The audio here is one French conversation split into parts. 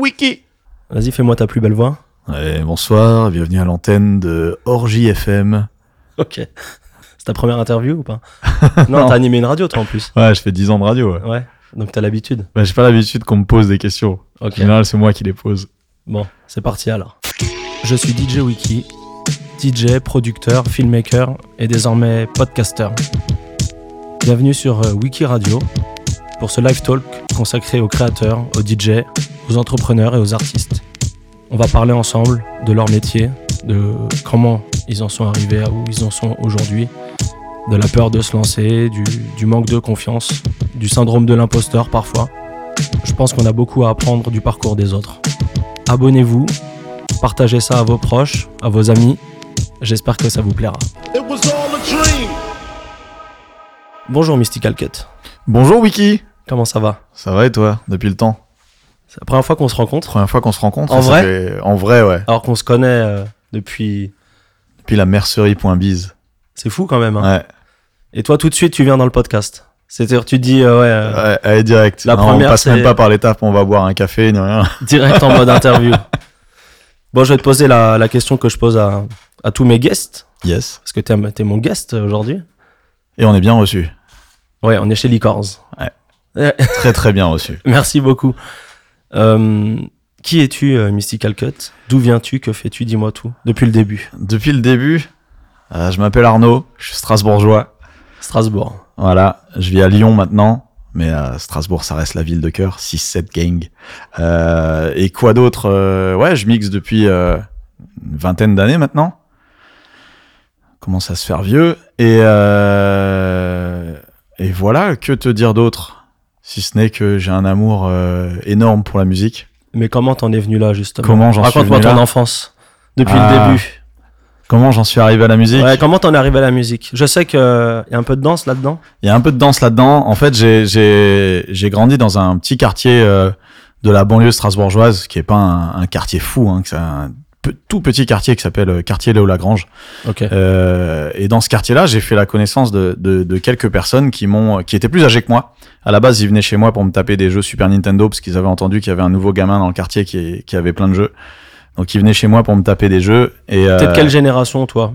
Wiki. Vas-y, fais-moi ta plus belle voix. Ouais, bonsoir, bienvenue à l'antenne de Orgy FM. Ok. C'est ta première interview ou pas Non, t'as animé une radio, toi, en plus. Ouais, je fais 10 ans de radio. Ouais. Ouais. Donc t'as l'habitude. Bah, j'ai pas l'habitude qu'on me pose des questions. En Ok. général, c'est moi qui les pose. Bon, c'est parti alors. Je suis DJ Wiki, DJ, producteur, filmmaker et désormais podcaster. Bienvenue sur euh, Wiki Radio pour ce live talk consacré aux créateurs, aux DJ, aux entrepreneurs et aux artistes. On va parler ensemble de leur métier, de comment ils en sont arrivés à où ils en sont aujourd'hui, de la peur de se lancer, du, du manque de confiance, du syndrome de l'imposteur parfois. Je pense qu'on a beaucoup à apprendre du parcours des autres abonnez-vous, partagez ça à vos proches, à vos amis. J'espère que ça vous plaira. It was all a dream. Bonjour Mystical Cut, Bonjour Wiki comment ça va Ça va et toi Depuis le temps C'est la première fois qu'on se rencontre, Première fois qu'on se rencontre En et ça vrai fait- En vrai, ouais. alors qu'on se connaît euh, depuis... Depuis la mercerie.biz. C'est fou quand même. hein. Ouais, Et toi tout de suite tu viens dans le podcast. C'est-à-dire tu dis euh, ouais, euh, ouais, allez direct. la Non, première, on passe c'est- même pas par l'étape, on va boire un café, ni rien. direct en mode interview. Bon je vais te poser la, la question que je pose à, à tous mes guests, Yes. parce que t'es t'es mon guest aujourd'hui. Et on est bien reçu. Ouais on est chez Licorns. Très très bien reçu. Merci beaucoup. Euh, qui es-tu euh, Mystical Cut D'où viens-tu Que fais-tu Dis-moi tout, depuis le début. Depuis le début, euh, je m'appelle Arnaud, je suis strasbourgeois. Strasbourg. Voilà, je vis à Lyon maintenant, mais euh, Strasbourg, ça reste la ville de cœur, 6-7 gang. Euh, et quoi d'autre Euh, Ouais, je mixe depuis euh, une vingtaine d'années maintenant. Commence à se faire vieux. Et, euh, et voilà, que te dire d'autre Si ce n'est que j'ai un amour euh, énorme pour la musique. Mais comment t'en es venu là, justement Comment j'en suis Raconte-moi venu ton là enfance, depuis Ah, le début. Comment j'en suis arrivé à la musique Ouais, comment t'en es arrivé à la musique Je sais qu'il y a un peu de danse là-dedans. Il y a un peu de danse là-dedans. En fait, j'ai- j'ai j'ai grandi dans un petit quartier euh, de la banlieue strasbourgeoise, qui est pas un, un quartier fou, hein, que c'est un pe- tout petit quartier qui s'appelle euh, quartier Léo Lagrange. Ok. Euh, et dans ce quartier-là, j'ai fait la connaissance de, de, de quelques personnes qui m'ont, qui étaient plus âgées que moi. À la base, ils venaient chez moi pour me taper des jeux Super Nintendo parce qu'ils avaient entendu qu'il y avait un nouveau gamin dans le quartier qui, qui avait plein de jeux. Donc, ils venaient chez moi pour me taper des jeux. Et euh, T'es de quelle génération, toi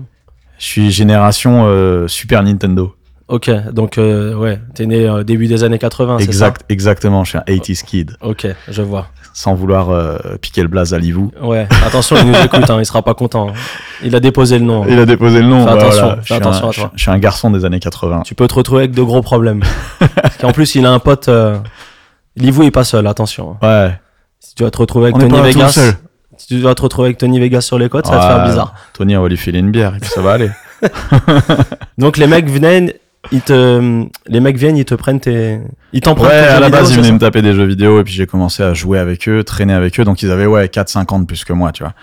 je suis génération euh, Super Nintendo. Ok, donc, euh, ouais, t'es né euh, début des années 80, c'est ça exact, exactement. Je suis un 80s kid. Ok, je vois. sans vouloir euh, piquer le blaze à Livou. Ouais, attention, il nous écoute, hein, il sera pas content. hein. Il a déposé le nom. hein. Il a déposé le nom. Fais bah attention, voilà. fais je suis attention un, à toi. Je, je suis un garçon des années 80. Tu peux te retrouver avec de gros problèmes. Parce qu'en plus, il a un pote... Euh... Livou est pas seul, attention. hein. Ouais. Si tu vas te retrouver avec On est Tony pas tout Vegas... seul. Si tu vas te retrouver avec Tony Vegas sur les côtes, ça va te Ouais. faire bizarre. Tony, on va lui filer une bière et puis ça va aller. Donc les mecs venaient, ils te, les mecs viennent, ils te prennent tes, ils Ouais, t'empruntent tes à jeux la vidéo, base, ils c'est venaient ça me taper des jeux vidéo et puis j'ai commencé à jouer avec eux, traîner avec eux. Donc ils avaient, ouais, 4-5 ans de plus que moi, tu vois.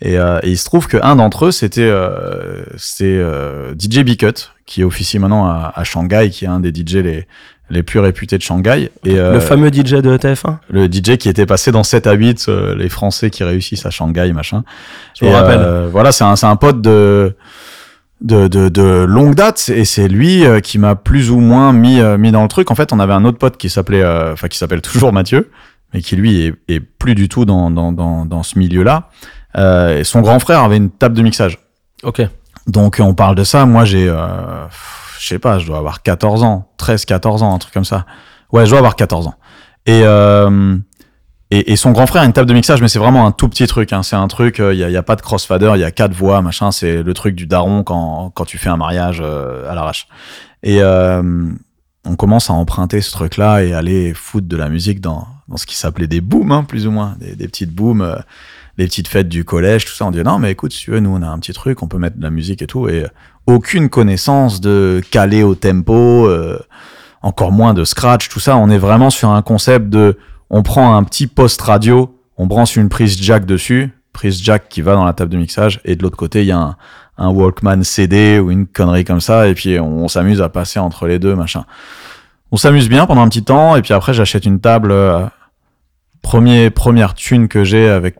Et, euh, et il se trouve qu'un d'entre eux, c'était euh, c'est, euh, DJ B-Cut, qui officie maintenant à, à Shanghai, qui est un des DJ les, les plus réputés de Shanghai. Et, euh, Le fameux DJ de TF1, le DJ qui était passé dans 7 à 8, euh, les Français qui réussissent à Shanghai, machin. je me Et, rappelle. euh, voilà, c'est un, c'est un pote de, de, de, de longue date et c'est lui euh, qui m'a plus ou moins mis, euh, mis dans le truc. En fait, on avait un autre pote qui s'appelait, euh, enfin, qui s'appelle toujours Mathieu, mais qui lui est, est plus du tout dans, dans, dans, dans ce milieu-là. Euh, et son grand frère avait une table de mixage. Ok. Donc, on parle de ça. Moi, j'ai, euh, pff, je sais pas, je dois avoir 14 ans, 13, 14 ans, un truc comme ça. Ouais, je dois avoir 14 ans. Et, euh, et, et son grand frère a une table de mixage, mais c'est vraiment un tout petit truc. Hein. C'est un truc, il n'y a, y a pas de crossfader, il y a quatre voix, machin. C'est le truc du daron quand, quand tu fais un mariage euh, à l'arrache. Et euh, on commence à emprunter ce truc-là et aller foutre de la musique dans, dans ce qui s'appelait des booms, hein, plus ou moins. Des, des petites booms, euh, les petites fêtes du collège, tout ça. On dit non, mais écoute, si tu veux, nous, on a un petit truc, on peut mettre de la musique et tout. Et euh, aucune connaissance de caler au tempo, euh, encore moins de scratch, tout ça. On est vraiment sur un concept de on prend un petit poste radio, on branche une prise jack dessus, prise jack qui va dans la table de mixage, et de l'autre côté, il y a un, un Walkman CD ou une connerie comme ça, et puis on, on s'amuse à passer entre les deux, machin. On s'amuse bien pendant un petit temps, et puis après, j'achète une table. euh, premier, première thune que j'ai avec,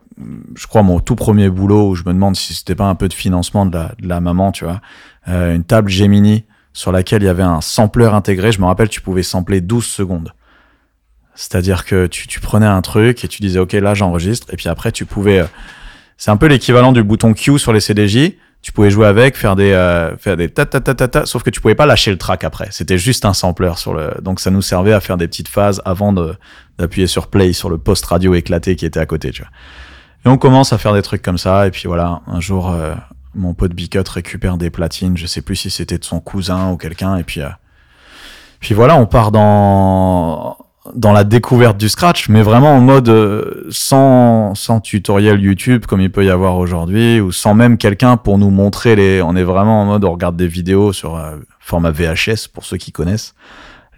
je crois, mon tout premier boulot, où je me demande si c'était pas un peu de financement de la, de la maman, tu vois. Euh, une table Gemini sur laquelle il y avait un sampler intégré. Je me rappelle, tu pouvais sampler 12 secondes. C'est-à-dire que tu, tu prenais un truc et tu disais, OK, là, j'enregistre. Et puis après, tu pouvais. euh, C'est un peu l'équivalent du bouton Q sur les CDJ. Tu pouvais jouer avec, faire des, euh, faire des ta ta ta ta ta, sauf que tu pouvais pas lâcher le track après. C'était juste un sampler sur le. Donc ça nous servait à faire des petites phases avant de d'appuyer sur play sur le poste radio éclaté qui était à côté, tu vois. Et on commence à faire des trucs comme ça. Et puis voilà, un jour, euh, mon pote Bicut récupère des platines. Je sais plus si c'était de son cousin ou quelqu'un. Et puis, euh, puis voilà, on part dans dans la découverte du scratch, mais vraiment en mode euh, sans sans tutoriel YouTube comme il peut y avoir aujourd'hui, ou sans même quelqu'un pour nous montrer les. On est vraiment en mode on regarde des vidéos sur euh, format VHS pour ceux qui connaissent.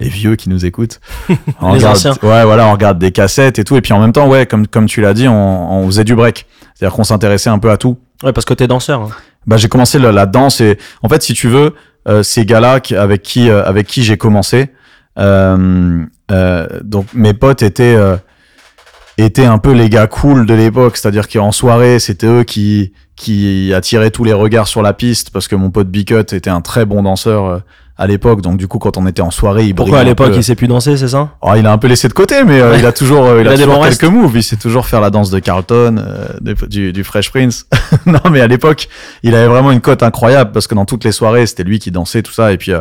Les vieux qui nous écoutent. On Les regarde- anciens. Ouais, voilà, on regarde des cassettes et tout. Et puis en même temps, ouais, comme, comme tu l'as dit, on, on faisait du break. C'est-à-dire qu'on s'intéressait un peu à tout. Ouais, parce que t'es danseur. hein. Bah, j'ai commencé la, la danse et en fait, si tu veux, euh, ces gars-là qui- avec qui euh, avec qui j'ai commencé, euh, euh, donc mes potes étaient euh, étaient un peu les gars cool de l'époque, c'est-à-dire qu'en soirée, c'était eux qui qui attiraient tous les regards sur la piste parce que mon pote Bicut était un très bon danseur euh, à l'époque. Donc du coup, quand on était en soirée, il Pourquoi à brillait un l'époque peu. il sait plus danser, c'est ça Oh, il a un peu laissé de côté, mais euh, Ouais. il a toujours, euh, il Il a a des toujours bons quelques moves. Il sait toujours faire la danse de Carlton, euh, des- du, du Fresh Prince. non, mais à l'époque, il avait vraiment une cote incroyable parce que dans toutes les soirées, c'était lui qui dansait tout ça. Et puis, euh,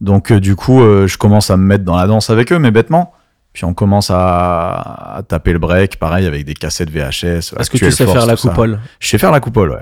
donc euh, du coup, euh, je commence à me mettre dans la danse avec eux, mais bêtement. Puis on commence à, à taper le break, pareil avec des cassettes VHS. Est-ce que tu sais faire la coupole Je sais faire la coupole, ouais.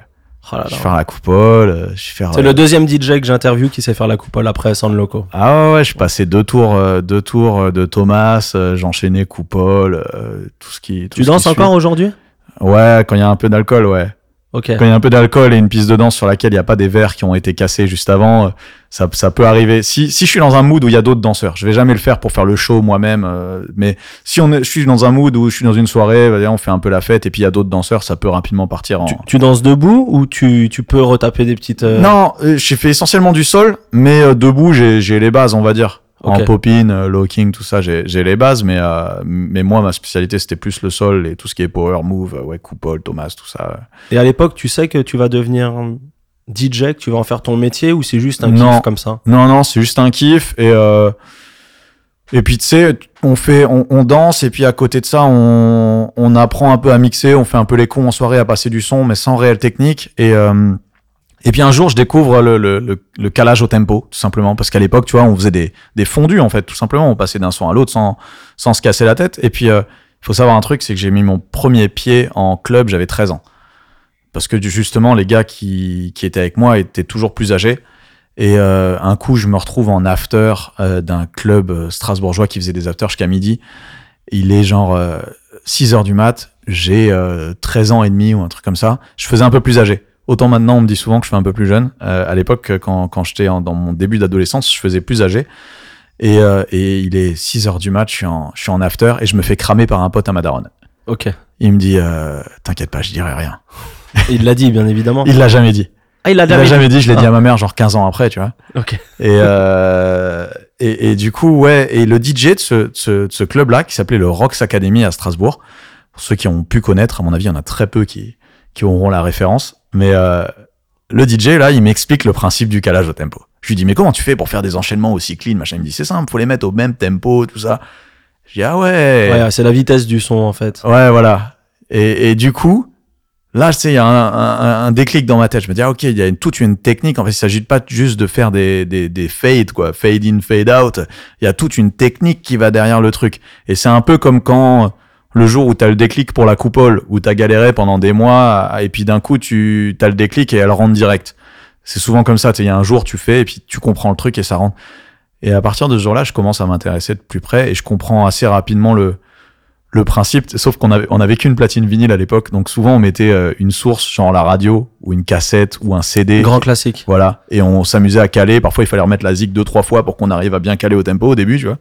Oh là Je là. sais faire la coupole. euh, Je sais faire. C'est euh, le deuxième DJ que j'interviewe qui sait faire la coupole après San Loco. Ah ouais, ouais, je passais deux tours, euh, deux tours euh, de Thomas, euh, j'enchaînais Coupole, euh, tout ce qui. tout ce Tu qui danses suit. encore aujourd'hui Ouais, quand il y a un peu d'alcool, ouais. Ok. Quand il y a un peu d'alcool et une piste de danse sur laquelle il n'y a pas des verres qui ont été cassés juste avant, euh, ça, ça peut arriver. Si, si je suis dans un mood où il y a d'autres danseurs, je vais jamais le faire pour faire le show moi-même, euh, mais si on est, je suis dans un mood où je suis dans une soirée, voilà, on fait un peu la fête et puis il y a d'autres danseurs, ça peut rapidement partir en. Tu, tu danses debout ou tu, tu peux retaper des petites. euh, Non, euh, j'ai fait essentiellement du sol, mais euh, debout, j'ai j'ai les bases, on va dire. En Ok. popping, euh, locking, tout ça, j'ai j'ai les bases, mais, euh, mais moi, ma spécialité, c'était plus le sol et tout ce qui est power move, euh, ouais, coupole, Thomas, tout ça. ouais. Et à l'époque, tu sais que tu vas devenir DJ, que tu vas en faire ton métier ou c'est juste un Non. kiff comme ça Non, non, c'est juste un kiff. Et, euh, et puis, tu sais, on, fait, on, on danse, et puis à côté de ça, on, on apprend un peu à mixer, on fait un peu les cons en soirée à passer du son, mais sans réelle technique. Et, euh, et puis un jour, je découvre le, le, le, le calage au tempo, tout simplement, parce qu'à l'époque, tu vois, on faisait des, des fondus, en fait, tout simplement. On passait d'un son à l'autre sans, sans se casser la tête. Et puis, euh, il faut savoir un truc, c'est que j'ai mis mon premier pied en club, j'avais 13 ans. Parce que du- justement, les gars qui, qui étaient avec moi étaient toujours plus âgés. Et euh, un coup, je me retrouve en after euh, d'un club euh, strasbourgeois qui faisait des afters jusqu'à midi. Il est genre 6h du mat, j'ai euh, 13 ans et demi ou un truc comme ça. Je faisais un peu plus âgé. Autant maintenant, on me dit souvent que je fais un peu plus jeune. Euh, à l'époque, euh, quand, quand j'étais en- dans mon début d'adolescence, je faisais plus âgé. Et, euh, et il est 6h du mat, je suis, en, je suis en after et je me fais cramer par un pote à Madaron. Ok. Il me dit euh, T'inquiète pas, je dirai rien. Il l'a dit, bien évidemment. Il l'a jamais dit. Ah, il l'a Il l'a jamais dit, je l'ai Ah. dit à ma mère genre 15 ans après, tu vois. Ok. Et, euh, et, et du coup, ouais, et le DJ de ce, de ce, de ce club-là, qui s'appelait le Rocks Academy à Strasbourg, pour ceux qui ont pu connaître, à mon avis, il y en a très peu qui, qui auront la référence, mais euh, le DJ, là, il m'explique le principe du calage au tempo. Je lui dis, mais comment tu fais pour faire des enchaînements aussi clean, machin Il me dit, c'est simple, faut les mettre au même tempo, tout ça. Je dis, ah ouais. Ouais, c'est la vitesse du son en fait. Ouais, voilà. Et, et du coup, là, tu sais, il y a un, un- un déclic dans ma tête. Je me dis, ah, ok, il y a une, toute une technique. En fait, il s'agit pas juste de faire des, des, des fades, quoi. Fade in, fade out. Il y a toute une technique qui va derrière le truc. Et c'est un peu comme quand euh, le jour où t'as le déclic pour la coupole, où t'as galéré pendant des mois, et puis d'un coup, tu as le déclic et elle rentre direct. C'est souvent comme ça. tu sais, Il y a un jour, tu fais, et puis tu comprends le truc et ça rentre. Et à partir de ce jour-là, je commence à m'intéresser de plus près et je comprends assez rapidement le, le principe, sauf qu'on avait, on avait qu'une platine vinyle à l'époque, donc souvent on mettait euh, une source, genre la radio, ou une cassette, ou un CD. Grand classique. Voilà. Et on s'amusait à caler. Parfois, il fallait remettre la zig deux, trois fois pour qu'on arrive à bien caler au tempo au début, tu vois.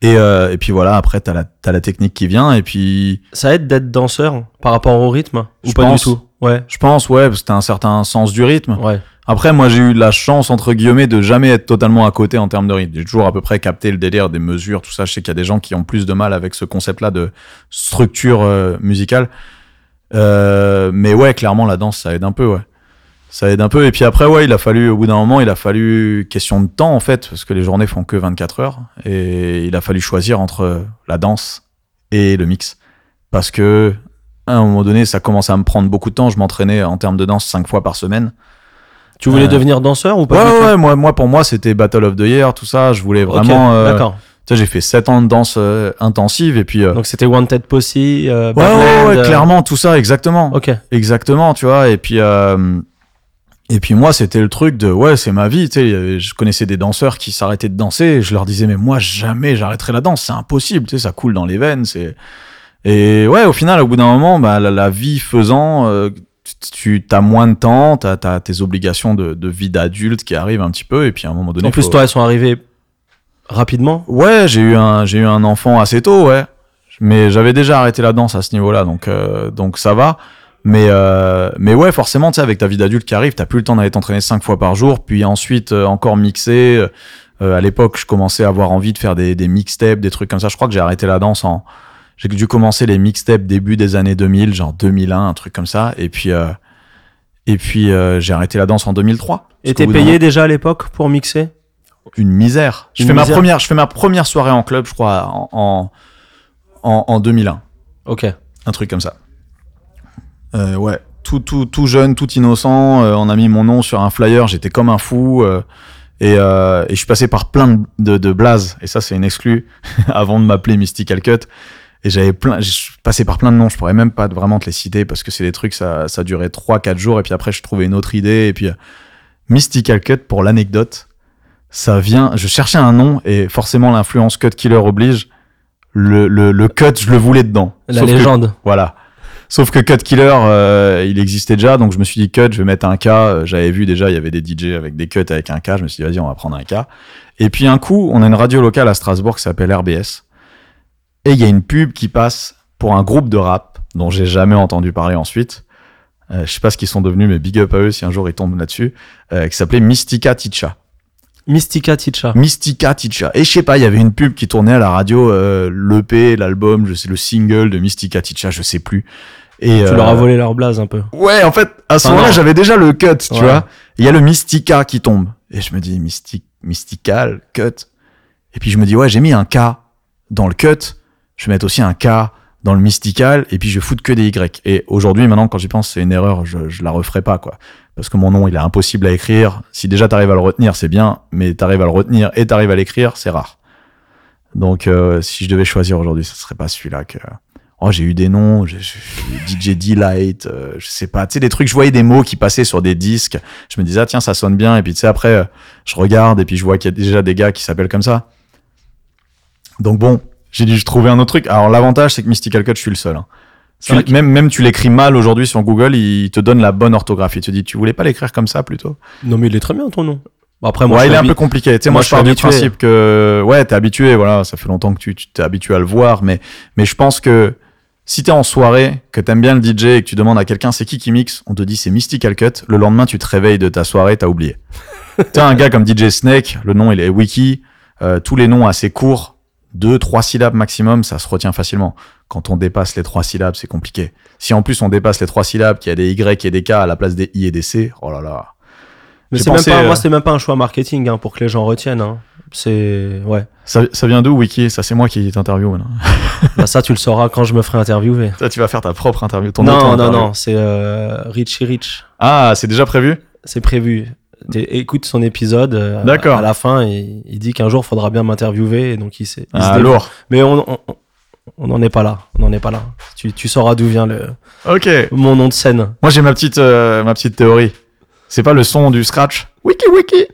Et, euh, et puis voilà, après, t'as la, t'as la technique qui vient. Et puis, Ça aide d'être danseur par rapport au rythme ou Je pas pense. du tout Ouais. je pense, ouais, parce que t'as un certain sens du rythme. Ouais. Après, moi, j'ai eu la chance, entre guillemets, de jamais être totalement à côté en termes de rythme. J'ai toujours à peu près capté le délire des mesures, tout ça. Je sais qu'il y a des gens qui ont plus de mal avec ce concept-là de structure euh, musicale. Euh, mais ouais, clairement, la danse, ça aide un peu, ouais. ça aide un peu. Et puis après, ouais, il a fallu, au bout d'un moment, il a fallu question de temps, en fait, parce que les journées font que 24 heures. Et il a fallu choisir entre la danse et le mix. Parce que, à un moment donné, ça commençait à me prendre beaucoup de temps. Je m'entraînais en termes de danse cinq fois par semaine. Tu voulais Euh, devenir danseur ou Ouais, pas du ouais, tout ouais, moi, moi, pour moi, c'était Battle of the Year, tout ça. Je voulais Ok, vraiment. euh, D'accord. tu sais, j'ai fait 7 ans de danse euh, intensive. Et puis. euh, Donc c'était Wanted Pussy. Euh, ouais, ouais, Badland, ouais, euh, clairement, tout ça, exactement. Ok. Exactement, tu vois. Et puis, euh, et puis moi, c'était le truc de ouais, c'est ma vie. Tu sais, il y avait- je connaissais des danseurs qui s'arrêtaient de danser. Et je leur disais mais moi jamais j'arrêterai la danse, c'est impossible. Tu sais, ça coule dans les veines. C'est et ouais, au final, au bout d'un moment, bah la, la vie faisant. euh, tu as moins de temps, tu as, tes obligations de, de vie d'adulte qui arrivent un petit peu, et puis à un moment donné. En plus, faut- toi, elles sont arrivées rapidement. Ouais, j'ai eu un j'ai eu un enfant assez tôt, ouais. Mais j'avais déjà arrêté la danse à ce niveau-là, donc euh, donc ça va. Mais euh, mais ouais, forcément, tu sais, avec ta vie d'adulte qui arrive, t'as plus le temps d'aller t'entraîner cinq fois par jour, puis ensuite euh, encore mixer. Euh, à l'époque, je commençais à avoir envie de faire des des mixtapes, des trucs comme ça. Je crois que j'ai arrêté la danse en j'ai dû commencer les mixtapes début des années 2000, genre 2001, un truc comme ça. Et puis euh, et puis euh, j'ai arrêté la danse en 2003. Parce qu'au Et t'es bout d'un payé déjà à l'époque pour mixer une misère. Je Une fais ma misère. première, je fais ma première soirée en club, je crois, en en, en, en 2001, Ok. un truc comme ça. Euh, ouais, tout tout tout jeune, tout innocent. euh, on a mis mon nom sur un flyer. J'étais comme un fou. euh, et, euh, et je suis passé par plein de, de, de blazes, et ça c'est une exclue, avant de m'appeler Mystical Cut. Et j'avais plein, je suis passé par plein de noms, je pourrais même pas vraiment te les citer parce que c'est des trucs, ça, ça durait 3-4 jours, et puis après je trouvais une autre idée, et puis euh, Mystical Cut, pour l'anecdote, ça vient, je cherchais un nom, et forcément l'influence Cut Killer oblige, le, le, le cut, je le voulais dedans. La Sauf que- légende. voilà. Sauf que Cut Killer, euh, il existait déjà, donc je me suis dit cut, je vais mettre un K. Euh, J'avais vu déjà, il y avait des DJ avec des cuts avec un K. Je me suis dit, vas-y, on va prendre un K. Et puis un coup, on a une radio locale à Strasbourg qui s'appelle RBS. Et il y a une pub qui passe pour un groupe de rap dont j'ai jamais entendu parler ensuite. Euh, je sais pas ce qu'ils sont devenus, mais big up à eux si un jour ils tombent là-dessus. euh, qui s'appelait Mystica Ticha. Mystica Ticha. Mystica Ticha. Et je sais pas, il y avait une pub qui tournait à la radio, euh, l'EP, l'album, je sais, le single de Mystica Ticha, je sais plus. Et, Tu euh, leur as volé leur blaze un peu. Ouais, en fait, à ce Enfin, moment-là, non. j'avais déjà le cut, tu Ouais. vois. Il y a le Mystica qui tombe. Et je me dis, mystique, mystical, cut. Et puis je me dis, ouais, j'ai mis un K dans le cut. Je vais mettre aussi un K dans le mystical. Et puis je vais foutre que des Y. Et aujourd'hui, maintenant, quand j'y pense, c'est une erreur. Je, je la referai pas, quoi. Parce que mon nom, il est impossible à écrire. Si déjà t'arrives à le retenir, c'est bien. Mais t'arrives à le retenir et t'arrives à l'écrire, c'est rare. Donc, euh, si je devais choisir aujourd'hui, ce serait pas celui-là que. Oh, j'ai eu des noms, j'ai- j'ai- DJ Delight, euh, je sais pas, tu sais, des trucs, je voyais des mots qui passaient sur des disques, je me disais, ah tiens, ça sonne bien, et puis tu sais, après, euh, je regarde, et puis je vois qu'il y a déjà des gars qui s'appellent comme ça. Donc bon, j'ai dû trouver un autre truc. Alors l'avantage, c'est que Mystical Cut, je suis le seul. hein. Tu- vrai que- même, même tu l'écris mal aujourd'hui sur Google, il te donne la bonne orthographie. Tu dis, tu voulais pas l'écrire comme ça plutôt Non, mais il est très bien ton nom. Bon, Bah, Après, moi, ouais, je il est un suis peu compliqué. Tu sais, moi, moi, je je suis pars du habitué. principe que, ouais, t'es habitué, voilà, ça fait longtemps que tu tu t'es habitué à le voir, mais, mais je pense que si t'es en soirée, que t'aimes bien le DJ et que tu demandes à quelqu'un c'est qui qui mixe, on te dit c'est Mystical Cut, le lendemain, tu te réveilles de ta soirée, t'as oublié. t'as un gars comme DJ Snake, le nom, il est Wiki, euh, tous les noms assez courts, deux, trois syllabes maximum, ça se retient facilement. Quand on dépasse les trois syllabes, c'est compliqué. Si en plus on dépasse les trois syllabes, qu'il y a des Y et des K à la place des I et des C, oh là là. Mais J'ai c'est même pensé, pas, euh, moi, c'est même pas un choix marketing hein, pour que les gens retiennent. hein. C'est ouais. Ça, ça vient d'où, Wiki Ça, c'est moi qui t'interview maintenant. bah, ça, tu le sauras quand je me ferai interviewer. Ça, tu vas faire ta propre interview. Ton non, non, auto-interview. non. C'est euh, Richie Rich. Ah, c'est déjà prévu C'est prévu. T'es- Écoute son épisode. euh, D'accord. À la fin, il, il dit qu'un jour, faudra bien m'interviewer, et donc il s'est. il se Ah, dé- lourd. Mais on. on on n'en est pas là, on n'en est pas là. Tu, tu sauras d'où vient le, Ok. mon nom de scène. Moi, j'ai ma petite, euh, ma petite théorie. C'est pas le son du scratch Wiki, wiki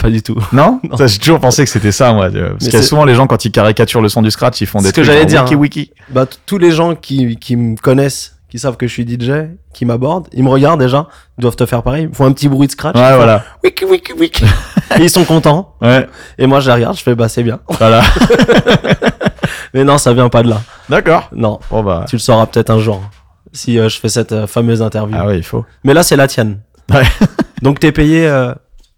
Pas du tout. Non, Non. Ça, J'ai toujours pensé que c'était ça, moi. tu vois. Parce Mais qu'il y a c'est- souvent les gens, quand ils caricaturent le son du scratch, ils font des C'est ce que trucs j'allais genre dire, Wiki, wiki. Bah, t- tous les gens qui, qui me connaissent, qui savent que je suis DJ, qui m'abordent, ils me regardent déjà, ils doivent te faire pareil, ils font un petit bruit de scratch. ils Ouais, font- voilà. Wiki, wiki, wiki. Et ils sont contents. Ouais, Et moi, je les regarde, je fais, bah, c'est bien. voilà. Mais non, ça vient pas de là. D'accord. Non. Bon, bah. Tu le sauras peut-être un jour. Si euh, je fais cette euh, fameuse interview. Ah ouais, il faut. Mais là, c'est la tienne. Ouais. Donc, t'es payé euh,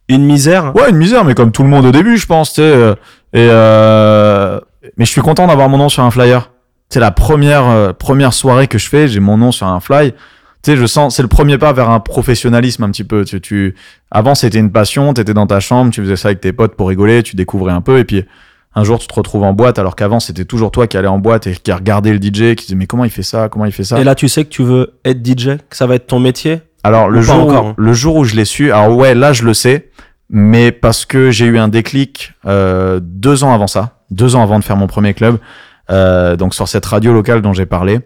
une misère. Ouais, une misère, mais comme tout le monde au début, je pense, tu sais. euh, et euh, mais je suis content d'avoir mon nom sur un flyer. C'est la première euh, première soirée que je fais, j'ai mon nom sur un fly. tu sais, je sens, c'est le premier pas vers un professionnalisme un petit peu. Tu, tu, avant, c'était une passion, t'étais dans ta chambre, tu faisais ça avec tes potes pour rigoler, tu découvrais un peu, et puis un jour, tu te retrouves en boîte, alors qu'avant, c'était toujours toi qui allais en boîte et qui regardait le DJ, qui disait, mais comment il fait ça, comment il fait ça. Et là, tu sais que tu veux être DJ, que ça va être ton métier. Alors le Ou pas jour, encore, où, hein. le jour où je l'ai su, alors ouais, là je le sais, mais parce que j'ai eu un déclic euh, deux ans avant ça, deux ans avant de faire mon premier club, euh, donc sur cette radio locale dont j'ai parlé.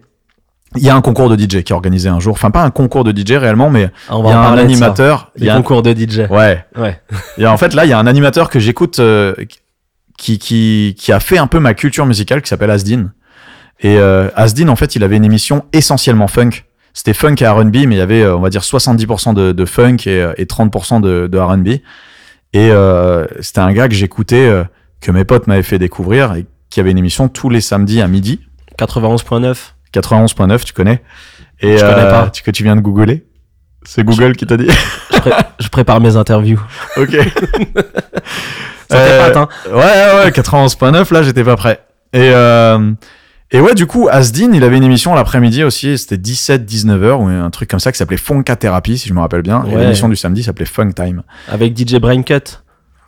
Il y a un concours de DJ qui est organisé un jour, enfin pas un concours de DJ réellement, mais Ah, On il y va a en un parler de ça. animateur. il Les y a un- concours de DJ. Ouais. Ouais. Et en fait là, il y a un animateur que j'écoute euh, qui, qui qui a fait un peu ma culture musicale qui s'appelle Asdin. Et euh, Asdin en fait, il avait une émission essentiellement funk c'était funk et R&B, mais il y avait, euh, on va dire, 70% de, de funk et, euh, et 30% de, de R&B. Et euh, c'était un gars que j'écoutais, euh, que mes potes m'avaient fait découvrir, et qui avait une émission tous les samedis à midi, 91.9. 91.9, tu connais et, Je connais euh, pas. Tu, que tu viens de googler C'est Google qui t'a dit Je, pré- je prépare mes interviews. Ok. Ça Euh, t'épate, hein. Ouais, ouais, ouais, 91.9, là, j'étais pas prêt. Et, euh, et ouais, du coup, Asdin, il avait une émission l'après-midi aussi, c'était 17-19h, ou un truc comme ça, qui s'appelait Funkatherapy, si je me rappelle bien. Et Ouais. l'émission du samedi s'appelait Funk Time. Avec DJ Braincut.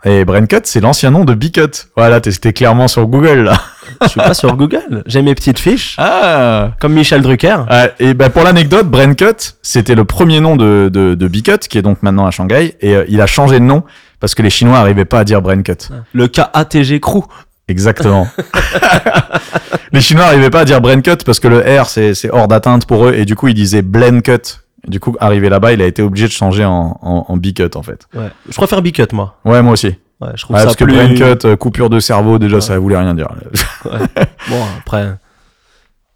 Et Braincut, c'est l'ancien nom de Bicut. Voilà, t'es- t'es clairement sur Google, là. Je suis pas sur Google. J'ai mes petites fiches. Ah Comme Michel Drucker. et ben pour l'anecdote, Braincut, c'était le premier nom de, de, de Bicut, qui est donc maintenant à Shanghai, et euh, il a changé de nom parce que les Chinois arrivaient pas à dire Braincut. Le KATG Crew. Exactement. les Chinois n'arrivaient pas à dire brain cut parce que le R c'est c'est hors d'atteinte pour eux et du coup ils disaient blend cut. Du coup, arrivé là-bas, il a été obligé de changer en, en, en B-cut en fait. Ouais. Je préfère Bicut, moi. Ouais, moi aussi. Ouais, je trouve Ouais, ça parce que plus- brain cut, euh, coupure de cerveau, déjà Ouais. ça voulait rien dire. Bon, après.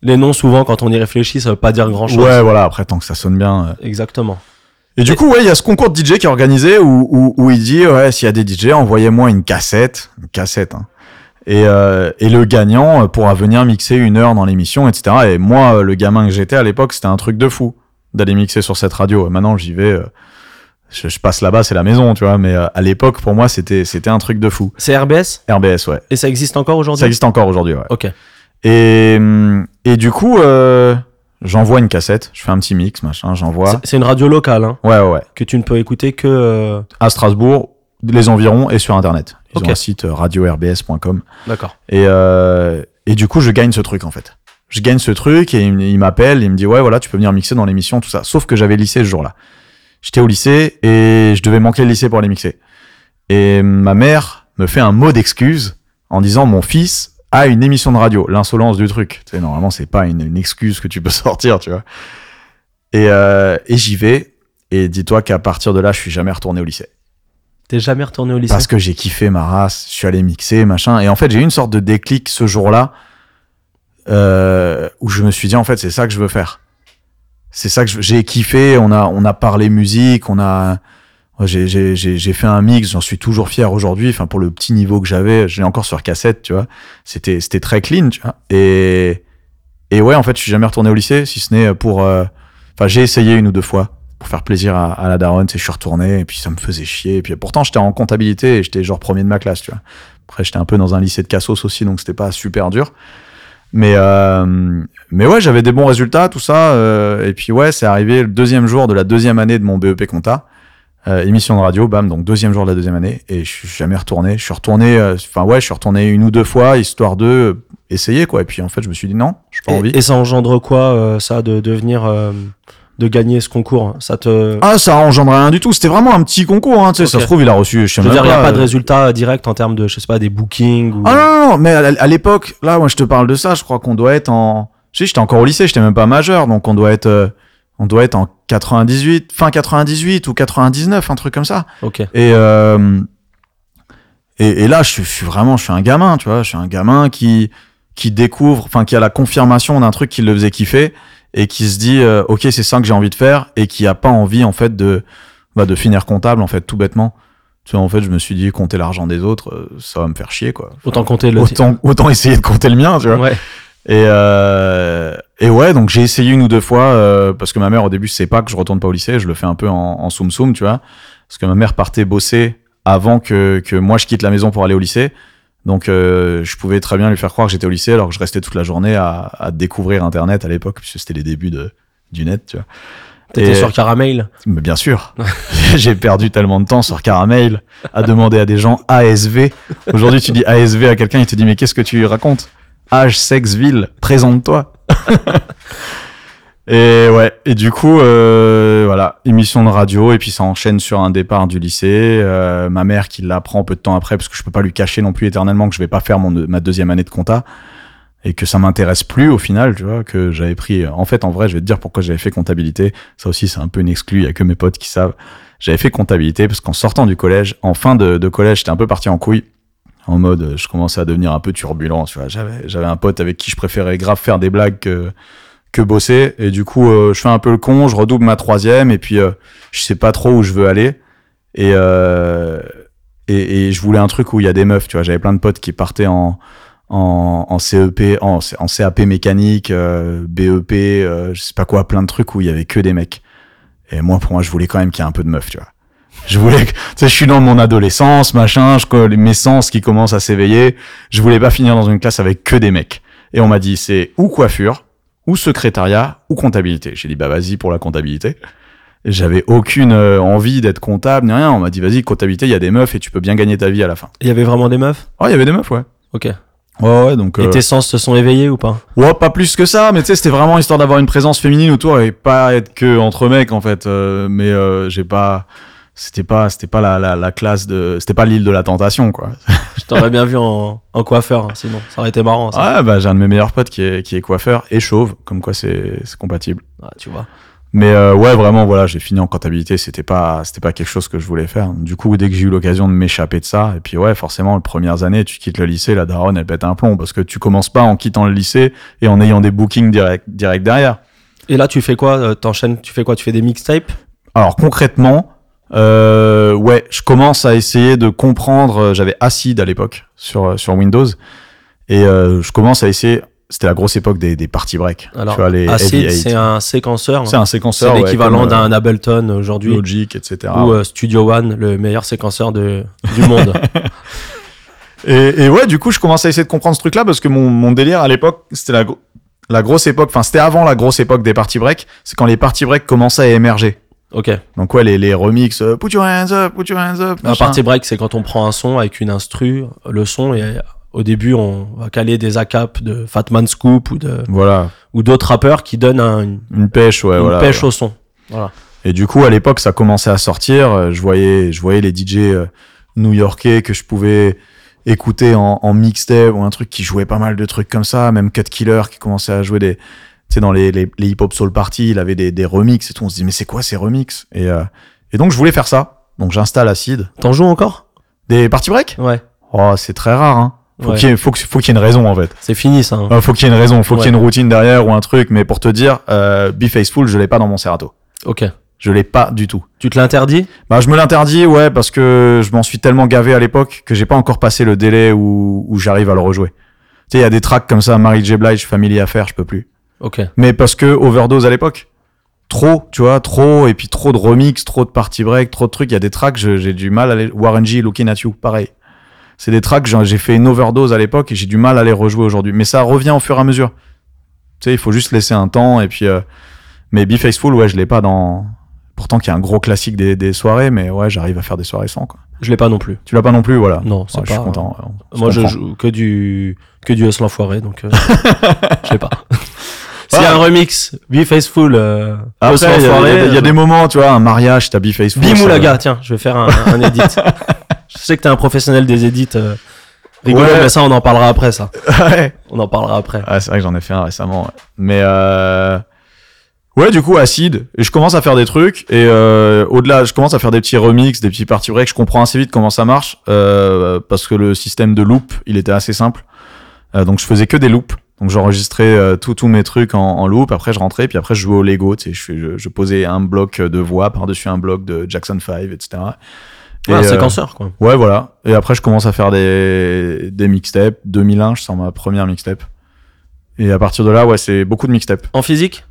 Les noms, souvent, quand on y réfléchit, ça veut pas dire grand chose. ouais, voilà, après tant que ça sonne bien. euh. Exactement. Et du coup, ouais, il y a ce concours de DJ qui est organisé où, où, où il dit, ouais, s'il y a des DJ, envoyez-moi une cassette. Une cassette, hein. Et, euh, et le gagnant euh, pourra venir mixer une heure dans l'émission, etc. Et moi, euh, le gamin que j'étais à l'époque, c'était un truc de fou d'aller mixer sur cette radio. Et Maintenant, j'y vais, euh, je, je passe là-bas, c'est la maison, tu vois. Mais euh, à l'époque, pour moi, c'était c'était un truc de fou. C'est RBS RBS, ouais. et ça existe encore Ça aujourd'hui existe encore aujourd'hui, ouais. Ok. Et, hum, et du coup, euh, j'envoie une cassette, je fais un petit mix, machin, j'envoie. C'est- C'est une radio locale hein, Ouais, ouais, ouais. que tu ne peux écouter que. euh, à Strasbourg, les environs et sur Internet. Ils Ok. ont un site euh, radio-rbs.com. D'accord. Et, euh, et du coup, je gagne ce truc, en fait. Je gagne ce truc et il, m- il m'appelle, il me dit, ouais, voilà, tu peux venir mixer dans l'émission, tout ça. Sauf que j'avais lycée ce jour-là. J'étais au lycée et je devais manquer le lycée pour aller mixer. Et ma mère me fait un mot d'excuse en disant, mon fils a une émission de radio. L'insolence du truc. Tu sais, normalement, c'est pas une, une excuse que tu peux sortir, tu vois. Et, euh, et j'y vais. Et dis-toi qu'à partir de là, je suis jamais retourné au lycée. T'es jamais retourné au lycée Parce que j'ai kiffé ma race, je suis allé mixer, machin. Et en fait, j'ai eu une sorte de déclic ce jour-là euh, où je me suis dit, en fait, c'est ça que je veux faire. C'est ça que je- j'ai kiffé. On a, on a parlé musique, on a. J'ai j'ai- j'ai- j'ai fait un mix, j'en suis toujours fier aujourd'hui. Enfin, pour le petit niveau que j'avais, je l'ai encore sur cassette, tu vois. C'était c'était très clean, tu vois. Et, et ouais, en fait, je suis jamais retourné au lycée, si ce n'est pour. euh, Enfin, j'ai essayé une ou deux fois pour faire plaisir à, à la daronne, c'est je suis retourné et puis ça me faisait chier. Et puis pourtant, j'étais en comptabilité et j'étais genre premier de ma classe, tu vois. Après, j'étais un peu dans un lycée de Cassos aussi, donc c'était pas super dur. Mais, euh, mais ouais, j'avais des bons résultats, tout ça. euh, et puis ouais, c'est arrivé le deuxième jour de la deuxième année de mon BEP compta. Euh, émission de radio, bam, donc deuxième jour de la deuxième année. Et je suis jamais retourné. Je suis retourné, euh, enfin ouais, je suis retourné une ou deux fois, histoire de euh, essayer, quoi. Et puis en fait, je me suis dit non, j'ai pas envie. Et, et ça engendre quoi, euh, ça, de devenir. euh, de gagner ce concours hein? Ça te. Ah, ça engendre rien du tout. C'était vraiment un petit concours. Hein, tu sais, Ça Ok. se trouve, il a reçu. Je, sais je même veux dire, il n'y a pas pas euh, de résultat direct en termes de, je sais pas, des bookings ou. Ah non, non, non, mais à, à l'époque, là, moi, je te parle de ça. Je crois qu'on doit être en. Si, j'étais encore au lycée, j'étais même pas majeur, donc on doit être, euh, on doit être en 98, fin 98 ou 99, un truc comme ça. Ok. Et, euh, et, et là, je suis, je suis vraiment, je suis un gamin, tu vois. Je suis un gamin qui, qui découvre, enfin, qui a la confirmation d'un truc qui le faisait kiffer et qui se dit, euh, OK, c'est ça que j'ai envie de faire et qui a pas envie, en fait, de, bah, de finir comptable, en fait, tout bêtement. Tu vois, en fait, je me suis dit, compter l'argent des autres, euh, ça va me faire chier, quoi. Autant compter le. Autant, autant essayer de compter le mien, tu vois. Ouais. Et, euh, et ouais, donc j'ai essayé une ou deux fois, euh, parce que ma mère au début sait pas que je retourne pas au lycée, je le fais un peu en, en soum soum, tu vois. Parce que ma mère partait bosser avant que, que moi je quitte la maison pour aller au lycée. Donc euh, je pouvais très bien lui faire croire que j'étais au lycée alors que je restais toute la journée à, à découvrir Internet à l'époque, puisque c'était les débuts de, du net, tu vois. T'étais Et- sur Caramel. Mais bien sûr, j'ai perdu tellement de temps sur Caramel à demander à des gens ASV. Aujourd'hui, tu dis ASV à quelqu'un, il te dit mais qu'est-ce que tu racontes Âge, sexe, ville, présente-toi. et ouais, et du coup, euh, voilà, émission de radio, et puis ça enchaîne sur un départ du lycée. Euh, ma mère qui l'apprend peu de temps après, parce que je peux pas lui cacher non plus éternellement que je vais pas faire mon, ma deuxième année de compta. Et que ça m'intéresse plus au final, tu vois, que j'avais pris. En fait, en vrai, je vais te dire pourquoi j'avais fait comptabilité. Ça aussi, c'est un peu une exclue. Il y a que mes potes qui savent. J'avais fait comptabilité parce qu'en sortant du collège, en fin de, de collège, j'étais un peu parti en couille. En mode, euh, je commençais à devenir un peu turbulent. Tu vois, j'avais, j'avais un pote avec qui je préférais grave faire des blagues que, que bosser. Et du coup, euh, je fais un peu le con, je redouble ma troisième et puis euh, je sais pas trop où je veux aller. Et, euh, et, et je voulais un truc où il y a des meufs. Tu vois, j'avais plein de potes qui partaient en, en, en CEP, en, en CAP mécanique, euh, BEP, euh, je sais pas quoi, plein de trucs où il y avait que des mecs. Et moi, pour moi, je voulais quand même qu'il y ait un peu de meufs, tu vois. Je voulais, que- tu sais, je suis dans mon adolescence, machin, je, co- mes sens qui commencent à s'éveiller. Je voulais pas finir dans une classe avec que des mecs. Et on m'a dit, c'est ou coiffure, ou secrétariat, ou comptabilité. J'ai dit, bah vas-y pour la comptabilité. Et J'avais aucune euh, envie d'être comptable, ni rien. On m'a dit, vas-y, comptabilité, il y a des meufs et tu peux bien gagner ta vie à la fin. Il y avait vraiment des meufs Oh, il y avait des meufs, ouais. Ok. Ouais, ouais, donc. euh, Et tes sens se sont éveillés ou pas Ouais, pas plus que ça, mais tu sais, c'était vraiment histoire d'avoir une présence féminine autour et pas être que entre mecs en fait. Euh, mais euh, j'ai pas, c'était pas, c'était pas la, la, la classe de, c'était pas l'île de la tentation quoi. Je t'aurais bien vu en, en coiffeur, hein, sinon. Ça aurait été marrant, ça. Ouais, bah j'ai un de mes meilleurs potes qui est, qui est coiffeur et chauve, comme quoi c'est, c'est compatible. Ouais, Ah, tu vois. Mais euh, ouais, vraiment, voilà, j'ai fini en comptabilité. C'était pas, c'était pas quelque chose que je voulais faire. Du coup, dès que j'ai eu l'occasion de m'échapper de ça, et puis ouais, forcément, les premières années, tu quittes le lycée, la daronne, elle pète un plomb parce que tu commences pas en quittant le lycée et en ayant des bookings direct, direct derrière. Et là, tu fais quoi euh, T'enchaînes, tu fais quoi Tu fais des mixtapes Alors concrètement, euh, ouais, je commence à essayer de comprendre. euh, J'avais Acid à l'époque sur euh, sur Windows et euh, je commence à essayer. C'était la grosse époque des, des party break. Alors, tu vois, les Acid, Heavy Eight. c'est un séquenceur. hein. c'est un séquenceur. C'est ouais, l'équivalent comme, euh, d'un Ableton aujourd'hui. Logic, etc. Ou euh, Studio One, le meilleur séquenceur de, du monde. Et, et ouais, du coup, je commence à essayer de comprendre ce truc-là parce que mon, mon délire à l'époque, c'était la, gro- la grosse époque. Enfin, c'était avant la grosse époque des party break. C'est quand les party break commençaient à émerger. ok. Donc ouais, les, les remix, euh, put your hands up, put your hands up. Un machin. party break, c'est quand on prend un son avec une instru, le son, et au début, on va caler des ACAP de Fatman Scoop ou de Voilà, ou d'autres rappeurs qui donnent un- une, une pêche, ouais, une voilà. pêche au son. Voilà. Et du coup, à l'époque, ça commençait à sortir. Euh, Je voyais, je voyais les DJ euh, new-yorkais que je pouvais écouter en, en mixtape ou un truc qui jouait pas mal de trucs comme ça. Même Cut Killer qui commençait à jouer des, tu sais, dans les, les, les hip-hop soul party, il avait des, des remixes et tout. On se dit, mais c'est quoi ces remixes? Et, euh, et donc, je voulais faire ça. Donc, j'installe Acid. T'en joues encore Des party break? Ouais. Oh, c'est très rare, hein. Faut Ouais. qu'il y ait, faut que- faut qu'il y ait une raison, en fait. C'est fini ça. hein. Euh, faut qu'il y ait une raison. Faut qu'il y ait Ouais. une routine derrière ou un truc. Mais pour te dire, euh, Be Faithful, je l'ai pas dans mon Serato. Ok. Je l'ai pas du tout. Tu te l'interdis Bah, je me l'interdis, ouais, parce que je m'en suis tellement gavé à l'époque que j'ai pas encore passé le délai où, où j'arrive à le rejouer. Tu sais, il y a des tracks comme ça, Mary J. Blige, Family Affair, je peux plus. Ok. Mais parce que overdose à l'époque. Trop, tu vois, trop, et puis trop de remix, trop de party break, trop de trucs. Il y a des tracks, je- j'ai du mal à les. Warren G, Looking at You, pareil. C'est des tracks, j'en- j'ai fait une overdose à l'époque et j'ai du mal à les rejouer aujourd'hui. Mais ça revient au fur et à mesure. Tu sais, il faut juste laisser un temps, et puis. euh, Mais Be Faithful, ouais, je l'ai pas dans. Pourtant, qu'il y a un gros classique des, des soirées, mais ouais, j'arrive à faire des soirées sans, quoi. Je l'ai pas non plus. Tu l'as pas non plus, voilà. Non, c'est Ouais, pas. je suis content. on se Moi, je comprend. joue que du que du Hustle Enfoiré, donc euh, je sais pas. S'il y a un remix, Be Faithful, euh, Après, il y Hustle a- il y, Enfoiré, a- il y a euh, des moments, tu vois, un mariage, t'as Be Faithful. Bim ça- ou la gars, tiens, je vais faire un, un edit. je sais que t'es un professionnel des edits. euh, rigolo, Ouais. mais ça, on en parlera après, ça. Ouais. On en parlera après. Ah, c'est vrai que j'en ai fait un récemment. ouais. Mais euh... ouais, du coup, acide. Et je commence à faire des trucs et euh, au-delà, je commence à faire des petits remixes, des petits parties break. Je comprends assez vite comment ça marche euh, parce que le système de loop, il était assez simple. Euh, donc je faisais que des loops. Donc j'enregistrais euh, tout- tous mes trucs en, en loop. Après je rentrais, puis après je jouais au Lego. Tu sais, je, fais- je, je posais un bloc de voix par-dessus un bloc de Jackson 5, etc. Et, Ouais, euh, un séquenceur, quoi. Ouais, voilà. Et après, je commence à faire des, des mixtapes. 2001, je sors ma première mixtape. Et à partir de là, ouais, c'est beaucoup de mixtapes. En physique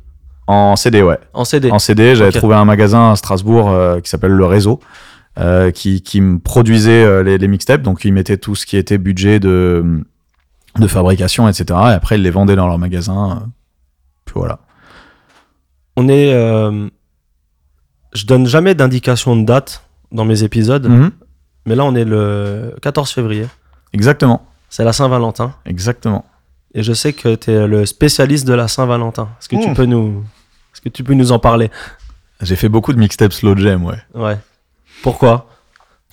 En CD, ouais. En CD En CD, j'avais Ok. trouvé un magasin à Strasbourg euh, qui s'appelle Le Réseau, euh, qui, qui me produisait euh, les, les mixtapes. Donc, ils mettaient tout ce qui était budget de, de fabrication, etc. Et après, ils les vendaient dans leur magasin. euh, Puis voilà. On est euh, Je donne jamais d'indication de date dans mes épisodes, Mhm. mais là on est le 14 février. Exactement, C'est la Saint-Valentin. exactement. Et je sais que tu es le spécialiste de la Saint-Valentin. Est-ce que, Hmm. tu Mmh. peux nous... Est-ce que tu peux nous en parler J'ai fait beaucoup de mixtapes slow jam, ouais. Ouais. Pourquoi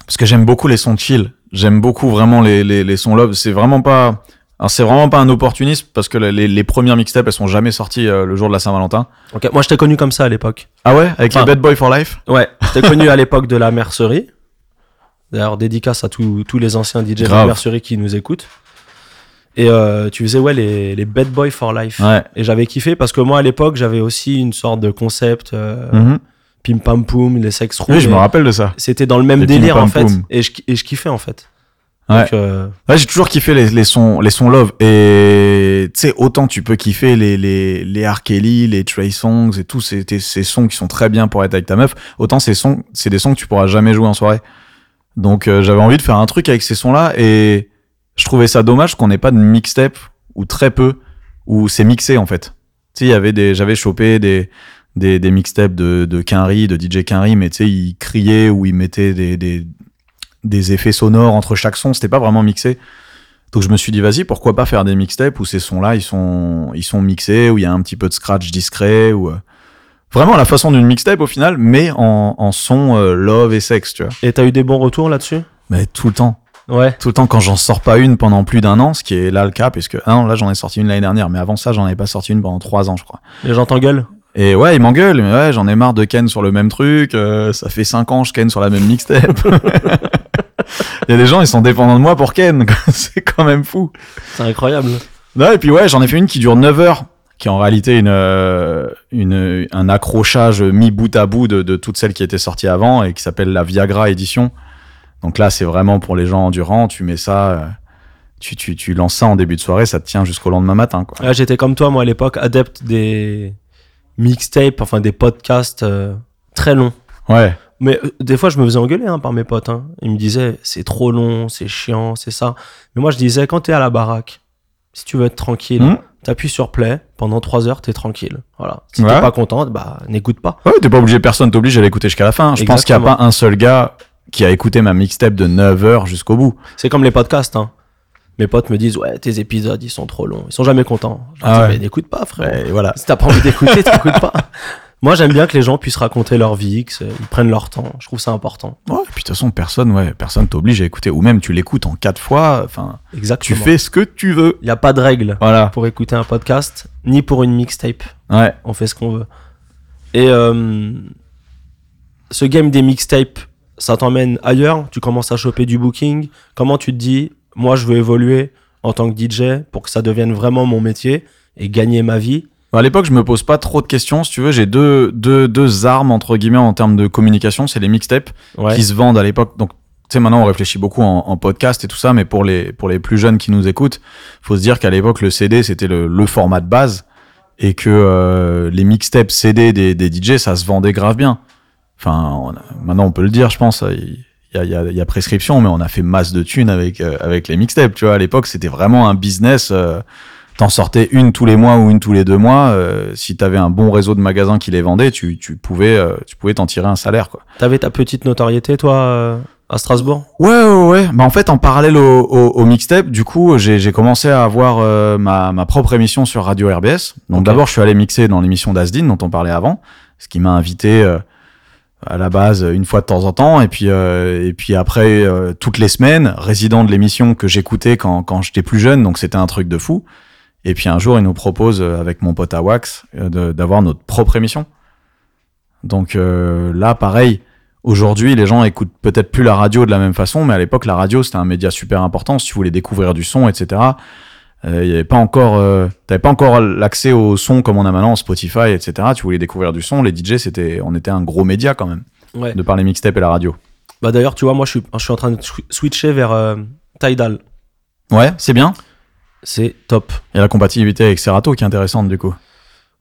parce que j'aime beaucoup les sons chill. J'aime beaucoup vraiment les, les, les sons love. C'est vraiment pas, alors c'est vraiment pas un opportunisme parce que les, les premières mixtapes elles sont jamais sorties euh, le jour de la Saint-Valentin. Ok, Moi je t'ai connu comme ça à l'époque. Ah ouais, avec Enfin- les Bad Boy for Life. Ouais, je t'ai connu à l'époque de la mercerie. D'ailleurs, dédicace à tous tous les anciens DJ de la Grave. mercerie qui nous écoutent. Et euh, tu faisais ouais les, les Bad Boy for Life. Ouais. Et j'avais kiffé parce que moi à l'époque j'avais aussi une sorte de concept euh, Mhm. pim pam poum, les sex rooms. Oui, je me et rappelle de ça. C'était dans le même Les pim délire pam en fait. poum. Et je, et je kiffais en fait. Ouais. Donc, euh, Ouais, j'ai toujours kiffé les, les sons, les sons love. Et tu sais, autant tu peux kiffer les les les R. Kelly, les Trey Songs et tous ces, tes- ces sons qui sont très bien pour être avec ta meuf. Autant ces sons, c'est des sons que tu pourras jamais jouer en soirée. Donc euh, j'avais envie de faire un truc avec ces sons-là et je trouvais ça dommage qu'on n'ait pas de mixtape ou très peu où c'est mixé en fait. Tu sais, il y avait des, j'avais chopé des des, des mixtapes de de Quinry, de DJ Quinry, mais tu sais, ils criaient ou ils mettaient des des des effets sonores entre chaque son, c'était pas vraiment mixé. Donc je me suis dit vas-y, pourquoi pas faire des mixtapes où ces sons-là ils sont ils sont mixés, où il y a un petit peu de scratch discret ou euh, vraiment la façon d'une mixtape au final, mais en en son euh, love et sexe, tu vois. et t'as eu des bons retours là-dessus Mais tout le temps Ouais. tout le temps quand j'en sors pas une pendant plus d'un an, ce qui est là le cas, puisque ah non, là j'en ai sorti une l'année dernière, mais avant ça j'en avais pas sorti une pendant trois ans, je crois. Les gens t'engueulent Et ouais, il m'engueule, mais ouais, j'en ai marre de Ken sur le même truc, euh, ça fait cinq ans je Ken sur la même mixtape. Il y a des gens, ils sont dépendants de moi pour Ken, quoi. c'est quand même fou. C'est incroyable. Non, et puis Bah ouais, j'en ai fait une qui dure 9 heures, qui est en réalité une, euh, une, un accrochage mis bout à bout de, de toutes celles qui étaient sorties avant et qui s'appelle la Viagra édition. Donc là, c'est vraiment pour les gens endurants, tu mets ça, euh, tu, tu, tu lances ça en début de soirée, ça te tient jusqu'au lendemain matin. Quoi. Ouais, J'étais comme toi, moi, à l'époque, adepte des mixtapes, enfin des podcasts euh, très longs. Ouais, Mais euh, des fois, je me faisais engueuler hein, par mes potes. hein. Ils me disaient, c'est trop long, c'est chiant, c'est ça. Mais moi, je disais, quand t'es à la baraque, si tu veux être tranquille, Mhm. t'appuies sur play, pendant trois heures, t'es tranquille. Voilà. Si t'es Ouais. pas contente, bah, n'écoute pas. ouais t'es pas obligé, personne t'oblige à l'écouter jusqu'à la fin. Je pense qu'il n'y a Exactement. pas un seul gars qui a écouté ma mixtape de 9 heures jusqu'au bout. C'est comme les podcasts. hein. Mes potes me disent, ouais, tes épisodes, ils sont trop longs. Ils sont jamais contents. Je leur Ah dis, ouais. mais n'écoute pas, frère. Et voilà. Si t'as pas envie d'écouter, t'écoutes pas. Moi, j'aime bien que les gens puissent raconter leur vie, qu'ils prennent leur temps. Je trouve ça important. Ouais, et puis de toute façon, personne, ouais, personne t'oblige à écouter, ou même tu l'écoutes en quatre fois, enfin, tu Exactement. fais ce que tu veux. Il n'y a pas de règle Voilà. pour écouter un podcast, ni pour une mixtape. Ouais. On fait ce qu'on veut. Et euh, ce game des mixtapes, ça t'emmène ailleurs. Tu commences à choper du booking. Comment tu te dis, moi, je veux évoluer en tant que DJ pour que ça devienne vraiment mon métier et gagner ma vie À l'époque, je me pose pas trop de questions. Si tu veux, j'ai deux, deux, deux armes entre guillemets en termes de communication, c'est les mixtapes Ouais. qui se vendent à l'époque. Donc, tu sais, maintenant on réfléchit beaucoup en, en podcast et tout ça, mais pour les pour les plus jeunes qui nous écoutent, faut se dire qu'à l'époque le CD c'était le, le format de base et que euh, les mixtapes CD des, des DJ ça se vendait grave bien. Enfin, on a- maintenant on peut le dire, je pense. Il y a, il y a- il y a prescription, mais on a fait masse de thunes avec euh, avec les mixtapes. Tu vois, à l'époque c'était vraiment un business. euh, T'en sortais une tous les mois ou une tous les deux mois. euh, si t'avais un bon réseau de magasins qui les vendait, tu, tu pouvais euh, tu pouvais t'en tirer un salaire quoi. T'avais ta petite notoriété, toi, euh, à Strasbourg Ouais, ouais, ouais. Bah, en fait, en parallèle au, au, au mixtape, du coup, j'ai j'ai commencé à avoir euh, ma, ma propre émission sur Radio RBS. Donc Ok. d'abord, je suis allé mixer dans l'émission d'Asdin dont on parlait avant, ce qui m'a invité euh, à la base une fois de temps en temps, et puis euh, et puis après euh, toutes les semaines, résident de l'émission que j'écoutais quand quand j'étais plus jeune, donc c'était un truc de fou. Et puis un jour, il nous propose euh, avec mon pote à Wax euh, de- d'avoir notre propre émission. Donc euh, là, pareil. Aujourd'hui, les gens écoutent peut-être plus la radio de la même façon, mais à l'époque, la radio, c'était un média super important. Si tu voulais découvrir du son, etc., euh, il y avait pas encore, euh, t'avais pas encore l'accès au son comme on a maintenant, Spotify, etc. Tu voulais découvrir du son, les DJ, c'était, on était un gros média quand même, Ouais. de par les mixtapes et la radio. Bah d'ailleurs, tu vois, moi je suis, je suis en train de swi- switcher vers euh, Tidal. Ouais, c'est bien. C'est top. Et la compatibilité avec Serato qui est intéressante du coup.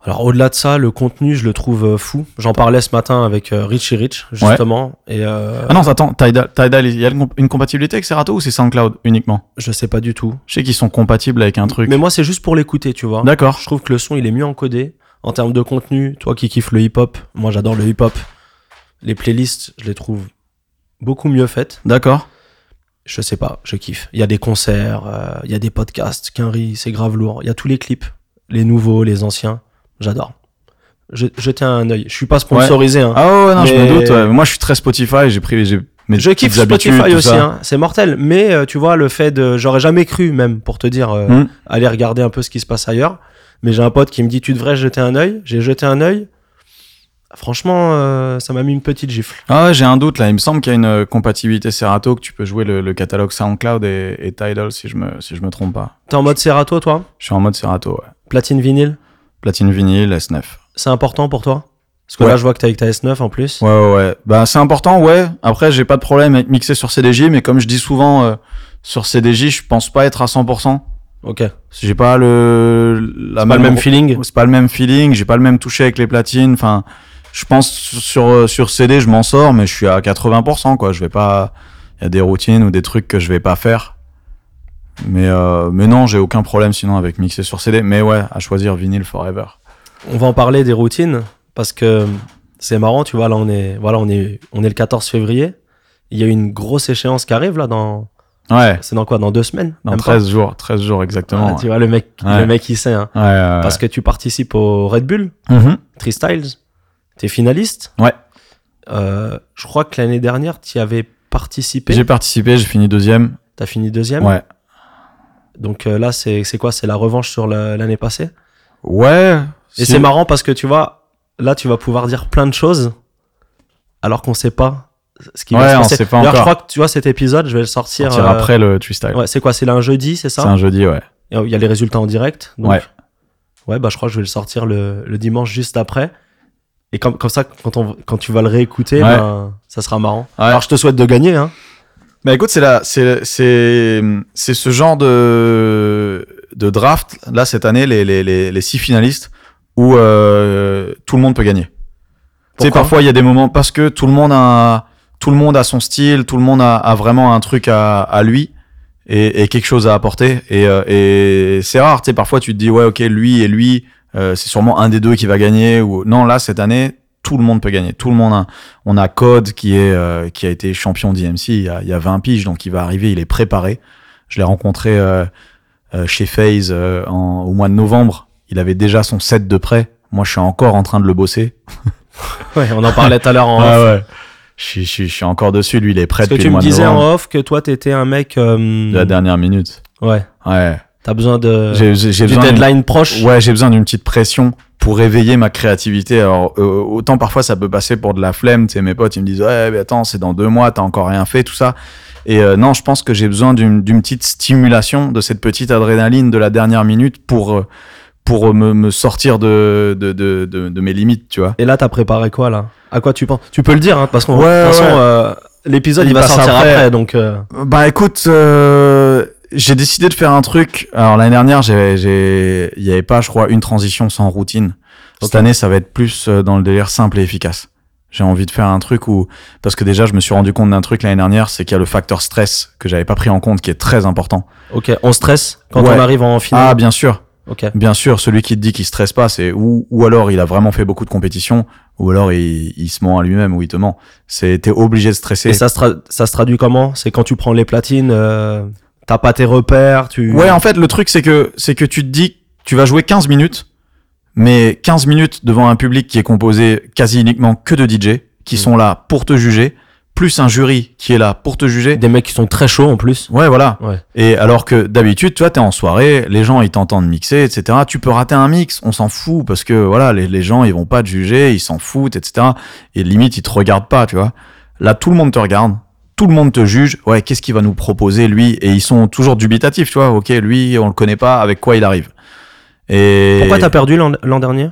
Alors au-delà de ça, le contenu, je le trouve euh, fou. J'en parlais ce matin avec euh, Richie Rich, justement. Et euh, Ah non, attends, Tidal, Tidal, il y a une comp- une compatibilité avec Serato ou c'est SoundCloud uniquement je sais pas du tout. Je sais qu'ils sont compatibles avec un truc. Mais moi, c'est juste pour l'écouter, tu vois. D'accord. Je trouve que le son, il est mieux encodé. En termes de contenu, toi qui kiffes le hip-hop, moi j'adore le hip-hop. Les playlists, je les trouve beaucoup mieux faites. D'accord. Je sais pas, je kiffe. Il y a des concerts, euh, il y a des podcasts, Quinry, c'est grave lourd. Il y a tous les clips, les nouveaux, les anciens. J'adore. Je- Jetez un œil. Je suis pas sponsorisé. hein. Ah ouais, ouais, non, je Mais- me doute. ouais. Moi, je suis très Spotify. J'ai pris. j'ai mes je kiffe petites habitudes, Spotify tout aussi, ça. hein. c'est mortel. Mais euh, tu vois, le fait de. J'aurais jamais cru, même, pour te dire, euh, Mm. aller regarder un peu ce qui se passe ailleurs. Mais j'ai un pote qui me dit Tu devrais jeter un œil. J'ai jeté un œil. Franchement, euh, ça m'a mis une petite gifle. Ah ouais, j'ai un doute là. Il me semble qu'il y a une euh, compatibilité Serato que tu peux jouer le, le catalogue SoundCloud et, et Tidal si je me si je me trompe pas. T'es en mode Serato, toi Je suis en mode Serato. Ouais. Platine vinyle Platine vinyle, S9. C'est important pour toi Parce que Ouais. là, je vois que t'es avec ta S9 en plus. Ouais, ouais, ouais. Bah, c'est important, ouais. Après, j'ai pas de problème avec mixer sur CDJ, mais comme je dis souvent, euh, sur CDJ, je pense pas être à 100%. Ok. J'ai pas le, la C'est pas le même feeling C'est pas le même feeling, j'ai pas le même toucher avec les platines. Enfin, je pense sur, euh, sur CD, je m'en sors, mais je suis à 80%, quoi. Je vais pas, il y a des routines ou des trucs que je vais pas faire. Mais, euh, mais non, j'ai aucun problème sinon avec mixer sur CD. Mais ouais, à choisir vinyle forever. On va en parler des routines parce que c'est marrant, tu vois. Là, on est, voilà, on est, on est le 14 février. Il y a une grosse échéance qui arrive là dans. Ouais, C'est dans quoi Dans deux semaines dans Même pas 13 jours, 13 jours Ah, exactement. Tu vois, le mec, Ouais. le mec il sait. hein. ouais. Ouais, ouais, ouais. Parce que tu participes au Red Bull, Mhm. Three Styles, t'es finaliste. Ouais. Euh, je crois que l'année dernière, tu y avais participé. J'ai participé, j'ai fini deuxième. T'as fini deuxième. Ouais. Donc euh, là, c'est c'est quoi C'est la revanche sur la- l'année passée. Ouais. Et c'est marrant parce que tu vois, là, tu vas pouvoir dire plein de choses alors qu'on sait pas ce qui Ouais, va se on passer. sait pas D'ailleurs, je encore. crois que tu vois cet épisode, je vais le sortir. Sortir euh, après le twist style. ouais, c'est quoi C'est là un jeudi, c'est c'est ça un jeudi, ouais. Et, euh, Il y a les résultats en direct. Donc, Ouais. Ouais, bah, je crois que je vais le sortir le, le dimanche juste après. Et comme, comme ça, quand, on, quand tu vas le réécouter, Ouais. ben, ça sera marrant. Ouais. Alors, je te souhaite de gagner. Hein. Bah écoute, c'est la, c'est, c'est, c'est ce genre de, de draft là cette année, les, les, les, les six finalistes où euh, tout le monde peut gagner. Tu sais, Pourquoi parfois il y a des moments parce que tout le monde a, tout le monde a son style, tout le monde a, a vraiment un truc à, à lui et, et quelque chose à apporter. Et, euh, et c'est rare. Tu sais, parfois tu te dis ouais, ok, lui et lui, euh, c'est sûrement un des deux qui va gagner. Ou non, là cette année, tout le monde peut gagner. Tout le monde a. On a Code qui est euh, qui a été champion d'IMC il y a, il y a 20 piges, donc il va arriver, il est préparé. Je l'ai rencontré euh, euh, chez FaZe euh, en- au mois de novembre. Il avait déjà son set de prêt. Moi, je suis encore en train de le bosser. Ouais, on en parlait tout à l'heure en Ouais, off. ouais. Je suis, je suis- je suis encore dessus. Lui, il est prêt Ah Parce depuis que tu le me mois de disais novembre. en off que toi, t'étais un mec. euh, De la dernière minute. Ouais, Ouais. t'as besoin Euh, de, J'ai- j'ai j'ai du besoin d'une- deadline proche. Ouais, j'ai besoin d'une petite pression pour éveiller ma créativité. Alors, euh, autant parfois ça peut passer pour de la flemme. Tu sais, mes potes, ils me disent, ouais, mais attends, c'est dans deux mois, t'as encore rien fait, tout ça. Et euh, non, je pense que j'ai besoin d'une d'une petite stimulation, de cette petite adrénaline de la dernière minute pour, euh, pour me, me sortir de, de, de, de, de mes limites, tu vois. Et là, t'as préparé quoi là À quoi tu penses Tu peux le dire, hein, parce que Ouais, de toute façon, ouais. euh, l'épisode Il il, va passe sortir après. après. donc, euh, Bah écoute, euh, j'ai décidé de faire un truc. Alors l'année dernière, j'avais- j'ai- il n'y avait pas, je crois, une transition sans routine. Cette Ok. année, ça va être plus euh, dans le délire simple et efficace. J'ai envie de faire un truc où, parce que déjà, je me suis rendu compte d'un truc l'année dernière, c'est qu'il y a le facteur stress que j'avais pas pris en compte, qui est très important. ok, on stresse quand Ouais. on arrive en Ah, finale. bien sûr, ok. bien sûr, celui qui te dit qu'il stresse pas, c'est ou, ou alors il a vraiment fait beaucoup de compétition, ou alors il, il se ment à lui-même ou il te ment. C'est t'es obligé de stresser. Et ça se, tra- ça se traduit comment C'est quand tu prends les platines, euh, t'as pas tes repères, tu. Ouais, en fait, le truc, c'est que, c'est que tu te dis, que tu vas jouer 15 minutes, mais 15 minutes devant un public qui est composé quasi uniquement que de DJ, qui Mm. sont là pour te juger, plus un jury qui est là pour te juger. Des mecs qui sont très chauds en plus. Ouais, voilà. Ouais. Et alors que d'habitude, tu vois, t'es en soirée, les gens, ils t'entendent mixer, etc. Tu peux rater un mix, on s'en fout, parce que voilà, les, les gens, ils vont pas te juger, ils s'en foutent, etc. Et limite, ils te regardent pas, tu vois. Là, tout le monde te regarde, tout le monde te juge. Ouais, qu'est-ce qu'il va nous proposer, lui Et ils sont toujours dubitatifs, tu vois. Ok, lui, on le connaît pas, avec quoi il arrive Et Pourquoi t'as perdu l'an l'an dernier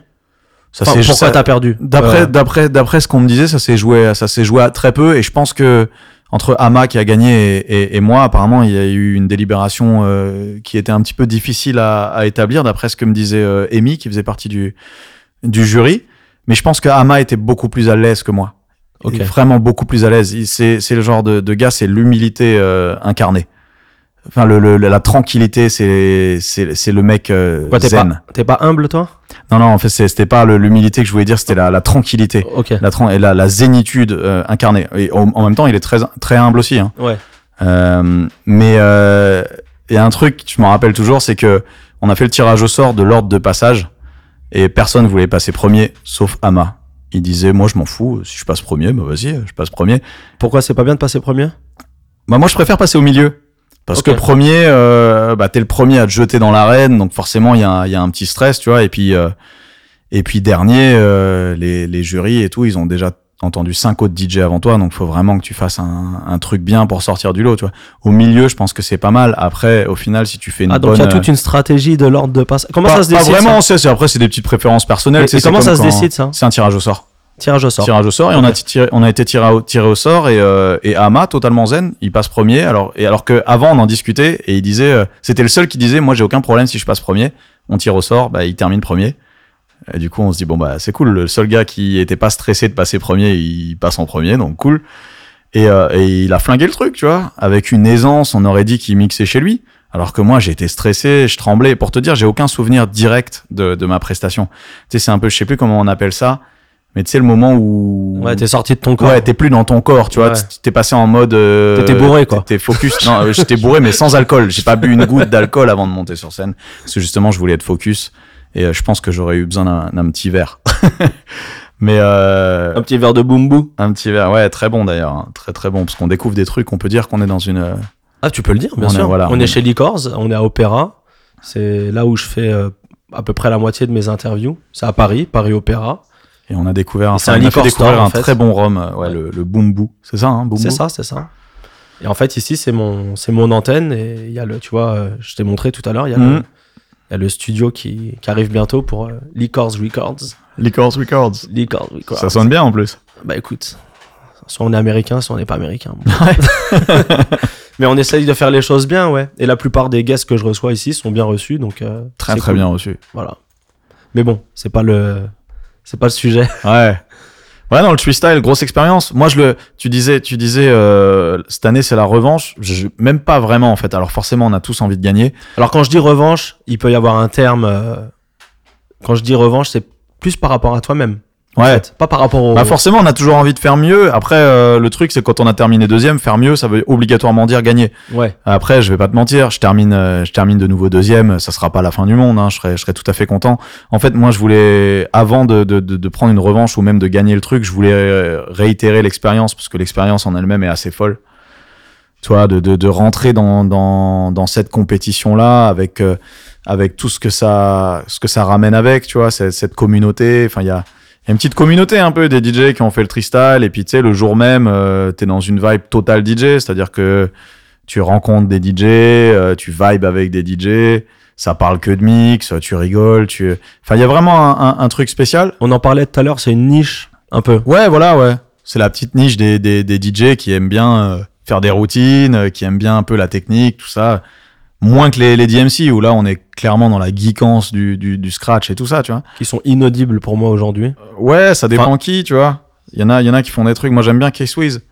ça Enfin, s'est- Pourquoi ça- t'as perdu D'après, Euh, d'après, d'après ce qu'on me disait, ça s'est joué, ça s'est joué à très peu. Et je pense que entre Ama qui a gagné et, et- et moi, apparemment, il y a eu une délibération euh, qui était un petit peu difficile à, à établir, d'après ce que me disait euh, Amy, qui faisait partie du du jury. Mais je pense que Ama était beaucoup plus à l'aise que moi. Ok. Il est Vraiment beaucoup plus à l'aise. Il- C'est c'est le genre de, de gars, c'est l'humilité euh, incarnée. Enfin, le, le- la tranquillité, c'est c'est c'est le mec euh, Quoi, t'es zen. pas, t'es pas humble, toi Non, non, en fait, c'est- c'était pas le- l'humilité que je voulais dire, c'était la, la tranquillité, Ok. la, tran- et la, la zénitude euh, incarnée. Et en, en même temps, il est très, très humble aussi. Hein. Ouais. Euh, mais euh, il y a un truc, je m'en rappelle toujours, c'est que on a fait le tirage au sort de l'ordre de passage et personne voulait passer premier, sauf Ama. Il disait, moi, je m'en fous, si je passe premier, bah vas-y, je passe premier. Pourquoi c'est pas bien de passer premier Bah moi je préfère passer au milieu. Parce Ok. que premier, euh, bah t'es le premier à te jeter dans l'arène, donc forcément il y, a un- il y a un petit stress, tu vois. Et puis euh, et puis dernier, euh, les, les jurys et tout, ils ont déjà entendu cinq autres DJ avant toi, donc faut vraiment que tu fasses un, un truc bien pour sortir du lot, tu vois. Au milieu, je pense que c'est pas mal. Après, au final, si tu fais une Ah, donc il bonne, euh, y a toute une stratégie de l'ordre de passe. Comment pas, ça se pas décide vraiment, c'est c'est- après c'est des petites préférences ça personnelles. Et- tu sais, et c'est comment comme ça se quand- décide ça C'est un tirage au sort. Tirage au sort. Tirage au sort et on a tiré, on a été tiré au, tiré au sort et euh, et Ama totalement zen, il passe premier alors et alors que avant on en discutait et il disait euh, c'était le seul qui disait moi j'ai aucun problème si je passe premier, on tire au sort, bah il termine premier. Et du coup, on se dit bon bah c'est cool, le seul gars qui était pas stressé de passer premier, il passe en premier donc cool. Et, euh, et il a flingué le truc, tu vois, avec une aisance, on aurait dit qu'il mixait chez lui. Alors que moi, j'étais stressé, je tremblais. Pour te dire, j'ai aucun souvenir direct de, de ma prestation. Tu sais, c'est un peu, je sais plus comment on appelle ça, mais tu sais, le moment où. Ouais, t'es sorti de ton corps. Ouais, t'es plus dans ton corps, tu vois. Ouais. tu- T'es passé en mode. euh, T'étais bourré, quoi. T'étais focus. non, euh, j'étais bourré, mais sans alcool. J'ai pas bu une goutte d'alcool avant de monter sur scène. Parce que justement, je voulais être focus. Et euh, je pense que j'aurais eu besoin d'un d'un petit verre. mais. Euh, Un petit verre de boumbou. un petit verre, ouais, très bon d'ailleurs, hein. très très bon, parce qu'on découvre des trucs, on peut dire qu'on est dans une... euh, Ah, tu peux le dire, bien On est- sûr. voilà, on, on est est- chez Licorz, on est à Opéra. C'est là où je fais euh, à peu près la moitié de mes interviews. C'est à Paris, Paris Opéra. Et on a découvert, Et c'est enfin, un on a liquor fait découvrir store, en un fait. très bon rhum, euh, ouais, Ouais. le, le Boombu, c'est ça, hein, Boombu C'est ça, c'est ça. Et en fait, ici, c'est mon, c'est mon antenne. Et il y a le, tu vois, euh, je t'ai montré tout à l'heure, il y, a le- Mhm. il y a le studio qui, qui arrive bientôt pour euh, Licorz Records. Liquors Records. Licorz Records. Ça sonne bien en plus. Bah écoute, soit on est américain, soit on n'est pas américain. Mais on essaye de faire les choses bien, ouais. Et la plupart des guests que je reçois ici sont bien reçus, donc euh, Très c'est très cool. bien reçu. Voilà. Mais bon, c'est pas le, c'est pas le sujet. Ouais. Ouais, non, le freestyle, grosse expérience. Moi, je le, tu disais, tu disais, euh, cette année, c'est la revanche. Je, même pas vraiment, en fait. Alors, forcément, on a tous envie de gagner. Alors quand je dis revanche, il peut y avoir un terme. euh, quand je dis revanche, c'est plus par rapport à toi-même. en Ouais. fait. Pas par rapport au. Bah, forcément, on a toujours envie de faire mieux. Après, euh, le truc, c'est que quand on a terminé deuxième, faire mieux, ça veut obligatoirement dire gagner. Ouais. Après, je vais pas te mentir, je termine, euh, je termine de nouveau deuxième. Ça sera pas la fin du monde. Hein, je serais, je serais tout à fait content. En fait, moi, je voulais, avant de, de, de, de prendre une revanche ou même de gagner le truc, je voulais euh, réitérer l'expérience parce que l'expérience en elle-même est assez folle. Tu vois, de, de, de rentrer dans, dans, dans cette compétition-là avec, euh, avec tout ce que ça, ce que ça ramène avec. Tu vois, cette, cette communauté. Enfin, il y a, il y a une petite communauté un peu des DJ qui ont fait le tristyle et puis tu sais le jour même euh, t'es dans une vibe totale DJ c'est-à-dire que tu rencontres des DJ euh, tu vibes avec des DJ ça parle que de mix tu rigoles tu enfin il y a vraiment un, un- un truc spécial On en parlait tout à l'heure, c'est une niche un peu. ouais voilà ouais c'est la petite niche des, des, des DJ qui aiment bien euh, faire des routines euh, qui aiment bien un peu la technique tout ça moins que les, les DMC où là on est clairement dans la geekance du, du, du scratch et tout ça tu vois qui sont inaudibles pour moi aujourd'hui. Ouais, ça dépend Enfin- qui, tu vois. Il y en a, il y en a qui font des trucs. Moi, j'aime bien Case Wiz.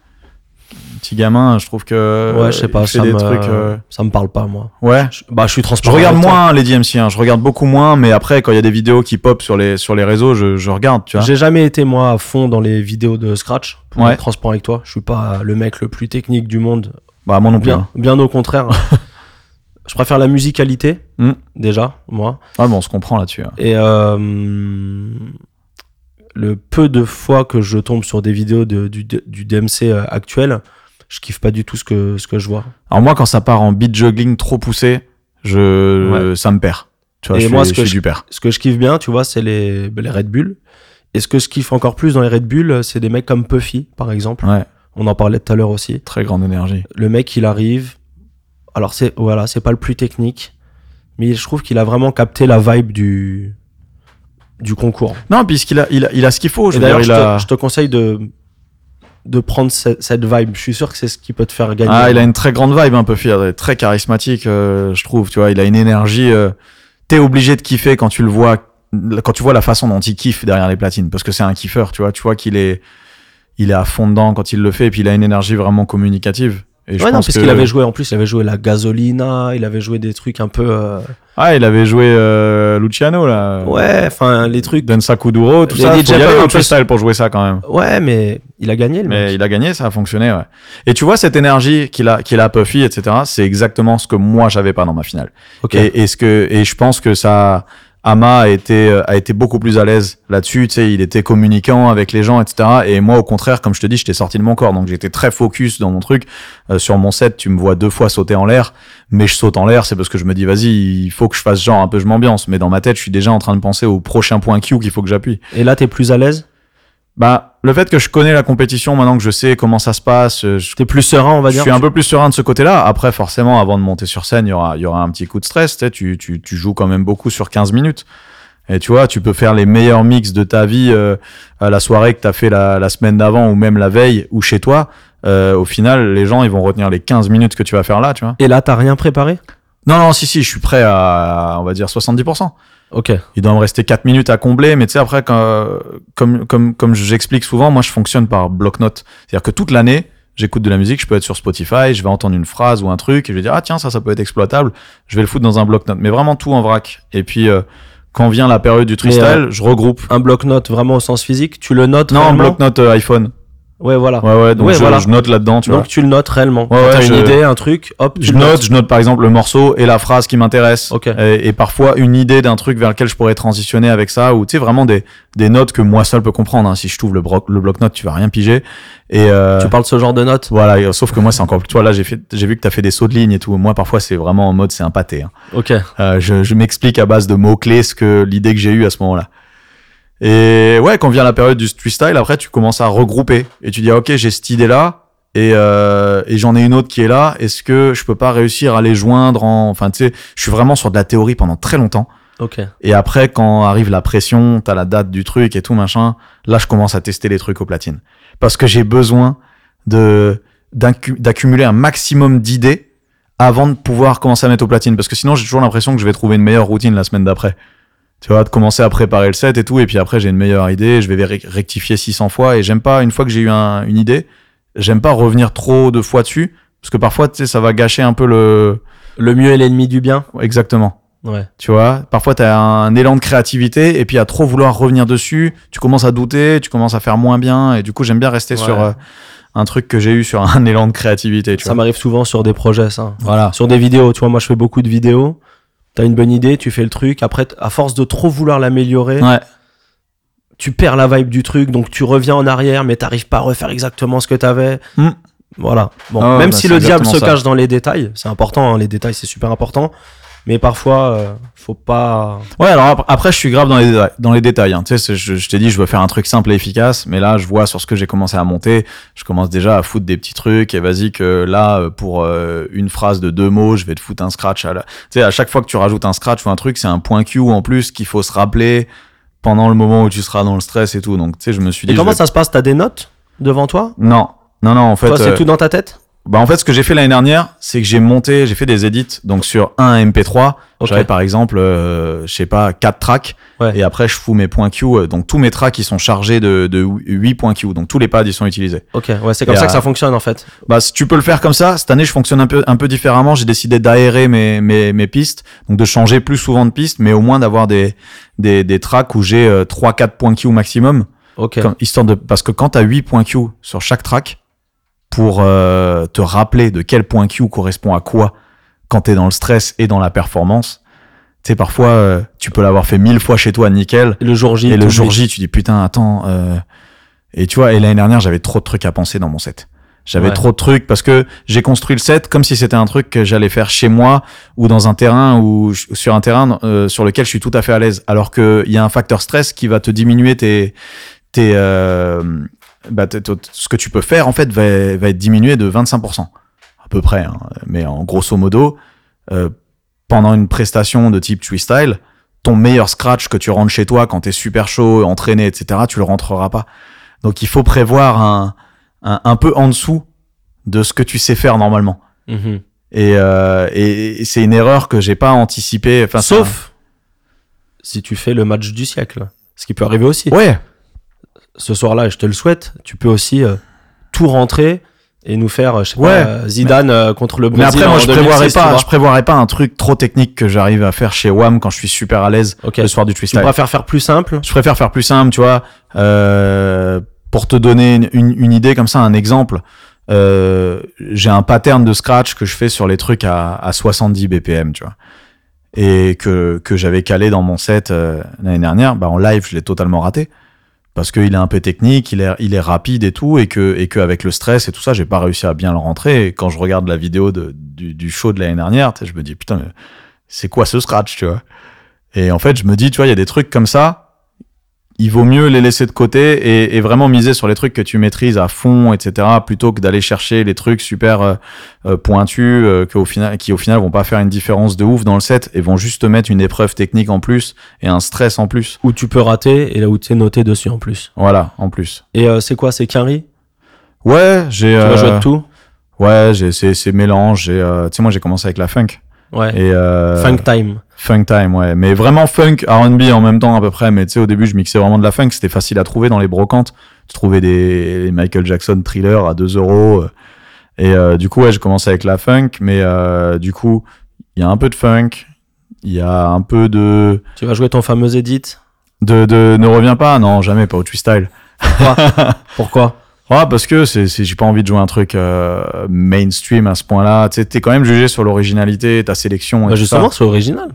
Petit gamin, je trouve que. ouais, je sais il pas, fait ça des me, trucs. euh, ça me parle pas moi. Ouais. Je- bah, je suis Je transparent. regarde avec toi. moins hein, les DMC, hein. je regarde beaucoup moins, mais après, quand il y a des vidéos qui pop sur les, sur les réseaux, je, je regarde, tu vois. J'ai jamais été moi à fond dans les vidéos de Scratch. Pour Ouais. être transparent avec toi, je suis pas le mec le plus technique du monde. Bah, moi non plus. Bien, hein. bien au contraire. je préfère la musicalité Hmm. déjà, moi. Ah, bon, on se comprend là-dessus. hein. Et euh, le peu de fois que je tombe sur des vidéos de- du, du DMC euh, actuel, je kiffe pas du tout ce que ce que je vois. Alors, moi, quand ça part en beat juggling trop poussé, je, ça me perd. Tu vois, Et je suis, moi, ce que je suis je- du père. ce que je kiffe bien, tu vois, c'est les, bah, les Red Bull. Et ce que je kiffe encore plus dans les Red Bull, c'est des mecs comme Puffy, par exemple. Ouais, On en parlait tout à l'heure aussi. très grande énergie. Le mec, il arrive. Alors, c'est voilà, c'est pas le plus technique, mais je trouve qu'il a vraiment capté la vibe du, du concours. Non, puisqu'il a, il a, il a ce qu'il faut. Je Et veux d'ailleurs, dire, je, il a. te- je te conseille de, de prendre ce- cette vibe. Je suis sûr que c'est ce qui peut te faire gagner. Ah, il a une très grande vibe un peu fier, il est très charismatique, euh, je trouve. Tu vois, il a une énergie. euh, T'es obligé de kiffer quand tu le vois, quand tu vois la façon dont il kiffe derrière les platines, parce que c'est un kiffeur. Tu vois, tu vois qu'il est, il est à fond dedans quand il le fait, et puis il a une énergie vraiment communicative. Et je ouais, non, pense parce que- qu'il avait joué, en plus, il avait joué la Gasolina, il avait joué des trucs un peu. euh, Ah, il avait joué euh, Luciano, là. ouais, enfin, les trucs. Densa Kuduro, tout Les ça. Faut DJ y aller peuvent un au peu se- freestyle pour jouer ça, quand même. Ouais, mais il a gagné le Mais mec. il a gagné, ça a fonctionné, ouais. Et tu vois, cette énergie qu'il a, qu'il a à Puffy, etc., c'est exactement ce que moi, j'avais pas dans ma finale. Ok. Et, et ce que, et je pense que ça, Ama a été, euh, a été beaucoup plus à l'aise là-dessus. Tu sais, il était communicant avec les gens, etc. Et moi, au contraire, comme je te dis, j'étais sorti de mon corps. Donc, j'étais très focus dans mon truc. Euh, sur mon set, tu me vois deux fois sauter en l'air. Mais je saute en l'air, c'est parce que je me dis, vas-y, il faut que je fasse genre un peu, je m'ambiance. Mais dans ma tête, je suis déjà en train de penser au prochain point Q qu'il faut que j'appuie. Et là, t'es plus à l'aise Bah, le fait que je connais la compétition maintenant que je sais comment ça se passe, euh, je, T'es plus serein, on va je dire suis un peu plus serein de ce côté-là. Après, forcément, avant de monter sur scène, il y aura, il y aura un petit coup de stress. Tu, sais, tu, tu, tu joues quand même beaucoup sur 15 minutes. Et tu vois, tu peux faire les meilleurs mix de ta vie euh, à la soirée que t'as fait la, la semaine d'avant ou même la veille ou chez toi. Euh, au final, les gens, ils vont retenir les 15 minutes que tu vas faire là, tu vois. Et là, t'as rien préparé Non, non, si, si, je suis prêt à, on va dire, 70%. Ok. Il doit me rester 4 minutes à combler, mais tu sais, après, quand- comme, comme, comme j'explique souvent, moi, je fonctionne par bloc-notes. C'est-à-dire que toute l'année, j'écoute de la musique, je peux être sur Spotify, je vais entendre une phrase ou un truc, et je vais dire, ah tiens, ça, ça peut être exploitable, je vais le foutre dans un bloc-notes. Mais vraiment tout en vrac. Et puis, euh, quand vient la période du freestyle, euh, je regroupe. Un bloc-note vraiment au sens physique, tu le notes Non, un réellement bloc-notes euh, iPhone. Ouais, voilà. Ouais, ouais, donc Ouais, je, voilà. je note là-dedans, tu vois. Donc tu le notes réellement. Quand ouais, t'as une je- idée, un truc, hop, tu Je le note, je note par exemple le morceau et la phrase qui m'intéresse. Ok. Euh, Et, et parfois une idée d'un truc vers lequel je pourrais transitionner avec ça, ou tu sais, vraiment des, des notes que moi seul peux comprendre. hein. Si je trouve le, broc- le bloc-notes, tu vas rien piger. Et euh, Tu parles de ce genre de notes voilà, et, euh, sauf que moi c'est encore plus. Toi là, j'ai fait- j'ai vu que t'as fait des sauts de ligne et tout. Moi parfois c'est vraiment en mode c'est un pâté. hein. Ok. Euh, je je m'explique à base de mots-clés ce que l'idée que j'ai eue à ce moment-là. Et ouais, quand vient la période du street style, après tu commences à regrouper et tu dis ah, ok j'ai cette idée là et, euh, et j'en ai une autre qui est là. Est-ce que je peux pas réussir à les joindre en enfin tu sais, je suis vraiment sur de la théorie pendant très longtemps. Ok. Et après quand arrive la pression, t'as la date du truc et tout machin, là je commence à tester les trucs au platine parce que j'ai besoin de d'accu- d'accumuler un maximum d'idées avant de pouvoir commencer à mettre au platine parce que sinon j'ai toujours l'impression que je vais trouver une meilleure routine la semaine d'après tu vois de commencer à préparer le set et tout et puis après j'ai une meilleure idée je vais ré- rectifier 600 fois et j'aime pas une fois que j'ai eu un- une idée j'aime pas revenir trop de fois dessus parce que parfois tu sais ça va gâcher un peu le Le mieux est l'ennemi du bien exactement Ouais. tu vois, parfois tu as un élan de créativité et puis à trop vouloir revenir dessus, tu commences à douter, tu commences à faire moins bien et du coup j'aime bien rester Ouais. sur euh, un truc que j'ai eu sur un élan de créativité. Tu Ça vois. m'arrive souvent sur des projets, ça. Voilà. Sur des vidéos, tu vois, moi je fais beaucoup de vidéos. T'as une bonne idée, tu fais le truc. Après, t- à force de trop vouloir l'améliorer, Ouais. tu perds la vibe du truc, donc tu reviens en arrière, mais t'arrives pas à refaire exactement ce que t'avais. Hmm. Voilà. Bon, Ah ouais, même bah, si c'est le diable se exactement ça. cache dans les détails, c'est important, hein, les détails c'est super important, mais parfois, euh, faut pas. Ouais, alors ap- après je suis grave dans les détails. Dans les détails hein. Tu sais, c'est- je, je t'ai dit je veux faire un truc simple et efficace, mais là je vois sur ce que j'ai commencé à monter, je commence déjà à foutre des petits trucs et vas-y que là euh, pour euh, une phrase de deux mots, je vais te foutre un scratch. À la... Tu sais, à chaque fois que tu rajoutes un scratch ou un truc, c'est un point Q en plus qu'il faut se rappeler pendant le moment où tu seras dans le stress et tout. Donc tu sais, je me suis dit. Et je comment vais- ça se passe T'as des notes devant toi Non, non, non. En fait, Toi, c'est euh, tout dans ta tête bah en fait, ce que j'ai fait l'année dernière, c'est que j'ai monté, j'ai fait des edits. Donc sur un MP3, Ok. j'avais par exemple, euh, je sais pas, quatre tracks. Ouais. Et après, je fous mes points Q. euh, Donc tous mes tracks, ils sont chargés de, de 8 points Q. Donc tous les pads, ils sont utilisés. Ok, ouais, c'est comme Et ça à- que ça fonctionne en fait. Bah, si tu peux le faire comme ça, cette année, je fonctionne un peu, un peu différemment. J'ai décidé d'aérer mes, mes, mes pistes, donc de changer plus souvent de pistes, mais au moins d'avoir des, des, des tracks où j'ai 3-4 points Q maximum. Ok. Comme- histoire de, parce que quand tu as 8 points Q sur chaque track, pour euh, te rappeler de quel point Q correspond à quoi quand tu es dans le stress et dans la performance, tu sais, parfois, euh, tu peux l'avoir fait mille fois chez toi, nickel, Et le jour J. et le t'oublies. jour J, tu dis putain, attends. euh, Et tu vois, et l'année dernière, j'avais trop de trucs à penser dans mon set. J'avais Ouais. trop de trucs parce que j'ai construit le set comme si c'était un truc que j'allais faire chez moi ou dans un terrain ou je- sur un terrain euh, sur lequel je suis tout à fait à l'aise. Alors que il y a un facteur stress qui va te diminuer tes tes euh, bah, tes- tes- ce que tu peux faire en fait va, va être diminué de 25% à peu près. hein. Mais en grosso modo, euh, pendant une prestation de type twist style, ton meilleur scratch que tu rentres chez toi quand t'es super chaud, entraîné, etc., tu le rentreras pas. Donc il faut prévoir un, un, un peu en dessous de ce que tu sais faire normalement. Mhm. Et, euh, et, et c'est une erreur que j'ai pas anticipée. Enfin, c'est Sauf si tu fais le match du siècle. Ce qui peut arriver aussi. un- Ouais, Ce soir-là, et je te le souhaite, tu peux aussi euh, tout rentrer et nous faire, je sais Ouais, pas, euh, Zidane euh, contre le Mais Brésil. après, moi, en je 2006, prévoirais tu pas, vois. je prévoirais pas un truc trop technique que j'arrive à faire chez Wham quand hein, je suis super à l'aise Ok. le soir du Tu freestyle. préfères faire plus simple Je préfère faire plus simple, tu vois, euh, pour te donner une, une- une idée comme ça, un exemple. euh, j'ai un pattern de scratch que je fais sur les trucs à, à 70 BPM, tu vois, et que, que j'avais calé dans mon set euh, l'année dernière. Bah, en live, je l'ai totalement raté parce qu'il est un peu technique, il est, il est rapide et tout, et que, et que avec le stress et tout ça, j'ai pas réussi à bien le rentrer. Et quand je regarde la vidéo de- du, du show de l'année dernière, tu sais, je me dis putain, mais c'est quoi ce scratch, tu vois Et en fait, je me dis, tu vois, il y a des trucs comme ça, il vaut mieux les laisser de côté et, et vraiment miser sur les trucs que tu maîtrises à fond, etc., plutôt que d'aller chercher les trucs super euh, euh, pointus euh, que au final, qui au final vont pas faire une différence de ouf dans le set et vont juste te mettre une épreuve technique en plus et un stress en plus. où tu peux rater et là où tu es noté dessus en plus Voilà, en plus. Et euh, c'est quoi C'est Quinry Ouais, j'ai. Tu vas euh, jouer de tout Ouais, j'ai c'est c'est mélange. j'ai, euh, Tu sais, moi j'ai commencé avec la funk Ouais. et euh, Funk time. funk time, ouais. Mais vraiment funk R&B en même temps à peu près. Mais tu sais, au début je mixais vraiment de la funk. C'était facile à trouver dans les brocantes. Tu trouvais des les Michael Jackson Thriller à 2 euros. euh. Et euh, du coup, ouais, j'ai commencé avec la funk. Mais euh, du coup, il y a un peu de funk, il y a un peu de Tu vas jouer ton fameux edit. de, de ne reviens pas. Non, jamais pas au twist style. Pourquoi Ouais, parce que c'est, c'est- j'ai pas envie de jouer un truc euh, mainstream à ce point-là. Tu sais, t'es quand même jugé sur l'originalité, ta sélection et bah tout Justement, c'est original. ça.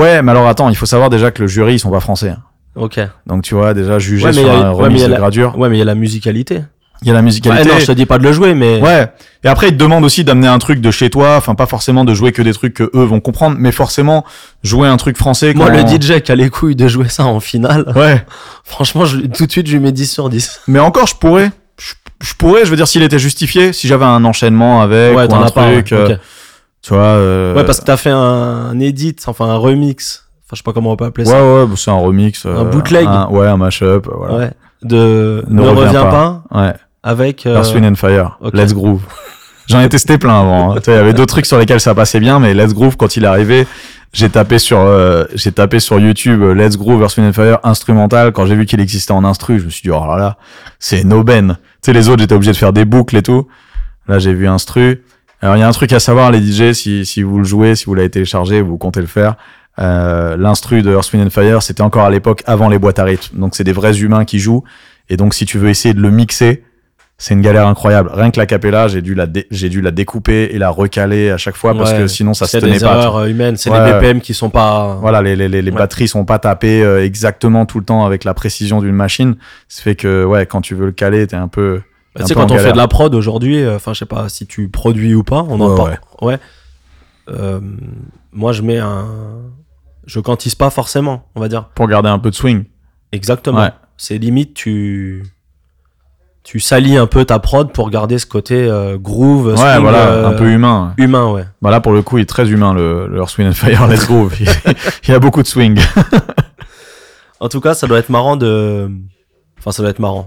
Ouais, mais alors attends, il faut savoir déjà que le jury, ils sont pas français. hein. Ok. Ouais, Donc tu vois, déjà jugé Ouais, mais sur il y a- un ouais, remix mais il y a de la- gradure. mais il y a la musicalité. Il y a la Ouais, musicalité. non, je te dis pas de le jouer, mais Ouais. Et après, ils te demandent aussi d'amener un truc de chez toi. Enfin, pas forcément de jouer que des trucs que eux vont comprendre, mais forcément jouer un truc français. moi, quand- le DJ qui a les couilles de jouer ça en finale, Ouais. franchement, je- tout de suite, je lui mets 10 sur 10. Mais encore, je pourrais. Je, je pourrais. Je veux dire, s'il était justifié, si j'avais un enchaînement avec ou un as pas, truc. ouais. euh, Ok. Tu vois. euh, Ouais, parce que t'as fait un, un edit, enfin un remix, enfin je sais pas comment on peut appeler Ouais, ça. ouais, bah, c'est un remix. euh, bootleg. un- ouais, un mashup. euh, Voilà. Ouais. Ouais. De Ne Ne, reviens reviens pas. pas, avec. euh, Earth, Wind and Fire. ok. Let's Groove. J'en ai testé plein avant. hein. Tu sais, Il y avait d'autres trucs sur lesquels ça passait bien, mais Let's Groove, quand il est arrivé, j'ai tapé sur, euh, j'ai tapé sur YouTube euh, Let's Groove, Earth, Wind and Fire instrumental. Quand j'ai vu qu'il existait en instru, je me suis dit, oh là là, c'est une aubaine. Tu sais, les autres, j'étais obligé de faire des boucles et tout. Là, j'ai vu instru. Alors, il y a un truc à savoir, les DJ, si, si vous le jouez, si vous l'avez téléchargé, vous comptez le faire. Euh, l'instru de Earth, Wind and Fire, c'était encore à l'époque avant les boîtes à rythme. Donc, c'est des vrais humains qui jouent. Et donc, si tu veux essayer de le mixer, c'est une galère incroyable. Rien que la capella, j'ai dû la, dé- j'ai dû la découper et la recaler à chaque fois parce Ouais. que sinon, ça parce se qu'il y a tenait des pas. tu erreurs euh, humaines, c'est Ouais. des BPM qui sont pas. voilà, les, les, les, les Ouais. batteries sont pas tapées euh, exactement tout le temps avec la précision d'une machine. Ça fait que, ouais, quand tu veux le caler, t'es un peu. Bah, un tu sais, peu en quand on fait galère. de la prod aujourd'hui, euh, enfin, je sais pas si tu produis ou pas, on en Ouais, parle. Ouais. Euh, moi, je mets un. Je quantise pas forcément, on va dire. Pour garder un peu de swing. Exactement. Ouais. C'est limite, tu. Tu salis un peu ta prod pour garder ce côté euh, groove, ouais, swing, voilà, euh, un peu hum- humain. humain, ouais. Bah là, pour le coup, il est très humain, le, le Earth, Wind and Fire Let's Groove. il il y a beaucoup de swing. En tout cas, ça doit être marrant de. Enfin, ça doit être marrant.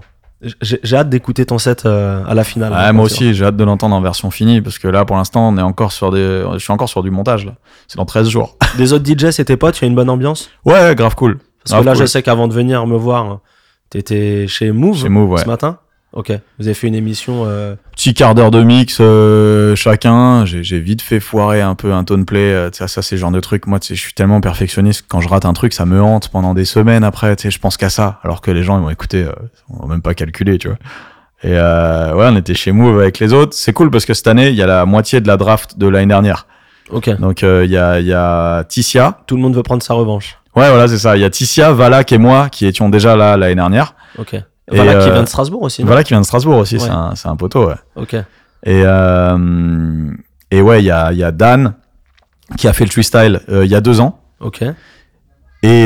J'ai j'ai hâte d'écouter ton set euh, à la finale. Ouais, moi aussi, j'ai hâte de l'entendre en version finie parce que là, pour l'instant, on est encore sur des, je suis encore sur du montage, là. C'est dans 13 jours. Des autres DJ, c'était pas Tu as une bonne ambiance Ouais, grave cool. Parce Ah, que là, cool. je sais qu'avant de venir me voir, t'étais chez Move C'est move, ouais. ce matin. Ok. Vous avez fait une émission. euh, petit quart d'heure de mix euh, chacun. J'ai j'ai vite fait foirer un peu un tone play. euh, ça, ça c'est le genre de truc. Moi, tu sais, je suis tellement perfectionniste que quand je rate un truc, ça me hante pendant des semaines après. Tu sais, je pense qu'à ça. Alors que les gens, ils vont écouter, euh, on va même pas calculer, tu vois. Et euh, ouais, on était chez Move avec les autres. C'est cool parce que cette année, il y a la moitié de la draft de l'année dernière. Ok. Donc euh, il y a, il y a Ticia, Tout le monde veut prendre sa revanche. Ouais, voilà, c'est ça. Il y a Ticia, Valak et moi qui étions déjà là l'année dernière. Ok. voilà qui euh, vient de Strasbourg aussi. non Valak qui vient de Strasbourg aussi, Ouais. c'est un, c'est un poteau, ouais. Ok. Et, euh, et ouais, il y a, il y a Dan qui a fait le freestyle euh, il y a deux ans. Ok. Et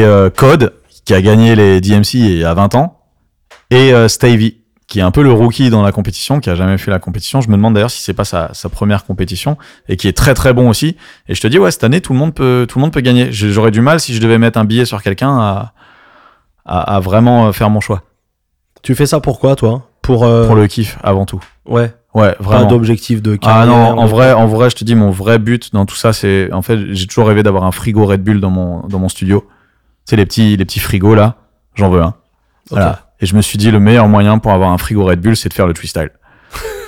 euh, Code qui a gagné les DMC il y a 20 ans. Et euh, Stavey qui est un peu le rookie dans la compétition, qui a jamais fait la compétition. Je me demande d'ailleurs si c'est pas sa, sa première compétition et qui est très très bon aussi. Et je te dis ouais, cette année tout le monde peut tout le monde peut gagner. Je- J'aurais du mal si je devais mettre un billet sur quelqu'un à, à à vraiment faire mon choix Tu fais ça pourquoi, toi Pour. euh, pour le kiff avant tout. Ouais. Ouais, Pas vraiment. d'objectif de Ah carrière. non, en de- vrai, en vrai, je te dis, mon vrai but dans tout ça, c'est en fait, j'ai toujours rêvé d'avoir un frigo Red Bull dans mon dans mon studio. Tu sais les petits les petits frigos là, j'en veux un. Ok. Voilà. Et je me suis dit le meilleur moyen pour avoir un frigo Red Bull, c'est de faire le twistyle.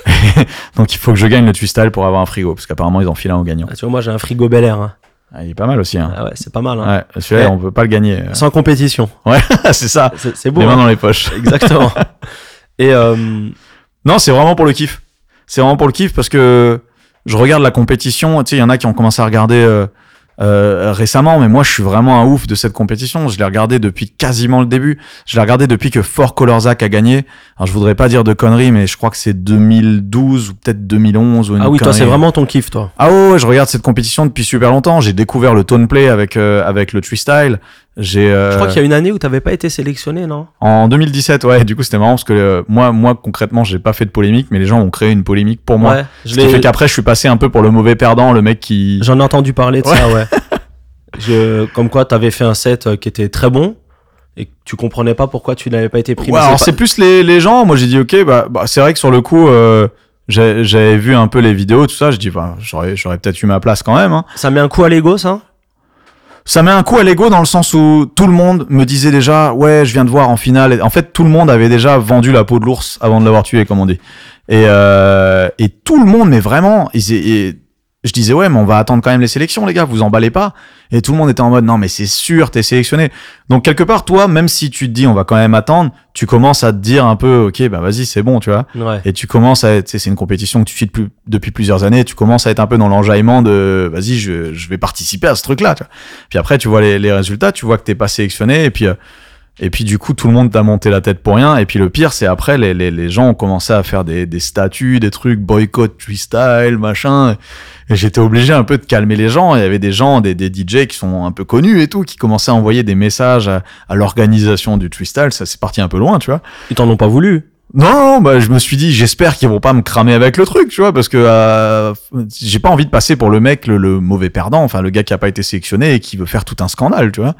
donc il faut que je gagne le Twistal pour avoir un frigo, parce qu'apparemment ils en filent un au gagnant. Ah, tu vois, moi j'ai un frigo Bel Air. hein. Ah, il est pas mal aussi. Hein. Ah ouais, c'est pas mal. hein. Ouais, celui-là, Ouais. on peut pas le gagner. Sans compétition. c'est ça. C'est c'est beau. Les mains hein. dans les poches. Exactement. Et euh, Non, c'est vraiment pour le kiff. C'est vraiment pour le kiff parce que je regarde la compétition. Tu sais, il y en a qui ont commencé à regarder euh, euh, récemment, mais moi, je suis vraiment un ouf de cette compétition. Je l'ai regardé depuis quasiment le début. Je l'ai regardé depuis que Fort Colorzak a gagné. Alors, je voudrais pas dire de conneries, mais je crois que c'est 2012 ou peut-être 2011 ou une ah oui, toi connerie. c'est vraiment ton kiff, toi. Ah ouais, ouais, je regarde cette compétition depuis super longtemps. J'ai découvert le tone play avec euh, avec le twistyle. J'ai Je euh, crois qu'il y a une année où t'avais pas été sélectionné, non en 2017, ouais. Du coup, c'était marrant parce que euh, moi, moi concrètement, j'ai pas fait de polémique, mais les gens ont créé une polémique pour moi. Ouais. Je Ce qui l'ai- fait qu'après, je suis passé un peu pour le mauvais perdant, le mec qui. J'en ai entendu parler de Ouais. ça, ouais. Je, comme quoi, t'avais fait un set euh, qui était très bon et que tu comprenais pas pourquoi tu n'avais pas été pris. Ouais, mais alors c'est c'est plus les, les gens. Moi, j'ai dit ok, bah, bah, c'est vrai que sur le coup, euh, j'ai- j'avais vu un peu les vidéos, tout ça. Je dis, bah, j'aurais, j'aurais peut-être eu ma place quand même. hein. pas- Ça met un coup à l'ego, ça Ça met un coup à l'ego dans le sens où tout le monde me disait déjà, ouais, je viens de voir en finale. Et En fait, tout le monde avait déjà vendu la peau de l'ours avant de l'avoir tué, comme on dit. Et, euh, et tout le monde, mais vraiment, ils, et- je disais, ouais, mais on va attendre quand même les sélections, les gars, vous emballez pas. Et tout le monde était en mode, non, mais c'est sûr, t'es sélectionné. Donc, quelque part, toi, même si tu te dis, on va quand même attendre, tu commences à te dire un peu, ok, bah vas-y, c'est bon, tu vois. Ouais. Et tu commences à être, tu sais, c'est une compétition que tu suis depuis, depuis plusieurs années, tu commences à être un peu dans l'enjaillement de, vas-y, je, je vais participer à ce truc-là, tu vois. Puis après, tu vois les, les résultats, tu vois que t'es pas sélectionné, et puis, euh, et puis du coup, tout le monde t'a monté la tête pour rien, et puis le pire, c'est après, les, les, les gens ont commencé à faire des, des statuts, des trucs, boycott, freestyle, machin, et j'étais obligé un peu de calmer les gens, il y avait des gens, des, des DJ qui sont un peu connus et tout, qui commençaient à envoyer des messages à, à l'organisation du freestyle, ça c'est parti un peu loin, tu vois. Ils t'en ont pas voulu. Non, non, bah, je me suis dit, j'espère qu'ils vont pas me cramer avec le truc, tu vois, parce que euh, j'ai pas envie de passer pour le mec le, le mauvais perdant, enfin le gars qui a pas été sélectionné et qui veut faire tout un scandale, tu vois.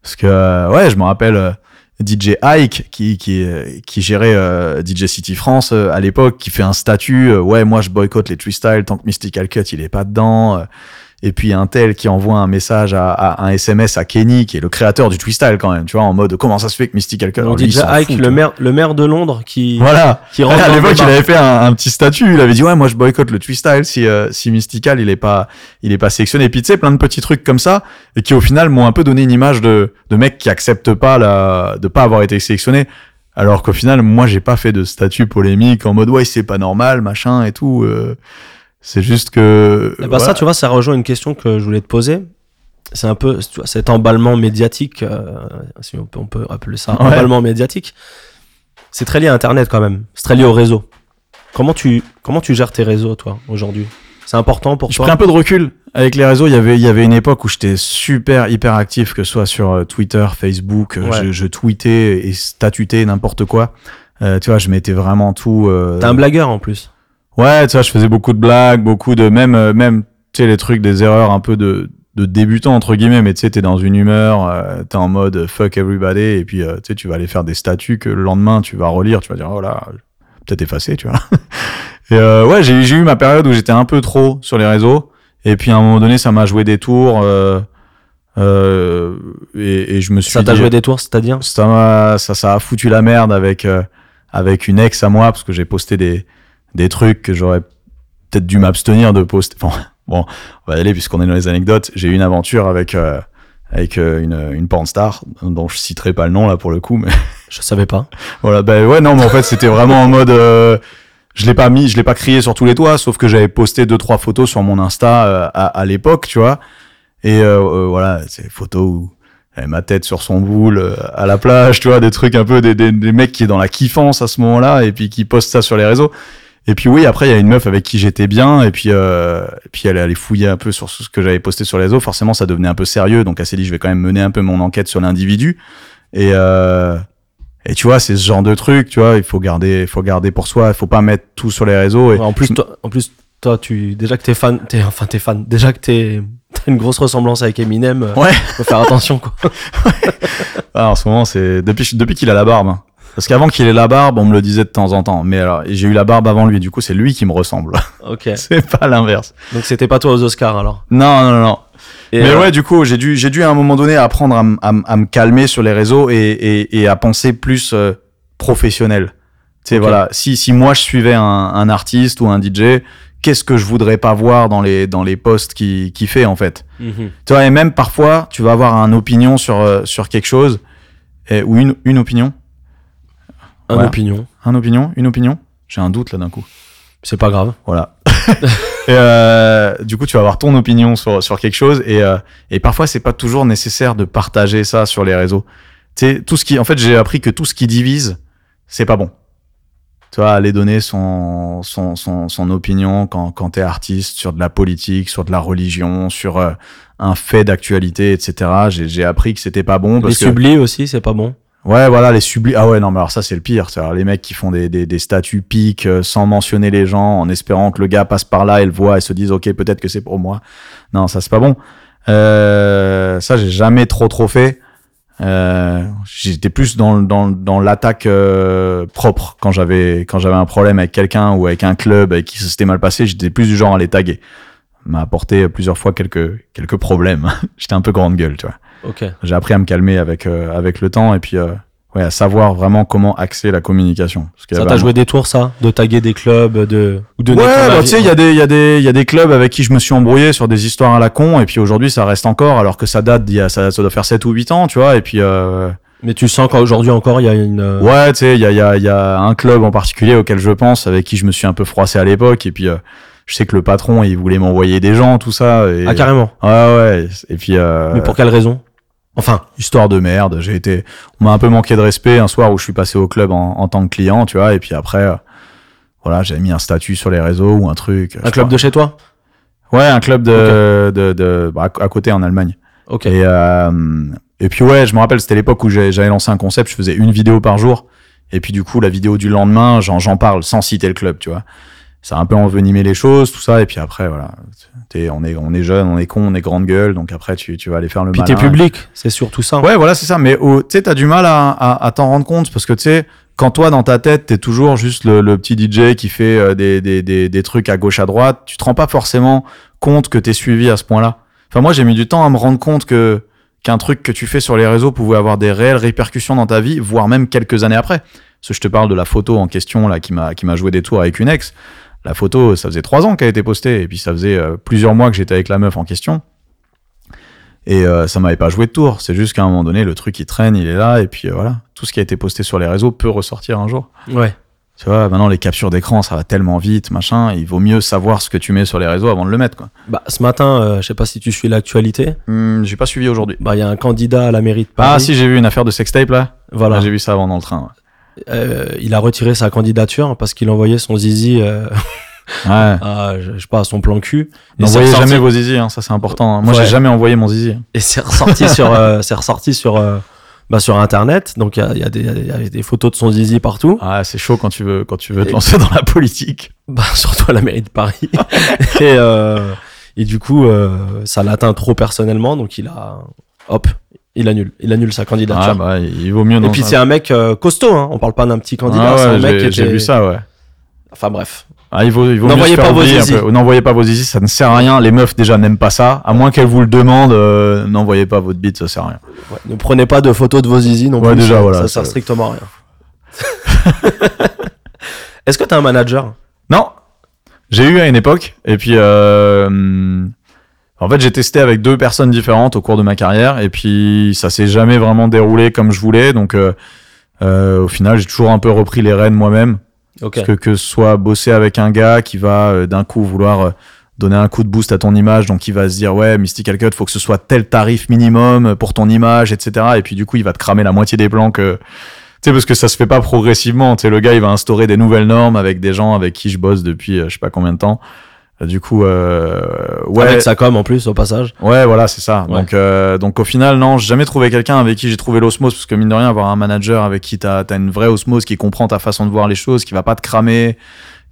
Parce que euh, ouais, je me rappelle euh, DJ Ike qui qui euh, qui gérait euh, DJ City France euh, à l'époque, qui fait un statut, euh, ouais, moi je boycotte les Twistyle tant que Mystical Cut il est pas dedans. euh. et puis un tel qui envoie un message à, à- un SMS à Kenny, qui est le créateur du Twistyle quand même, tu vois, en mode comment ça se fait que Mystical Cut On lui, dit il s'en déjà Ike, fout, tu le vois. maire, le maire de Londres, qui, Voilà. qui rentre À dans le l'époque, il débat. avait fait un, un petit statut. Il avait dit ouais, moi je boycotte le Twistyle si euh, si Mystical il est pas il est pas sélectionné. Et puis tu sais, plein de petits trucs comme ça et qui au final m'ont un peu donné une image de de mec qui accepte pas la de pas avoir été sélectionné. Alors qu'au final, moi j'ai pas fait de statut polémique en mode ouais c'est pas normal machin et tout. euh, c'est juste que Eh ben, ça, Euh, voilà. tu vois, ça rejoint une question que je voulais te poser. C'est un peu tu vois, cet emballement médiatique, euh, si on peut, on peut appeler ça Ouais. emballement médiatique. C'est très lié à Internet quand même. C'est très lié au réseau. Comment tu, comment tu gères tes réseaux, toi, aujourd'hui C'est important pour Je toi prends un peu de recul avec les réseaux. Il y avait, il y avait une époque où j'étais super hyper actif, que ce soit sur euh, Twitter, Facebook. euh, Ouais. Je, je tweetais et statutais n'importe quoi. Euh, tu vois, je mettais vraiment tout. euh, T'es un blagueur en plus. Ouais, tu vois, je faisais beaucoup de blagues, beaucoup de même, euh, même, tu sais, les trucs, des erreurs un peu de, de débutant entre guillemets. Mais tu sais, t'es dans une humeur, euh, t'es en mode fuck everybody, et puis euh, tu sais, tu vas aller faire des statuts que le lendemain tu vas relire, tu vas dire oh là, peut-être effacé, tu vois. et euh, ouais, j'ai j'ai eu ma période où j'étais un peu trop sur les réseaux, et puis à un moment donné, ça m'a joué des tours, euh, euh, et, et je me suis Ça t'a dit- joué des tours, c'est-à-dire ça m'a- ça, ça a foutu la merde avec, euh, avec une ex à moi parce que j'ai posté des, des trucs que j'aurais peut-être dû m'abstenir de poster. Bon, bon, on va y aller puisqu'on est dans les anecdotes. J'ai eu une aventure avec, euh, avec euh, une, une porn star dont je citerai pas le nom là pour le coup, mais Je savais pas. voilà, ben ouais, non, mais en fait, c'était vraiment en mode. euh, je l'ai pas mis, je l'ai pas crié sur tous les toits, sauf que j'avais posté deux trois photos sur mon Insta euh, à, à l'époque, tu vois. Et euh, euh, voilà, c'est des photos où j'avais ma tête sur son boule euh, à la plage, tu vois, des trucs un peu des, des, des mecs qui est dans la kiffance à ce moment-là et puis qui postent ça sur les réseaux. Et puis oui, après il y a une meuf avec qui j'étais bien et puis euh, et puis elle allait fouiller un peu sur ce que j'avais posté sur les réseaux. Forcément, ça devenait un peu sérieux, donc elle s'est dit je vais quand même mener un peu mon enquête sur l'individu. Et euh, et tu vois, c'est ce genre de truc, tu vois, il faut garder, il faut garder pour soi, il faut pas mettre tout sur les réseaux. Et En plus, toi, en plus, toi, tu déjà que t'es fan, t'es enfin t'es fan, déjà que t'es t'as une grosse ressemblance avec Eminem. euh, Ouais. Faut faire attention quoi. Ah, en ce moment, c'est depuis depuis qu'il a la barbe. hein. Parce qu'avant qu'il ait la barbe, on me le disait de temps en temps. Mais alors, j'ai eu la barbe avant lui, du coup, c'est lui qui me ressemble. ok. c'est pas l'inverse. Donc c'était pas toi aux Oscars alors. Non, non, non, non. Et, Mais euh, ouais, du coup, j'ai dû, j'ai dû à un moment donné apprendre à, m- à m- à me calmer sur les réseaux et, et, et à penser plus euh, professionnel. Tu Tu sais, Ok. voilà, si, si moi je suivais un, un artiste ou un DJ, qu'est-ce que je voudrais pas voir dans les, dans les posts qu'il qui fait en fait Mhm. Tu vois, et même parfois, tu vas avoir une opinion sur, euh, sur quelque chose, et- ou une, une opinion. Un Voilà. opinion, Un opinion Une opinion J'ai un doute là d'un coup. c'est pas grave. Voilà. Et, euh, du coup, tu vas avoir ton opinion sur, sur quelque chose et, euh, et parfois, c'est pas toujours nécessaire de partager ça sur les réseaux. Tu sais, tout ce qui, en fait, j'ai appris que tout ce qui divise, c'est pas bon. Tu vois, aller donner son, son, son, son opinion quand, quand t'es artiste sur de la politique, sur de la religion, sur euh, un fait d'actualité, etc. J'ai- J'ai appris que c'était pas bon Les parce que. sublis aussi, c'est pas bon. Ouais, voilà, les sublis. Ah ouais, non, mais alors ça, c'est le pire. C'est-à-dire les mecs qui font des, des, des statues piques euh, sans mentionner les gens, en espérant que le gars passe par là et le voit et se dise, OK, peut-être que c'est pour moi. Non, ça, c'est pas bon. Euh, ça, j'ai jamais trop, trop fait. Euh, j'étais plus dans, le- dans, le- dans l'attaque euh, propre quand j'avais quand j'avais un problème avec quelqu'un ou avec un club avec qui ça s'était mal passé j'étais plus du genre à les taguer Ça m'a apporté plusieurs fois quelques quelques problèmes j'étais un peu grande gueule tu vois Ok. j'ai appris à me calmer avec euh, avec le temps et puis euh, ouais à savoir vraiment comment axer la communication parce que Ça bah, t'a joué des tours, ça De taguer des clubs, de. Ou de hein. ouais bah, tu sais il y a des il y a des il y a des clubs avec qui je me suis embrouillé sur des histoires à la con et puis aujourd'hui ça reste encore alors que ça date d'il y a ça, ça doit faire 7 ou 8 ans tu vois et puis euh, Mais tu sens qu'aujourd'hui encore, il y a une. euh, ouais tu sais il y a il y a il y a un club en particulier auquel je pense avec qui je me suis un peu froissé à l'époque et puis euh, je sais que le patron il voulait m'envoyer des gens tout ça et Ah, carrément. ouais ouais et puis euh, Mais pour quelle raison Enfin, histoire de merde. J'ai été, on m'a un peu manqué de respect un soir où je suis passé au club en, en tant que client, tu vois. Et puis après, euh, voilà, j'avais mis un statut sur les réseaux ou un truc. un club de chez toi Ouais, un club de, de, de- bah, à côté en Allemagne. Ok. Et, euh, et puis ouais, je me rappelle, c'était l'époque où j'ai- j'avais lancé un concept, je faisais une vidéo par jour. Et puis du coup, la vidéo du lendemain, j'en j'en parle sans citer le club, tu vois. Ça a un peu envenimé les choses, tout ça. Et puis après, voilà, t'es- on est, on est jeune, on est con, on est grande gueule. Donc après, tu, tu vas aller faire le Puis t'es malin. public, c'est surtout ça. hein. Ouais, voilà, c'est ça. Mais au- tu sais, t'as du mal à, à, à t'en rendre compte parce que tu sais, quand toi, dans ta tête, t'es toujours juste le, le petit DJ qui fait euh, des, des, des, des trucs à gauche, à droite, tu te rends pas forcément compte que t'es suivi à ce point-là. Enfin, moi, j'ai mis du temps à me rendre compte que qu'un truc que tu fais sur les réseaux pouvait avoir des réelles répercussions dans ta vie, voire même quelques années après. Parce que je te parle de la photo en question là qui m'a qui m'a joué des tours avec une ex. La photo, ça faisait trois ans qu'elle a été postée, et puis ça faisait euh, plusieurs mois que j'étais avec la meuf en question. Et euh, ça m'avait pas joué de tour. C'est juste qu'à un moment donné, le truc il traîne, il est là, et puis euh, voilà. Tout ce qui a été posté sur les réseaux peut ressortir un jour. Ouais. Tu vois, maintenant les captures d'écran, ça va tellement vite, machin. Il vaut mieux savoir ce que tu mets sur les réseaux avant de le mettre, quoi. Bah, ce matin, euh, je sais pas si tu suis l'actualité. Hmm, j'ai pas suivi aujourd'hui. Bah, il y a un candidat à la mairie de Paris. Ah si, j'ai vu une affaire de sextape là. Voilà. Ah, J'ai vu ça avant dans le train. Euh, il a retiré sa candidature parce qu'il envoyait son zizi euh, Ouais. ouais. à, je je sais pas, à son plan cul. Et c'est N'envoyez ressorti- jamais vos zizi, hein, ça c'est important. hein. Moi Ouais. j'ai jamais envoyé mon zizi. Et c'est ressorti sur, euh, c'est ressorti sur, euh, bah, sur Internet. Donc, il y a, il y a des- il y a des photos de son zizi partout. Ah c'est chaud quand tu veux quand tu veux te lancer dans la politique. Bah, surtout à la mairie de Paris. et, euh, et du coup, euh, ça l'atteint trop personnellement, donc il a, hop, il annule, il annule sa candidature. Ah, bah, il vaut mieux. et non, puis ça. c'est un mec euh, costaud, hein. on parle pas d'un petit candidat, Ah, c'est un ouais, mec j'ai- qui j'ai était- vu ça ouais. Enfin bref, Ah, il vaut, il vaut mieux N'envoyez se faire pas vos oublier un zizi. peu. N'envoyez pas vos zizi, ça ne sert à rien. Les meufs déjà n'aiment pas ça. À moins qu'elles vous le demandent, euh, n'envoyez pas votre bite, ça sert à rien. ouais, ne prenez pas de photos de vos zizi non Ouais, plus, déjà, ça, voilà, ça sert ça- strictement à rien. Est-ce que t'as un manager Non, j'ai eu à une époque, et puis euh, en fait j'ai testé avec deux personnes différentes au cours de ma carrière, et puis ça s'est jamais vraiment déroulé comme je voulais. Donc euh, euh, au final j'ai toujours un peu repris les rênes moi-même. Ok. Parce que que ce soit bosser avec un gars qui va euh, d'un coup vouloir euh, donner un coup de boost à ton image, donc il va se dire ouais Mystical Cut, faut que ce soit tel tarif minimum euh, pour ton image, etc. Et puis du coup il va te cramer la moitié des plans que tu sais parce que ça se fait pas progressivement. Tu sais le gars il va instaurer des nouvelles normes avec des gens avec qui je bosse depuis euh, je sais pas combien de temps. Euh, Du coup euh, ouais Avec sa com en plus au passage. Ouais, voilà, c'est ça. Ouais. Donc, euh, donc au final, non, j'ai jamais trouvé quelqu'un avec qui j'ai trouvé l'osmose, parce que mine de rien, avoir un manager avec qui t'as as une vraie osmose, qui comprend ta façon de voir les choses, qui va pas te cramer,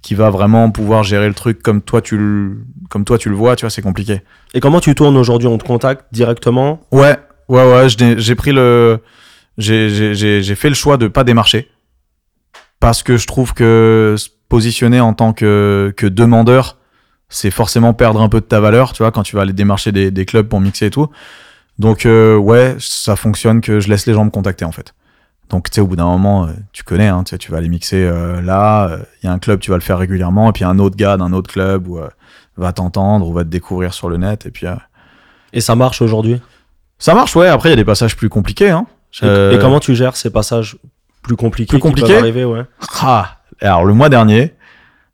qui va vraiment pouvoir gérer le truc comme toi tu le, comme toi tu le vois, tu vois, c'est compliqué. Et comment tu tournes aujourd'hui On te contacte directement Ouais, ouais, ouais, je n'ai- j'ai pris le, j'ai- j'ai j'ai- j'ai fait le choix de pas démarcher, parce que je trouve que se positionner en tant que que demandeur, c'est forcément perdre un peu de ta valeur, tu vois, quand tu vas aller démarcher des, des clubs pour mixer et tout. Donc euh, ouais, ça fonctionne que je laisse les gens me contacter en fait. Donc, tu sais, au bout d'un moment, euh, tu connais, hein, tu sais, tu vas aller mixer euh, là, il y a un club, tu vas le faire régulièrement, et puis un autre gars d'un autre club ou, euh, va t'entendre ou va te découvrir sur le net, et puis euh, Et ça marche aujourd'hui. ça marche, ouais. Après, il y a des passages plus compliqués. Hein. Et- Euh, Et comment tu gères ces passages plus compliqués Plus qui peuvent compliqués arriver, ouais. Ah, alors le mois dernier,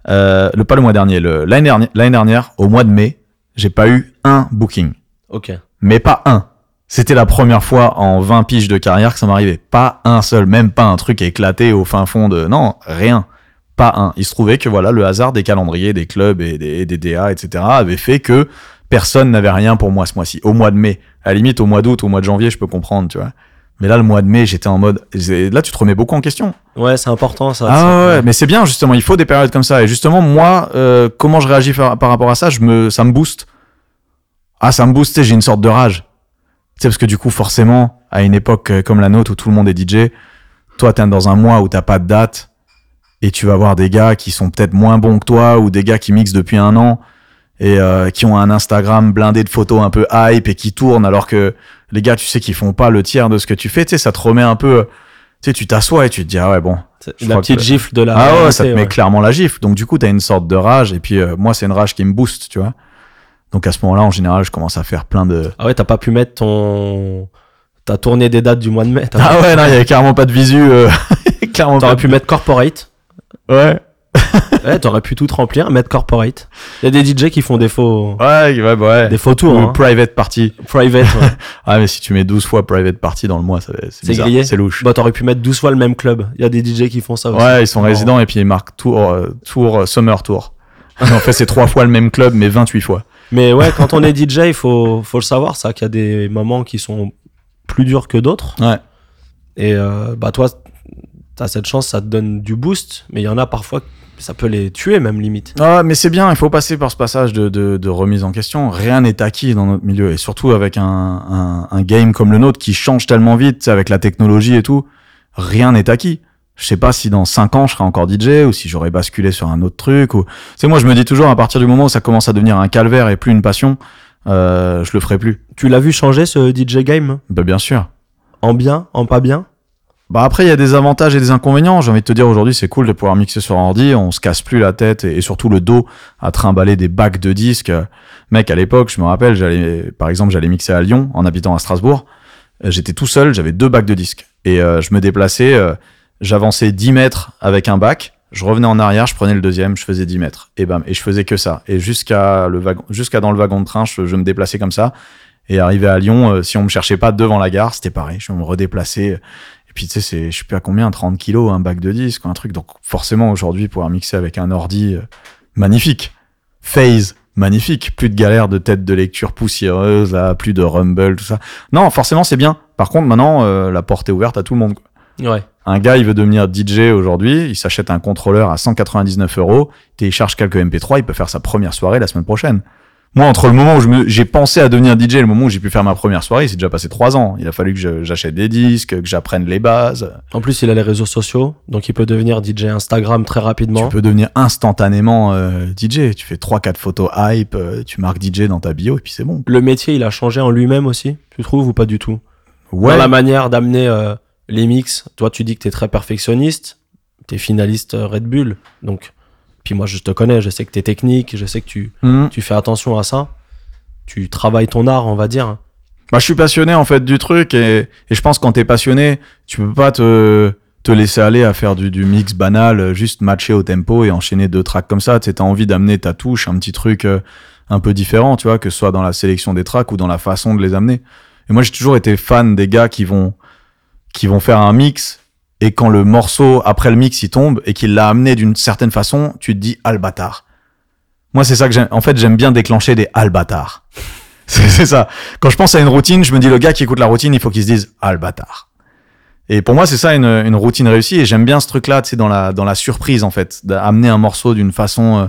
euh, le, pas le mois dernier, le- l'année dernière, l'année dernière, au mois de mai, j'ai pas eu un booking, Ok. mais pas un. C'était la première fois en 20 piges de carrière que ça m'arrivait. Pas un seul, même pas un truc éclaté au fin fond de... Non, rien. Pas un. Il se trouvait que voilà, le hasard des calendriers, des clubs et des, et des DA, etc. avait fait que personne n'avait rien pour moi ce mois-ci. Au mois de mai. À la limite, au mois d'août, au mois de janvier, je peux comprendre, tu vois. Mais là, le mois de mai, j'étais en mode... Là, tu te remets beaucoup en question. Ouais, c'est important ça. Ah ça- ouais, mais c'est bien justement. Il faut des périodes comme ça. Et justement, moi, euh, comment je réagis par, par rapport à ça Je me, ça me booste. Ah, ça me booste. tu sais, J'ai une sorte de rage. Tu sais, parce que du coup, forcément, à une époque euh, comme la nôtre où tout le monde est DJ, toi, t'es dans un mois où t'as pas de date et tu vas voir des gars qui sont peut-être moins bons que toi ou des gars qui mixent depuis un an et euh, qui ont un Instagram blindé de photos un peu hype et qui tournent alors que les gars, tu sais, qu'ils font pas le tiers de ce que tu fais. Tu sais, ça te remet un peu. Tu sais, tu t'assois et tu te dis ah ouais bon. c'est- je La crois petite que- gifle de la. Ah ouais, réalité, ça te met clairement la gifle. Donc du coup, t'as une sorte de rage. Et puis euh, moi, c'est une rage qui me booste, tu vois. Donc à ce moment-là, en général, je commence à faire plein de. Ah ouais, t'as pas pu mettre ton. T'as tourné des dates du mois de mai. T'as Ah ouais, non, il y avait carrément pas de visu. euh, clairement pas. T'aurais pu mettre corporate. Ouais. Ouais, t'aurais pu tout remplir, mettre corporate. Y a des DJ qui font des faux, Ouais, ouais, bah ouais. des faux tours. Ou hein. private party. Private. ouais. Ah, mais si tu mets 12 fois private party dans le mois, ça- c'est C'est bizarre. grillé. C'est louche. bah, t'aurais pu mettre 12 fois le même club. Y a des DJ qui font ça aussi. ouais, ils sont Non. résidents et puis ils marquent tour, euh, tour, euh, summer tour. en fait, c'est trois fois le même club, mais 28 fois. Mais ouais, quand on est DJ, il faut, faut le savoir, ça, qu'il y a des moments qui sont plus durs que d'autres. Ouais. Et euh, bah, toi, t'as cette chance, ça te donne du boost. Mais il y en a parfois, ça peut les tuer, même limite. Ah, mais c'est bien, il faut passer par ce passage de, de, de remise en question. Rien n'est acquis dans notre milieu, et surtout avec un, un, un game comme le nôtre qui change tellement vite, tu sais, avec la technologie et tout, rien n'est acquis. Je sais pas si dans 5 ans je serai encore DJ ou si j'aurai basculé sur un autre truc. Ou... Tu sais, moi je me dis toujours, à partir du moment où ça commence à devenir un calvaire et plus une passion, euh, je le ferai plus. Tu l'as vu changer ce DJ game Bah, bien sûr. En bien, en pas bien Bah après, il y a des avantages et des inconvénients. J'ai envie de te dire, aujourd'hui, c'est cool de pouvoir mixer sur un ordi. On se casse plus la tête et, et surtout le dos à trimballer des bacs de disques. Euh, Mec, à l'époque, je me rappelle, j'allais, par exemple, j'allais mixer à Lyon en habitant à Strasbourg. Euh, J'étais tout seul, j'avais deux bacs de disques. Et euh, je me déplaçais, euh, j'avançais 10 mètres avec un bac. Je revenais en arrière, je prenais le deuxième, je faisais 10 mètres. Et bam, et je faisais que ça. Et jusqu'à le wagon, jusqu'à dans le wagon de train, je, je me déplaçais comme ça. Et arrivé à Lyon, euh, si on me cherchait pas devant la gare, c'était pareil. Je me redéplaçais. Et puis, tu sais, c'est, je sais plus à combien, 30 kilos, un bac de disques, ou un truc. Donc, forcément, aujourd'hui, pouvoir mixer avec un ordi, euh, magnifique. Phase, magnifique. Plus de galère de tête de lecture poussiéreuse, là, plus de rumble, tout ça. Non, forcément, c'est bien. Par contre, maintenant, euh, la porte est ouverte à tout le monde. quoi. Ouais. Un gars, il veut devenir DJ aujourd'hui, il s'achète un contrôleur à 199 euros, il télécharge quelques MP3, il peut faire sa première soirée la semaine prochaine. Moi, entre le moment où je me- j'ai pensé à devenir DJ et le moment où j'ai pu faire ma première soirée, c'est déjà passé trois ans. Il a fallu que je- j'achète des disques, que j'apprenne les bases. En plus, il a les réseaux sociaux, donc il peut devenir DJ Instagram très rapidement. Tu peux devenir instantanément euh, DJ. Tu fais 3-4 photos hype, euh, tu marques DJ dans ta bio et puis c'est bon. Le métier, il a changé en lui-même aussi, tu trouves ou pas du tout Ouais. Dans la manière d'amener euh, les mix, toi, tu dis que t'es très perfectionniste, t'es finaliste euh, Red Bull, donc. Puis moi, je te connais, je sais que t'es technique, je sais que tu, Mhm. tu fais attention à ça. Tu travailles ton art, on va dire. hein. Bah, je suis passionné en fait du truc et, et je pense quand t'es passionné, tu peux pas te, te laisser aller à faire du, du mix banal, euh, juste matcher au tempo et enchaîner deux tracks comme ça. Tu sais, t'as envie d'amener ta touche, un petit truc euh, un peu différent, tu vois, que ce soit dans la sélection des tracks ou dans la façon de les amener. Et moi, j'ai toujours été fan des gars qui vont, qui vont faire un mix et quand le morceau après le mix il tombe et qu'il l'a amené d'une certaine façon, tu te dis ah le bâtard. Moi, c'est ça que j'aime. En fait, j'aime bien déclencher des ah le bâtard. C'est c'est ça quand je pense à une routine, je me dis le gars qui écoute la routine, il faut qu'il se dise ah le bâtard. Et pour moi, c'est ça une, une routine réussie. Et j'aime bien ce truc-là, tu sais, dans la dans la surprise en fait, d'amener un morceau d'une façon euh,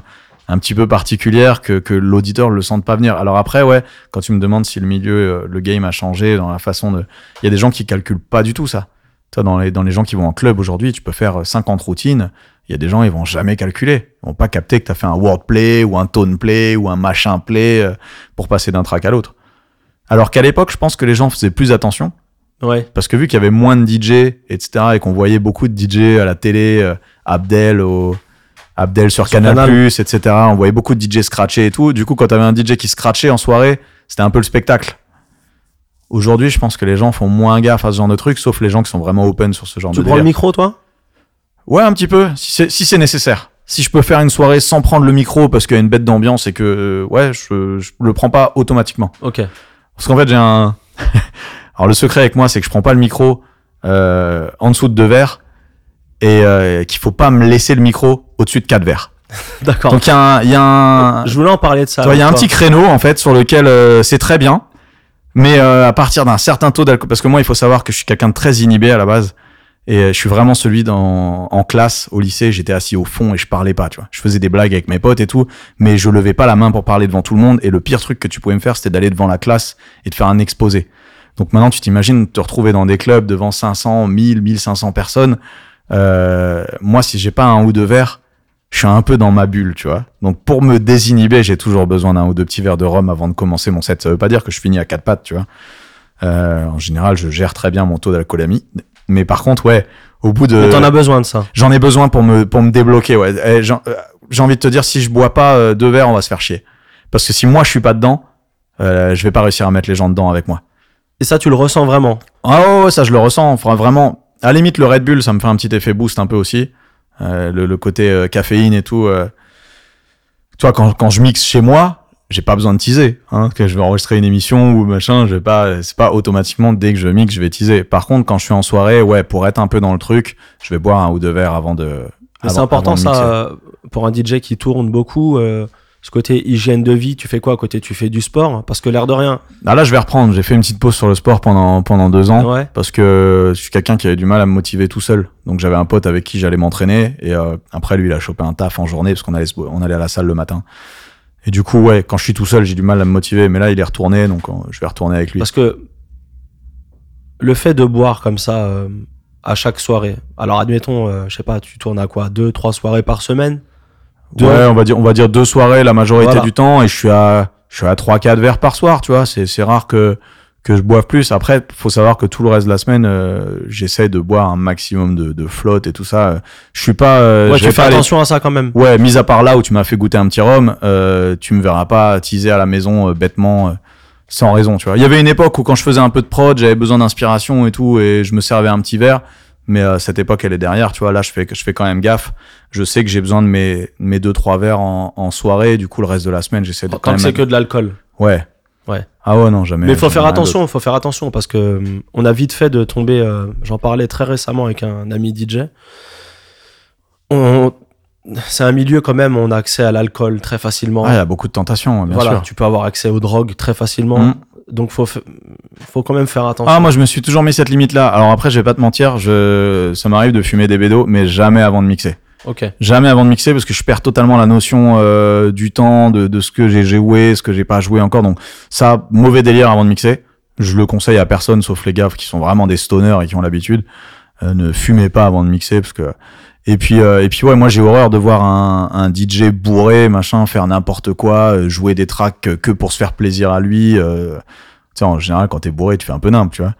un petit peu particulière que que l'auditeur le sente pas venir. Alors après, ouais, quand tu me demandes si le milieu, euh, le game a changé dans la façon de, il y a des gens qui calculent pas du tout ça. Toi, dans les dans les gens qui vont en club aujourd'hui, tu peux faire euh, 50 routines. Il y a des gens, ils vont jamais calculer. Ils vont pas capter que t'as fait un wordplay ou un tone play ou un machin play euh, pour passer d'un track à l'autre. Alors qu'à l'époque, je pense que les gens faisaient plus attention. Ouais. Parce que vu qu'il y avait moins de DJ, etc., et qu'on voyait beaucoup de DJ à la télé, euh, Abdel au Abdel sur, Sur Canal+, Canal. etc., on voyait beaucoup de DJ scratcher et tout. Du coup, quand t'avais un DJ qui scratchait en soirée, c'était un peu le spectacle. Aujourd'hui, je pense que les gens font moins gaffe à ce genre de trucs, sauf les gens qui sont vraiment open sur ce genre Tu de prends le délire. micro, toi Ouais, un petit peu, si c'est si c'est nécessaire. Si je peux faire une soirée sans prendre le micro parce qu'il y a une bête d'ambiance et que, euh, ouais, je, je le prends pas automatiquement. Ok. Parce qu'en fait, j'ai un. Alors, le secret avec moi, c'est que je prends pas le micro euh, en dessous de deux verres et euh, qu'il faut pas me laisser le micro au-dessus de quatre verres. D'accord. Donc, il y a un. il Y a un... Euh, Je voulais en parler de ça. tu vois, Il y a un avec petit créneau, en fait, sur lequel euh, c'est très bien. Mais euh, à partir d'un certain taux d'alcool. Parce que moi, il faut savoir que je suis quelqu'un de très inhibé à la base. Et euh, je suis vraiment celui dans, en classe, au lycée, j'étais assis au fond et je parlais pas, tu vois. Je faisais des blagues avec mes potes et tout, mais je levais pas la main pour parler devant tout le monde. Et le pire truc que tu pouvais me faire, c'était d'aller devant la classe et de faire un exposé. Donc maintenant, tu t'imagines te retrouver dans des clubs devant 500, 1000, 1500 personnes. Euh, moi, si j'ai pas un ou deux verres, je suis un peu dans ma bulle, tu vois. Donc pour me désinhiber, j'ai toujours besoin d'un ou deux petits verres de rhum avant de commencer mon set. Ça veut pas dire que je finis à quatre pattes, tu vois. Euh, en général, je gère très bien mon taux d'alcoolémie. Mais par contre, ouais, au bout de toi. Mais t'en as besoin de ça. J'en ai besoin pour me, pour me débloquer. Ouais. Eh, j'en- euh, J'ai envie de te dire, si je bois pas euh, deux verres, on va se faire chier. Parce que si moi je suis pas dedans, euh, je vais pas réussir à mettre les gens dedans avec moi. Et ça, tu le ressens vraiment. Ah ouais, ouais, ça je le ressens. Faudra vraiment. À la limite, le Red Bull, ça me fait un petit effet boost un peu aussi. Euh, le, le côté euh, caféine et tout. euh. Toi, quand, quand je mixe chez moi, j'ai pas besoin de teaser. Hein, que je vais enregistrer une émission ou machin, je vais pas. C'est pas automatiquement dès que je mixe, je vais teaser. Par contre, quand je suis en soirée, ouais, pour être un peu dans le truc, je vais boire un ou deux verres avant de. Mais avant- c'est important avant de mixer. ça euh, pour un DJ qui tourne beaucoup. euh, ce côté hygiène de vie, tu fais quoi à côté Tu fais du sport Parce que l'air de rien. Ah là, je vais reprendre. J'ai fait une petite pause sur le sport pendant, pendant deux ans. Ouais. Parce que je suis quelqu'un qui avait du mal à me motiver tout seul. Donc j'avais un pote avec qui j'allais m'entraîner. Et euh, après, lui, il a chopé un taf en journée parce qu'on allait, se- on allait à la salle le matin. Et du coup, ouais, quand je suis tout seul, j'ai du mal à me motiver. Mais là, il est retourné, donc euh, je vais retourner avec lui. Parce que le fait de boire comme ça euh, à chaque soirée. Alors admettons, euh, je sais pas, tu tournes à quoi Deux, trois soirées par semaine deux- Ouais, on va dire, on va dire deux soirées la majorité Voilà. du temps. Et je suis à, je suis à trois, quatre verres par soir, tu vois. C'est, c'est rare que, que je boive plus. Après, faut savoir que tout le reste de la semaine, euh, j'essaie de boire un maximum de, de flotte et tout ça. Je suis pas, euh, Ouais, je tu vais fais pas aller- attention à ça quand même. Ouais, mis à part là où tu m'as fait goûter un petit rhum, euh, tu me verras pas teaser à la maison euh, bêtement euh, sans raison, tu vois. Il y avait une époque où quand je faisais un peu de prod, j'avais besoin d'inspiration et tout et je me servais un petit verre, mais euh, cette époque elle est derrière, tu vois. Là, je fais je fais quand même gaffe. Je sais que j'ai besoin de mes mes deux trois verres en, en soirée, du coup le reste de la semaine, j'essaie de quand Quand même c'est que de l'alcool. Ouais. Ouais. Ah ouais, non, jamais. Mais il faut jamais faire rien attention, faut faire attention parce que hum, on a vite fait de tomber. euh, J'en parlais très récemment avec un ami DJ. On- C'est un milieu quand même, on a accès à l'alcool très facilement. d'autre. Ah, il y a beaucoup de tentations, bien hein. voilà, sûr. tu peux avoir accès aux drogues très facilement. Mm. Donc faut fa- faut quand même faire attention. Ah, moi, je me suis toujours mis cette limite-là. Alors après, je vais pas te mentir, je... ça m'arrive de fumer des bédos, mais jamais avant de mixer. ok. jamais avant de mixer parce que je perds totalement la notion euh, du temps, de, de ce que j'ai joué, ce que j'ai pas joué encore. Donc ça, mauvais délire avant de mixer. Je le conseille à personne sauf les gars qui sont vraiment des stoners et qui ont l'habitude. Euh, ne fumez pas avant de mixer parce que et puis euh, et puis ouais moi j'ai horreur de voir un, un DJ bourré machin faire n'importe quoi euh, jouer des tracks euh, que pour se faire plaisir à lui euh, tu sais en général quand t'es bourré tu fais un peu nimble tu vois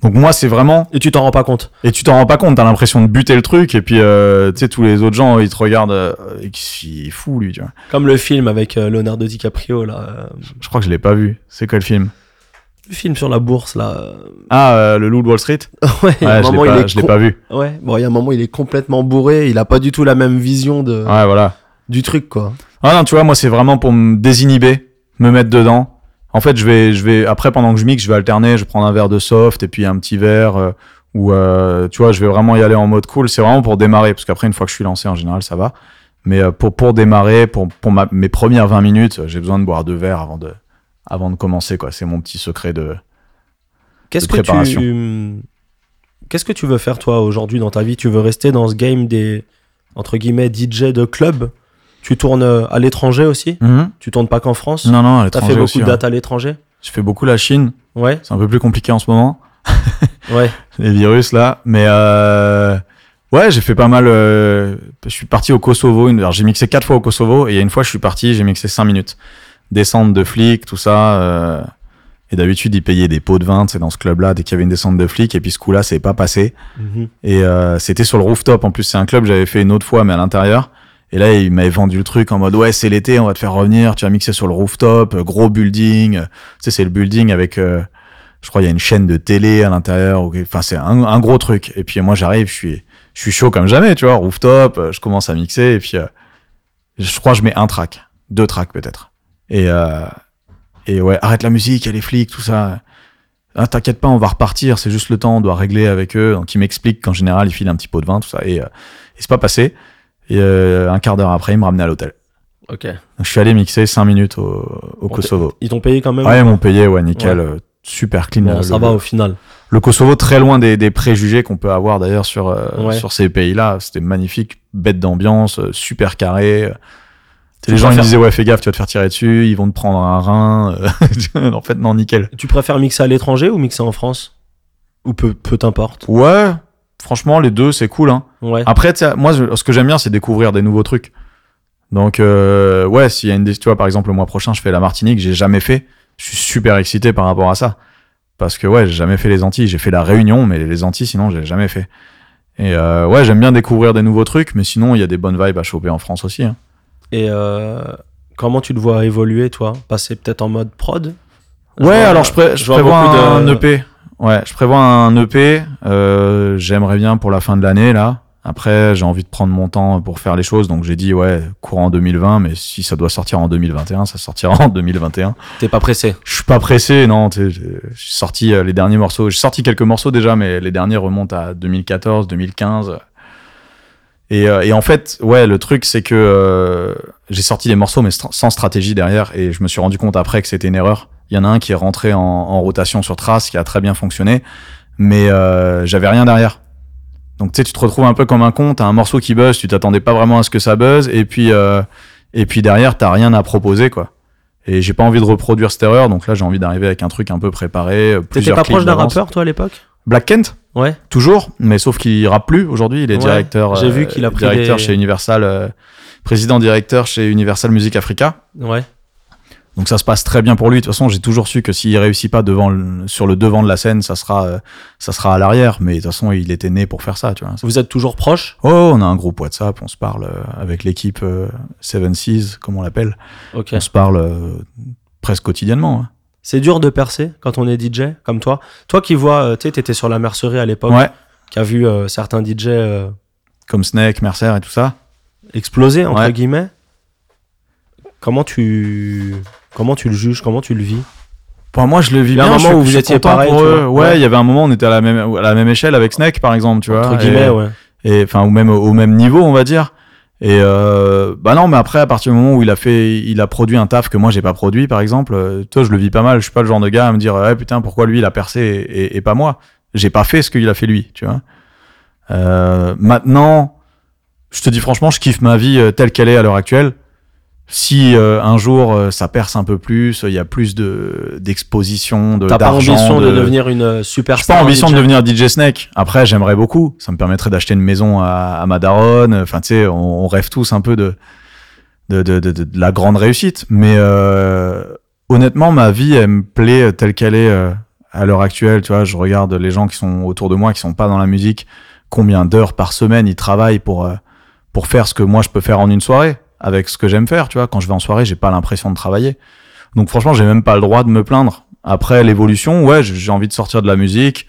donc moi c'est vraiment Et tu t'en rends pas compte. et tu t'en rends pas compte, t'as l'impression de buter le truc, et puis euh, tu sais, tous les autres gens, ils te regardent, euh, et qui- il est fou lui, tu vois. Comme le film avec euh, Leonardo DiCaprio là, euh, Je crois que je l'ai pas vu. C'est quoi le film le film sur la bourse là. euh, Ah, euh, le Loup de Wall Street ouais, il y a Ouais, un je l'ai moment, il pas, est je l'ai com- pas vu. Ouais, bon, il y a un moment il est complètement bourré, il a pas du tout la même vision de Ouais, voilà. du truc quoi. Ah non, tu vois, moi, c'est vraiment pour me désinhiber, me mettre dedans. En fait, je vais, je vais, après, pendant que je mixe, je vais alterner, je prends un verre de soft, et puis un petit verre, euh, ou, euh, tu vois, je vais vraiment y aller en mode cool. C'est vraiment pour démarrer, parce qu'après, une fois que je suis lancé, en général, ça va. Mais euh, pour, pour démarrer, pour, pour ma- mes premières 20 minutes, euh, j'ai besoin de boire deux verres avant de, avant de commencer, quoi. C'est mon petit secret de. Qu'est-ce de que préparation. tu hum, Qu'est-ce que tu veux faire toi aujourd'hui dans ta vie Tu veux rester dans ce game des entre guillemets DJ de club Tu tournes euh, à l'étranger aussi Tu tournes pas qu'en France Mhm. Non, non, à T'as l'étranger fait beaucoup aussi, hein. de ouais. dates à l'étranger Je fais beaucoup la Chine. Ouais, C'est un peu plus compliqué en ce moment. ouais. les virus là. Mais euh, ouais, j'ai fait pas mal. euh, Je suis parti au Kosovo. Une... Alors j'ai mixé quatre fois au Kosovo et il y a une fois je suis parti, j'ai mixé cinq minutes. Descente de flics, tout ça. euh, Et d'habitude, ils payaient des pots de vin, c'est dans ce club-là, dès qu'il y avait une descente de flics. Et puis ce coup-là, c'est pas passé. Mhm. Et euh, c'était sur le rooftop. En plus, c'est un club que j'avais fait une autre fois, mais à l'intérieur. Et là, il m'avait vendu le truc en mode ouais, c'est l'été, on va te faire revenir. Tu vas mixer sur le rooftop, euh, gros building. Euh, Tu sais, c'est le building avec, euh, je crois, il y a une chaîne de télé à l'intérieur. ou- Enfin, c'est un, un gros truc. Et puis moi, j'arrive, je suis, je suis chaud comme jamais, tu vois, rooftop. euh, Je commence à mixer et puis euh, je crois que je mets un track, deux tracks peut-être. Et euh, et ouais, arrête la musique, il y a les flics, tout ça. Ah, t'inquiète pas, on va repartir, c'est juste le temps, on doit régler avec eux. Donc, ils m'expliquent qu'en général, ils filent un petit pot de vin, tout ça. Et, euh, et c'est pas passé. Et euh, un quart d'heure après, ils me ramenaient à l'hôtel. Ok. Donc, je suis allé mixer 5 minutes au, au Bon, Kosovo. Ils t'ont payé quand même Ouais, ils m'ont payé, ouais, nickel, Ouais. euh, super clean. Bon, euh, ça le, va au final. le Kosovo, très loin des, des préjugés qu'on peut avoir d'ailleurs sur, euh, Ouais. sur ces pays-là. C'était magnifique, bête d'ambiance, euh, super carré. Tu Les gens ils préfères- me disaient, ouais, fais gaffe, tu vas te faire tirer dessus, ils vont te prendre un rein. euh, en fait, non, nickel. Tu préfères mixer à l'étranger ou mixer en France Ou peu, peu t'importe Ouais, franchement, les deux, c'est cool. Hein. Ouais. Après, tu sais, moi, je- ce que j'aime bien, c'est découvrir des nouveaux trucs. Donc, euh, ouais, s'il y a une des- tu vois, par exemple, le mois prochain, je fais la Martinique, j'ai jamais fait. Je suis super excité par rapport à ça. Parce que, ouais, j'ai jamais fait les Antilles. J'ai fait la Réunion, mais les Antilles, sinon, j'ai jamais fait. Et euh, ouais, j'aime bien découvrir des nouveaux trucs, mais sinon, il y a des bonnes vibes à choper en France aussi. hein. Et euh, comment tu te vois évoluer, toi Passer peut-être en mode prod Je Ouais, vois- alors je, pré- je je vois prévois beaucoup de- un EP. Ouais, je prévois un EP. euh, J'aimerais bien pour la fin de l'année là. Après, j'ai envie de prendre mon temps pour faire les choses, donc j'ai dit ouais, courant 2020, mais si ça doit sortir en 2021, ça sortira en 2021. euh, T'es pas pressé Je suis pas pressé, non. tu sais, J'ai j'ai sorti euh, les derniers morceaux. J'ai sorti quelques morceaux déjà, mais les derniers remontent à 2014, 2015. Et, euh, et en fait, ouais, le truc, c'est que euh, j'ai sorti des morceaux, mais stra- sans stratégie derrière. Et je me suis rendu compte après que c'était une erreur. Il y en a un qui est rentré en, en rotation sur Trace, qui a très bien fonctionné, mais euh, j'avais rien derrière. Donc tu sais, tu te retrouves un peu comme un con. T'as un morceau qui buzz, tu t'attendais pas vraiment à ce que ça buzz, et puis euh, et puis derrière, t'as rien à proposer, quoi. Et j'ai pas envie de reproduire cette erreur, donc là j'ai envie d'arriver avec un truc un peu préparé. euh, T'étais plusieurs pas clips proche d'un d'avance. rappeur, toi, à l'époque Black Kent Ouais. Toujours, mais sauf qu'il rappe plus aujourd'hui. Il est Ouais, directeur, euh, j'ai vu qu'il a pris directeur des- chez Universal, euh, président directeur chez Universal Music Africa. Ouais. Donc ça se passe très bien pour lui. De toute façon, j'ai toujours su que s'il réussit pas devant le- sur le devant de la scène, ça sera, euh, ça sera à l'arrière. Mais de toute façon, il était né pour faire ça, tu vois. Vous êtes toujours proche Oh, on a un groupe WhatsApp, on se parle euh, avec l'équipe euh, Seven Seas, comme on l'appelle. Ok. On se parle euh, presque quotidiennement. hein. C'est dur de percer quand on est DJ, comme toi. Toi qui vois, euh, tu sais, t'étais sur la mercerie à l'époque, Ouais, qui a vu euh, certains DJ euh, comme Snake, Mercer et tout ça. exploser, entre Ouais. guillemets. Comment tu... Comment tu le juges Comment tu le vis Pour moi, je le vis Il y a un bien. moment je, où je vous suis étiez content pareil, pour tu eux. vois. Ouais, il Ouais. y avait un moment, on était à la même, à la même échelle avec Snake, par exemple, tu vois. Entre guillemets, et- ouais. et enfin ou même au même niveau on va dire et euh, bah non mais après à partir du moment où il a fait il a produit un taf que moi j'ai pas produit par exemple euh, toi je le vis pas mal je suis pas le genre de gars à me dire ouais putain pourquoi lui il a percé et, et- et pas moi j'ai pas fait ce qu'il a fait lui tu vois Euh, maintenant je te dis franchement je kiffe ma vie euh, telle qu'elle est à l'heure actuelle si euh, un jour euh, ça perce un peu plus, il y a plus de d'exposition, de T'as pas d'argent, ambition de, de devenir une euh, j'ai pas superstar ambition DJ. de devenir DJ Snake. Après, j'aimerais beaucoup. Ça me permettrait d'acheter une maison à, à ma daronne. Enfin, tu sais, on, on rêve tous un peu de, de, de, de, de- de la grande réussite. Mais euh, honnêtement, ma vie, elle me plaît telle qu'elle est euh, à l'heure actuelle. Tu vois, je regarde les gens qui sont autour de moi, qui sont pas dans la musique, combien d'heures par semaine ils travaillent pour, euh, pour faire ce que moi je peux faire en une soirée avec ce que j'aime faire. Tu vois, quand je vais en soirée, j'ai pas l'impression de travailler. Donc franchement, j'ai même pas le droit de me plaindre. Après l'évolution, ouais, j'ai j'ai envie de sortir de la musique.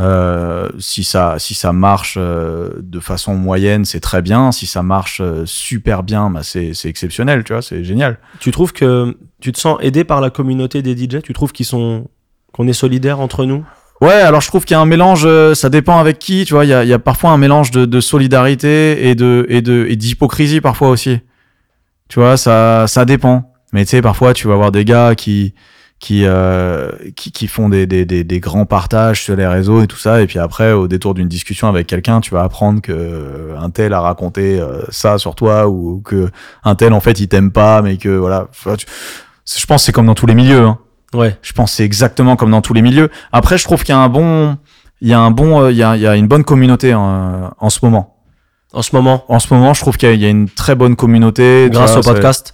Euh, si ça si ça marche euh, de façon moyenne, c'est très bien. Si ça marche euh, super bien, bah c'est c'est exceptionnel, tu vois, c'est génial. Tu trouves que tu te sens aidé par la communauté des DJ Tu trouves qu'ils sont qu'on est solidaires entre nous Ouais, alors je trouve qu'il y a un mélange, euh, ça dépend avec qui, tu vois, il y a, il y a parfois un mélange de, de solidarité et de et de et d'hypocrisie parfois aussi. Tu vois, ça ça dépend. Mais tu sais, parfois tu vas voir des gars qui qui euh, qui, qui font des, des, des, des grands partages sur les réseaux et tout ça, et puis après au détour d'une discussion avec quelqu'un, tu vas apprendre que euh, un tel a raconté euh, ça sur toi ou que un tel en fait il t'aime pas, mais que voilà, Enfin, tu- je pense que c'est comme dans tous les milieux. Hein. Ouais. Je pense que c'est exactement comme dans tous les milieux. Après, je trouve qu'il y a un bon, il y a un bon, euh, il y a, il y a une bonne communauté en, en ce moment. En ce moment, En ce moment, je trouve qu'il y a- il y a une très bonne communauté. tu grâce vois, au c'est- podcast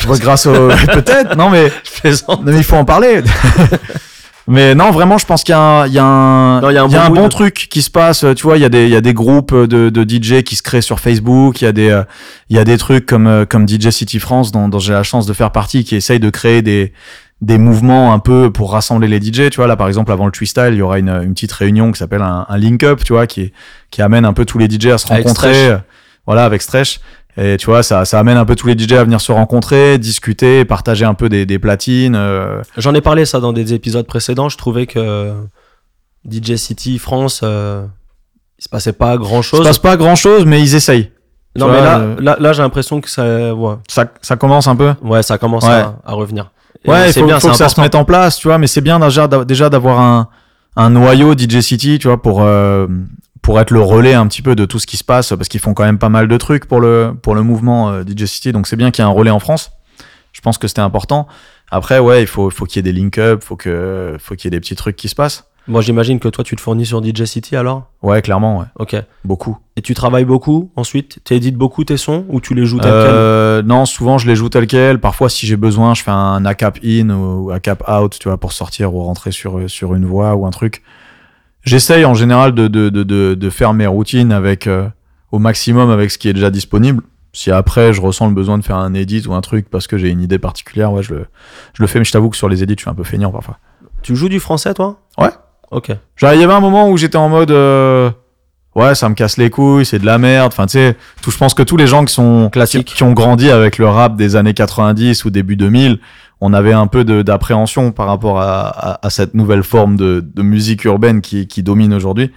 Je vois grâce au. Peut-être, non, mais, Je plaisante. non, mais il faut en parler. mais non, vraiment, je pense qu'il y a un, il y a un, Non, il y a un il y a bon un mood. bon truc qui se passe. Tu vois, il y a des, il y a des groupes de, de DJ qui se créent sur Facebook. Il y a des, euh, il y a des trucs comme, euh, comme DJ City France, dont, dont j'ai la chance de faire partie, qui essayent de créer des, des mouvements un peu pour rassembler les DJ. Tu vois, là, par exemple, avant le Twistyle, il y aura une, une petite réunion qui s'appelle un, un Link Up, tu vois, qui, qui amène un peu tous les DJ à se Avec rencontrer. Stretch. euh, Voilà, avec Stretch. Et tu vois, ça, ça amène un peu tous les DJ à venir se rencontrer, discuter, partager un peu des, des platines. euh, J'en ai parlé ça dans des épisodes précédents. Je trouvais que DJ City France, euh, il se passait pas grand Il se chose. passe pas grand chose, mais ils essayent. Non tu mais vois, là, euh, là, là, j'ai l'impression que ça, ouais, Ça, ça commence un peu. ouais ça commence Ouais. à, à revenir. Et euh, Ouais, il c'est faut, bien, faut c'est que ça se important. mette en place, tu vois, mais c'est bien déjà d'a- déjà d'avoir un, un noyau DJ City, tu vois, pour, euh, pour être le relais un petit peu de tout ce qui se passe, parce qu'ils font quand même pas mal de trucs pour le, pour le mouvement euh, DJ City, donc c'est bien qu'il y ait un relais en France. Je pense que c'était important. Après, ouais, il faut, faut qu'il y ait des link-up, faut que, faut qu'il y ait des petits trucs qui se passent. Bon, j'imagine que toi, tu te fournis sur DJ City alors. Ouais, clairement, ouais. Ok. Beaucoup. Et tu travailles beaucoup ensuite Tu édites beaucoup tes sons ou tu les joues tel quel Euh, non, souvent je les joue tel quel. Parfois, si j'ai besoin, je fais un A cap in ou A cap out, tu vois, pour sortir ou rentrer sur, sur une voie ou un truc. J'essaye en général de, de, de, de, de faire mes routines avec, euh, au maximum avec ce qui est déjà disponible. Si après je ressens le besoin de faire un edit ou un truc parce que j'ai une idée particulière, ouais, je le, je le fais. Mais je t'avoue que sur les edits, je suis un peu feignant parfois. Tu joues du français, toi Ouais. Ok. Genre, il y avait un moment où j'étais en mode, euh, ouais, ça me casse les couilles, c'est de la merde. Enfin, tu sais, tout, je pense que tous les gens qui sont Classique. qui, qui ont grandi avec le rap des années 90 ou début 2000, on avait un peu de- d'appréhension par rapport à, à- à cette nouvelle forme de, de musique urbaine qui, qui domine aujourd'hui.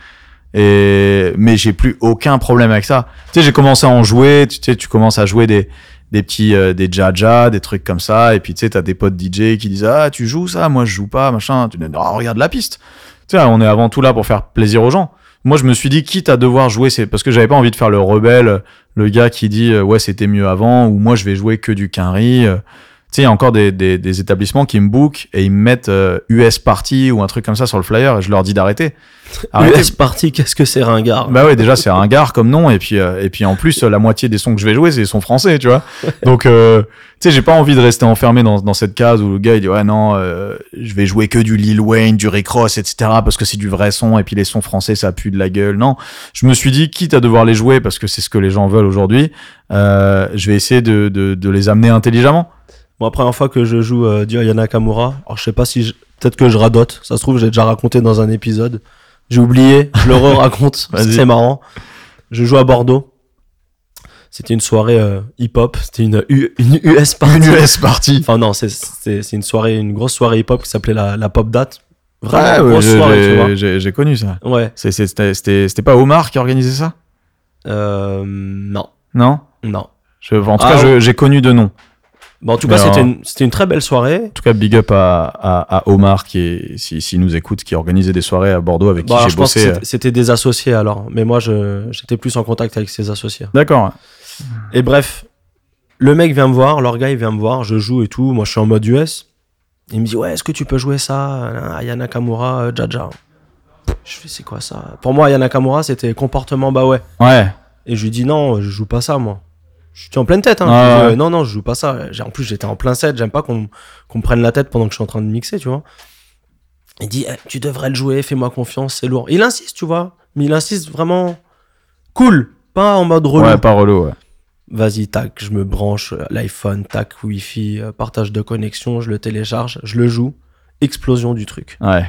Et mais j'ai plus aucun problème avec ça. Tu sais, j'ai commencé à en jouer. Tu tu sais, tu commences à jouer des des petits euh, des jaja, des trucs comme ça. Et puis tu sais, t'as des potes DJ qui disent ah tu joues ça, moi je joue pas, machin. Tu dis non regarde la piste. Tu sais, on est avant tout là pour faire plaisir aux gens. Moi, je me suis dit, quitte à devoir jouer, c'est parce que j'avais pas envie de faire le rebelle, le gars qui dit euh, ouais c'était mieux avant, ou moi je vais jouer que du quinri. euh. Tu sais, il y a encore des, des, des établissements qui me bookent et ils me mettent euh, US Party ou un truc comme ça sur le flyer et je leur dis d'arrêter. Arrêtez. US Party, qu'est-ce que c'est ringard Ah Bah ouais, déjà c'est un gars comme nom et puis euh, et puis en plus euh, la moitié des sons que je vais jouer c'est des sons français, tu vois. Donc euh, tu sais, j'ai pas envie de rester enfermé dans, dans cette case où le gars il dit ouais non, euh, je vais jouer que du Lil Wayne, du Rick Ross, etc. parce que c'est du vrai son et puis les sons français ça pue de la gueule. Non, je me suis dit quitte à devoir les jouer parce que c'est ce que les gens veulent aujourd'hui, euh, je vais essayer de, de de les amener intelligemment. Moi, première fois que je joue euh, du Ayana Kamura, alors je sais pas si je- peut-être que je radote. Ça se trouve, j'ai déjà raconté dans un épisode. J'ai oublié, je le re-raconte. parce que Vas-y. c'est marrant. Je joue à Bordeaux. C'était une soirée euh, hip-hop. C'était une, U- une US Party. Une US party. Enfin, non, c'est- c'est c'est une soirée, une grosse soirée hip-hop qui s'appelait la, la Pop Date. Ouais, Vraiment, ouais, grosse j'ai- soirée, tu vois. j'ai j'ai- j'ai connu ça. Ouais. C'est- c'est- C'était c'était- c'était pas Omar qui organisait ça Euh, non, Non. non. Je, en tout Ah cas, ouais. je- j'ai connu de nom. Bon, en tout cas, Mais c'était alors- une, c'était une très belle soirée. En tout cas, big up à, à, à Omar qui, est- si, s'il nous écoute, qui organisait des soirées à Bordeaux avec Bon, Bah, alors, qui je j'ai pense que bossé. euh. c'était- c'était des associés alors, mais moi je- j'étais plus en contact avec ses associés. D'accord. Et bref, le mec vient me voir, leur gars il vient me voir, je joue et tout, moi je suis en mode US. Il me dit ouais, est-ce que tu peux jouer ça euh, Ayana Kamura, euh, Jaja. Je fais c'est quoi ça Pour moi Ayana Kamura c'était comportement bah ouais. Ouais. Et je lui dis non, je joue pas ça moi. Je suis en pleine tête. Hein. Ouais, Je dis, Ah, ouais. euh, non, non, je joue pas ça. J'ai- En plus, j'étais en plein set. J'aime pas qu'on qu'on me prenne la tête pendant que je suis en train de mixer, tu vois. Il dit, eh, tu devrais le jouer, fais-moi confiance, c'est lourd. Il insiste, tu vois. Mais il insiste vraiment cool, pas en mode relou. Ouais, pas relou. Ouais. Vas-y, tac, je me branche euh, l'iPhone, tac, Wi-Fi, euh, partage de connexion, je le télécharge, je le joue. Explosion du truc. Ouais.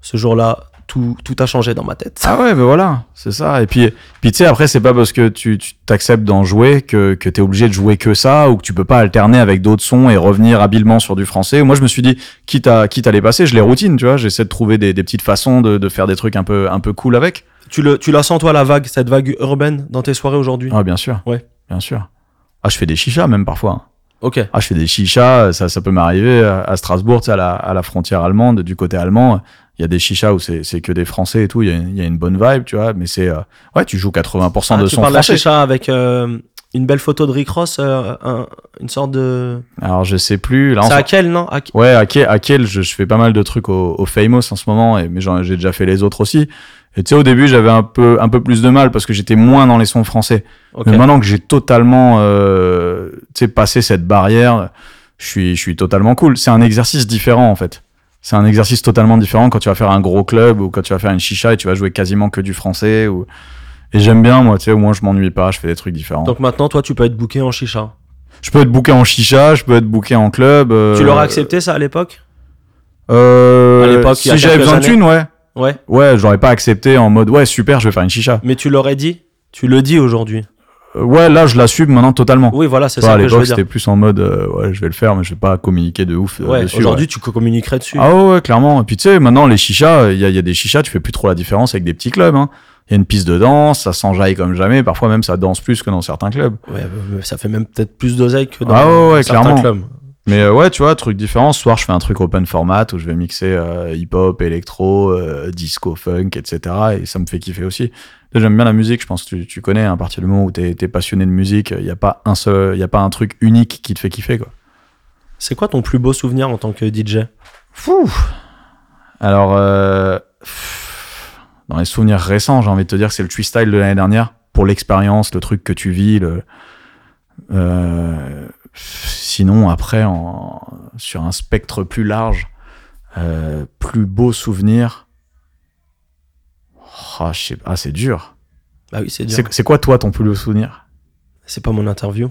Ce jour-là, tout, tout a changé dans ma tête. Ah ouais, mais voilà, c'est ça. Et puis, puis tu sais, après, c'est pas parce que tu tu t'acceptes d'en jouer que, que t'es obligé de jouer que ça ou que tu peux pas alterner avec d'autres sons et revenir habilement sur du français. Moi, je me suis dit, quitte à, quitte à les passer, je les routine, tu vois. J'essaie de trouver des, des petites façons de, de faire des trucs un peu, un peu cool avec. Tu, le, tu la sens, toi, la vague, cette vague urbaine dans tes soirées aujourd'hui Ah, bien sûr. Ouais. Bien sûr. Ah, je fais des chichas même parfois. hein. Ok. Ah, je fais des chichas, ça, ça peut m'arriver à à Strasbourg, tu sais, à la, à la frontière allemande, du côté allemand. Il y a des chichas où c'est c'est que des Français et tout, il y a une- il y, a une bonne vibe, tu vois, mais c'est. euh, ouais, tu joues 80% Ah, de tu son parles de la français. chicha avec euh, une belle photo de Rick Ross, euh, un- une sorte de. Alors, je sais plus. Là, en C'est ce- à quel, non À- Ouais, à quel, à quel je, je fais pas mal de trucs au, au Famous en ce moment, et, mais j'en- j'ai déjà fait les autres aussi. Et tu sais, au début, j'avais un peu, un peu plus de mal parce que j'étais moins dans les sons français. Ok. Mais maintenant que j'ai totalement, euh, tu sais, passé cette barrière, je suis, je suis totalement cool. C'est un exercice différent, en fait. C'est un exercice totalement différent quand tu vas faire un gros club ou quand tu vas faire une chicha et tu vas jouer quasiment que du français ou. Et j'aime bien, moi, tu sais, au moins je m'ennuie pas, je fais des trucs différents. Donc maintenant, toi, tu peux être booké en chicha. je peux être booké en chicha, je peux être booké en club. euh, Tu l'aurais accepté ça à l'époque euh, À l'époque, il y a Si j'avais quelques besoin de années. thunes, ouais. Ouais. Ouais, j'aurais pas accepté en mode, ouais, super, je vais faire une chicha. Mais tu l'aurais dit Tu le dis aujourd'hui. Euh, Ouais, là, je l'assume maintenant totalement. Oui, voilà, c'est Tu vois, ça à que je veux l'époque, dire. c'était plus en mode, euh, ouais, je vais le faire, mais je vais pas communiquer de ouf euh, Ouais, dessus. aujourd'hui, tu communiquerais dessus. ouais. Ah ouais, ouais, clairement. Et puis, tu sais, maintenant, les chichas, il y a, il y a des chichas, tu fais plus trop la différence avec des petits clubs. hein. Il y a une piste de danse, ça s'enjaille comme jamais. Parfois, même, ça danse plus que dans certains clubs. Ouais, mais ça fait même peut-être plus d'oseille que dans Ah ouais, ouais, certains clairement. clubs. Mais euh, ouais, tu vois, truc différent. Ce soir, je fais un truc open format où je vais mixer euh, hip-hop, électro, euh, disco, funk, etc. Et ça me fait kiffer aussi. Là, J'aime bien la musique, je pense que tu, tu connais. hein, à partir du moment où t'es es passionné de musique, il n'y a, pas un seul- il y a pas un truc unique qui te fait kiffer, quoi. C'est quoi ton plus beau souvenir en tant que DJ Fou. Alors, euh, pff, dans les souvenirs récents, j'ai envie de te dire que c'est le Twistyle de l'année dernière pour l'expérience, le truc que tu vis. Le, euh, sinon, après, en- sur un spectre plus large, euh, plus beau souvenir. Ah, je sais- ah, c'est dur. Bah oui, c'est dur. C'est c'est quoi, toi, ton plus beau souvenir C'est pas mon interview.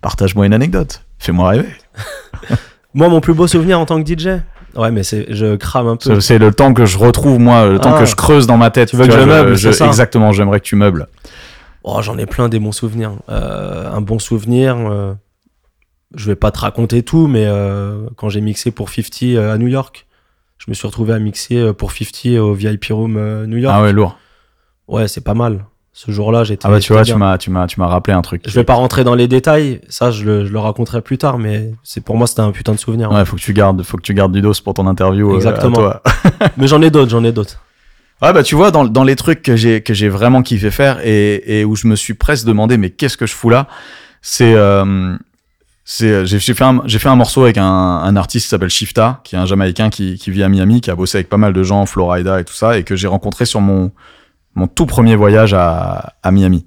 Partage-moi une anecdote. Fais-moi rêver. Moi, mon plus beau souvenir en tant que DJ Ouais, mais c'est, je crame un peu. C'est- C'est le temps que je retrouve, moi, le temps Ah. que je creuse dans ma tête. Tu veux que je meuble, c'est ça Exactement, j'aimerais que tu meubles. Oh, j'en ai plein des bons souvenirs. Euh, un bon souvenir, euh, je vais pas te raconter tout, mais euh, quand j'ai mixé pour 50 euh, à New York, je me suis retrouvé à mixer euh, pour 50 au VIP Room euh, New York. Ah ouais, lourd. ouais, c'est pas mal. Ce jour-là, j'étais. Ah bah tu vois, j'étais tu bien. m'as, tu m'as, tu m'as rappelé un truc. Je vais pas rentrer dans les détails, ça je le, je le raconterai plus tard, mais c'est pour moi c'était un putain de souvenir. hein. Ouais, faut que tu gardes, faut que tu gardes du dos pour ton interview. euh, Exactement. à toi. Mais j'en ai d'autres, j'en ai d'autres. Ouais, bah tu vois, dans, dans les trucs que j'ai que j'ai vraiment kiffé faire et, et où je me suis presque demandé mais qu'est-ce que je fous là, c'est euh, c'est euh, j'ai j'ai fait un j'ai fait un morceau avec un, un artiste qui s'appelle Shifta, qui est un Jamaïcain qui qui vit à Miami, qui a bossé avec pas mal de gens en Florida et tout ça et que j'ai rencontré sur mon mon tout premier voyage à à Miami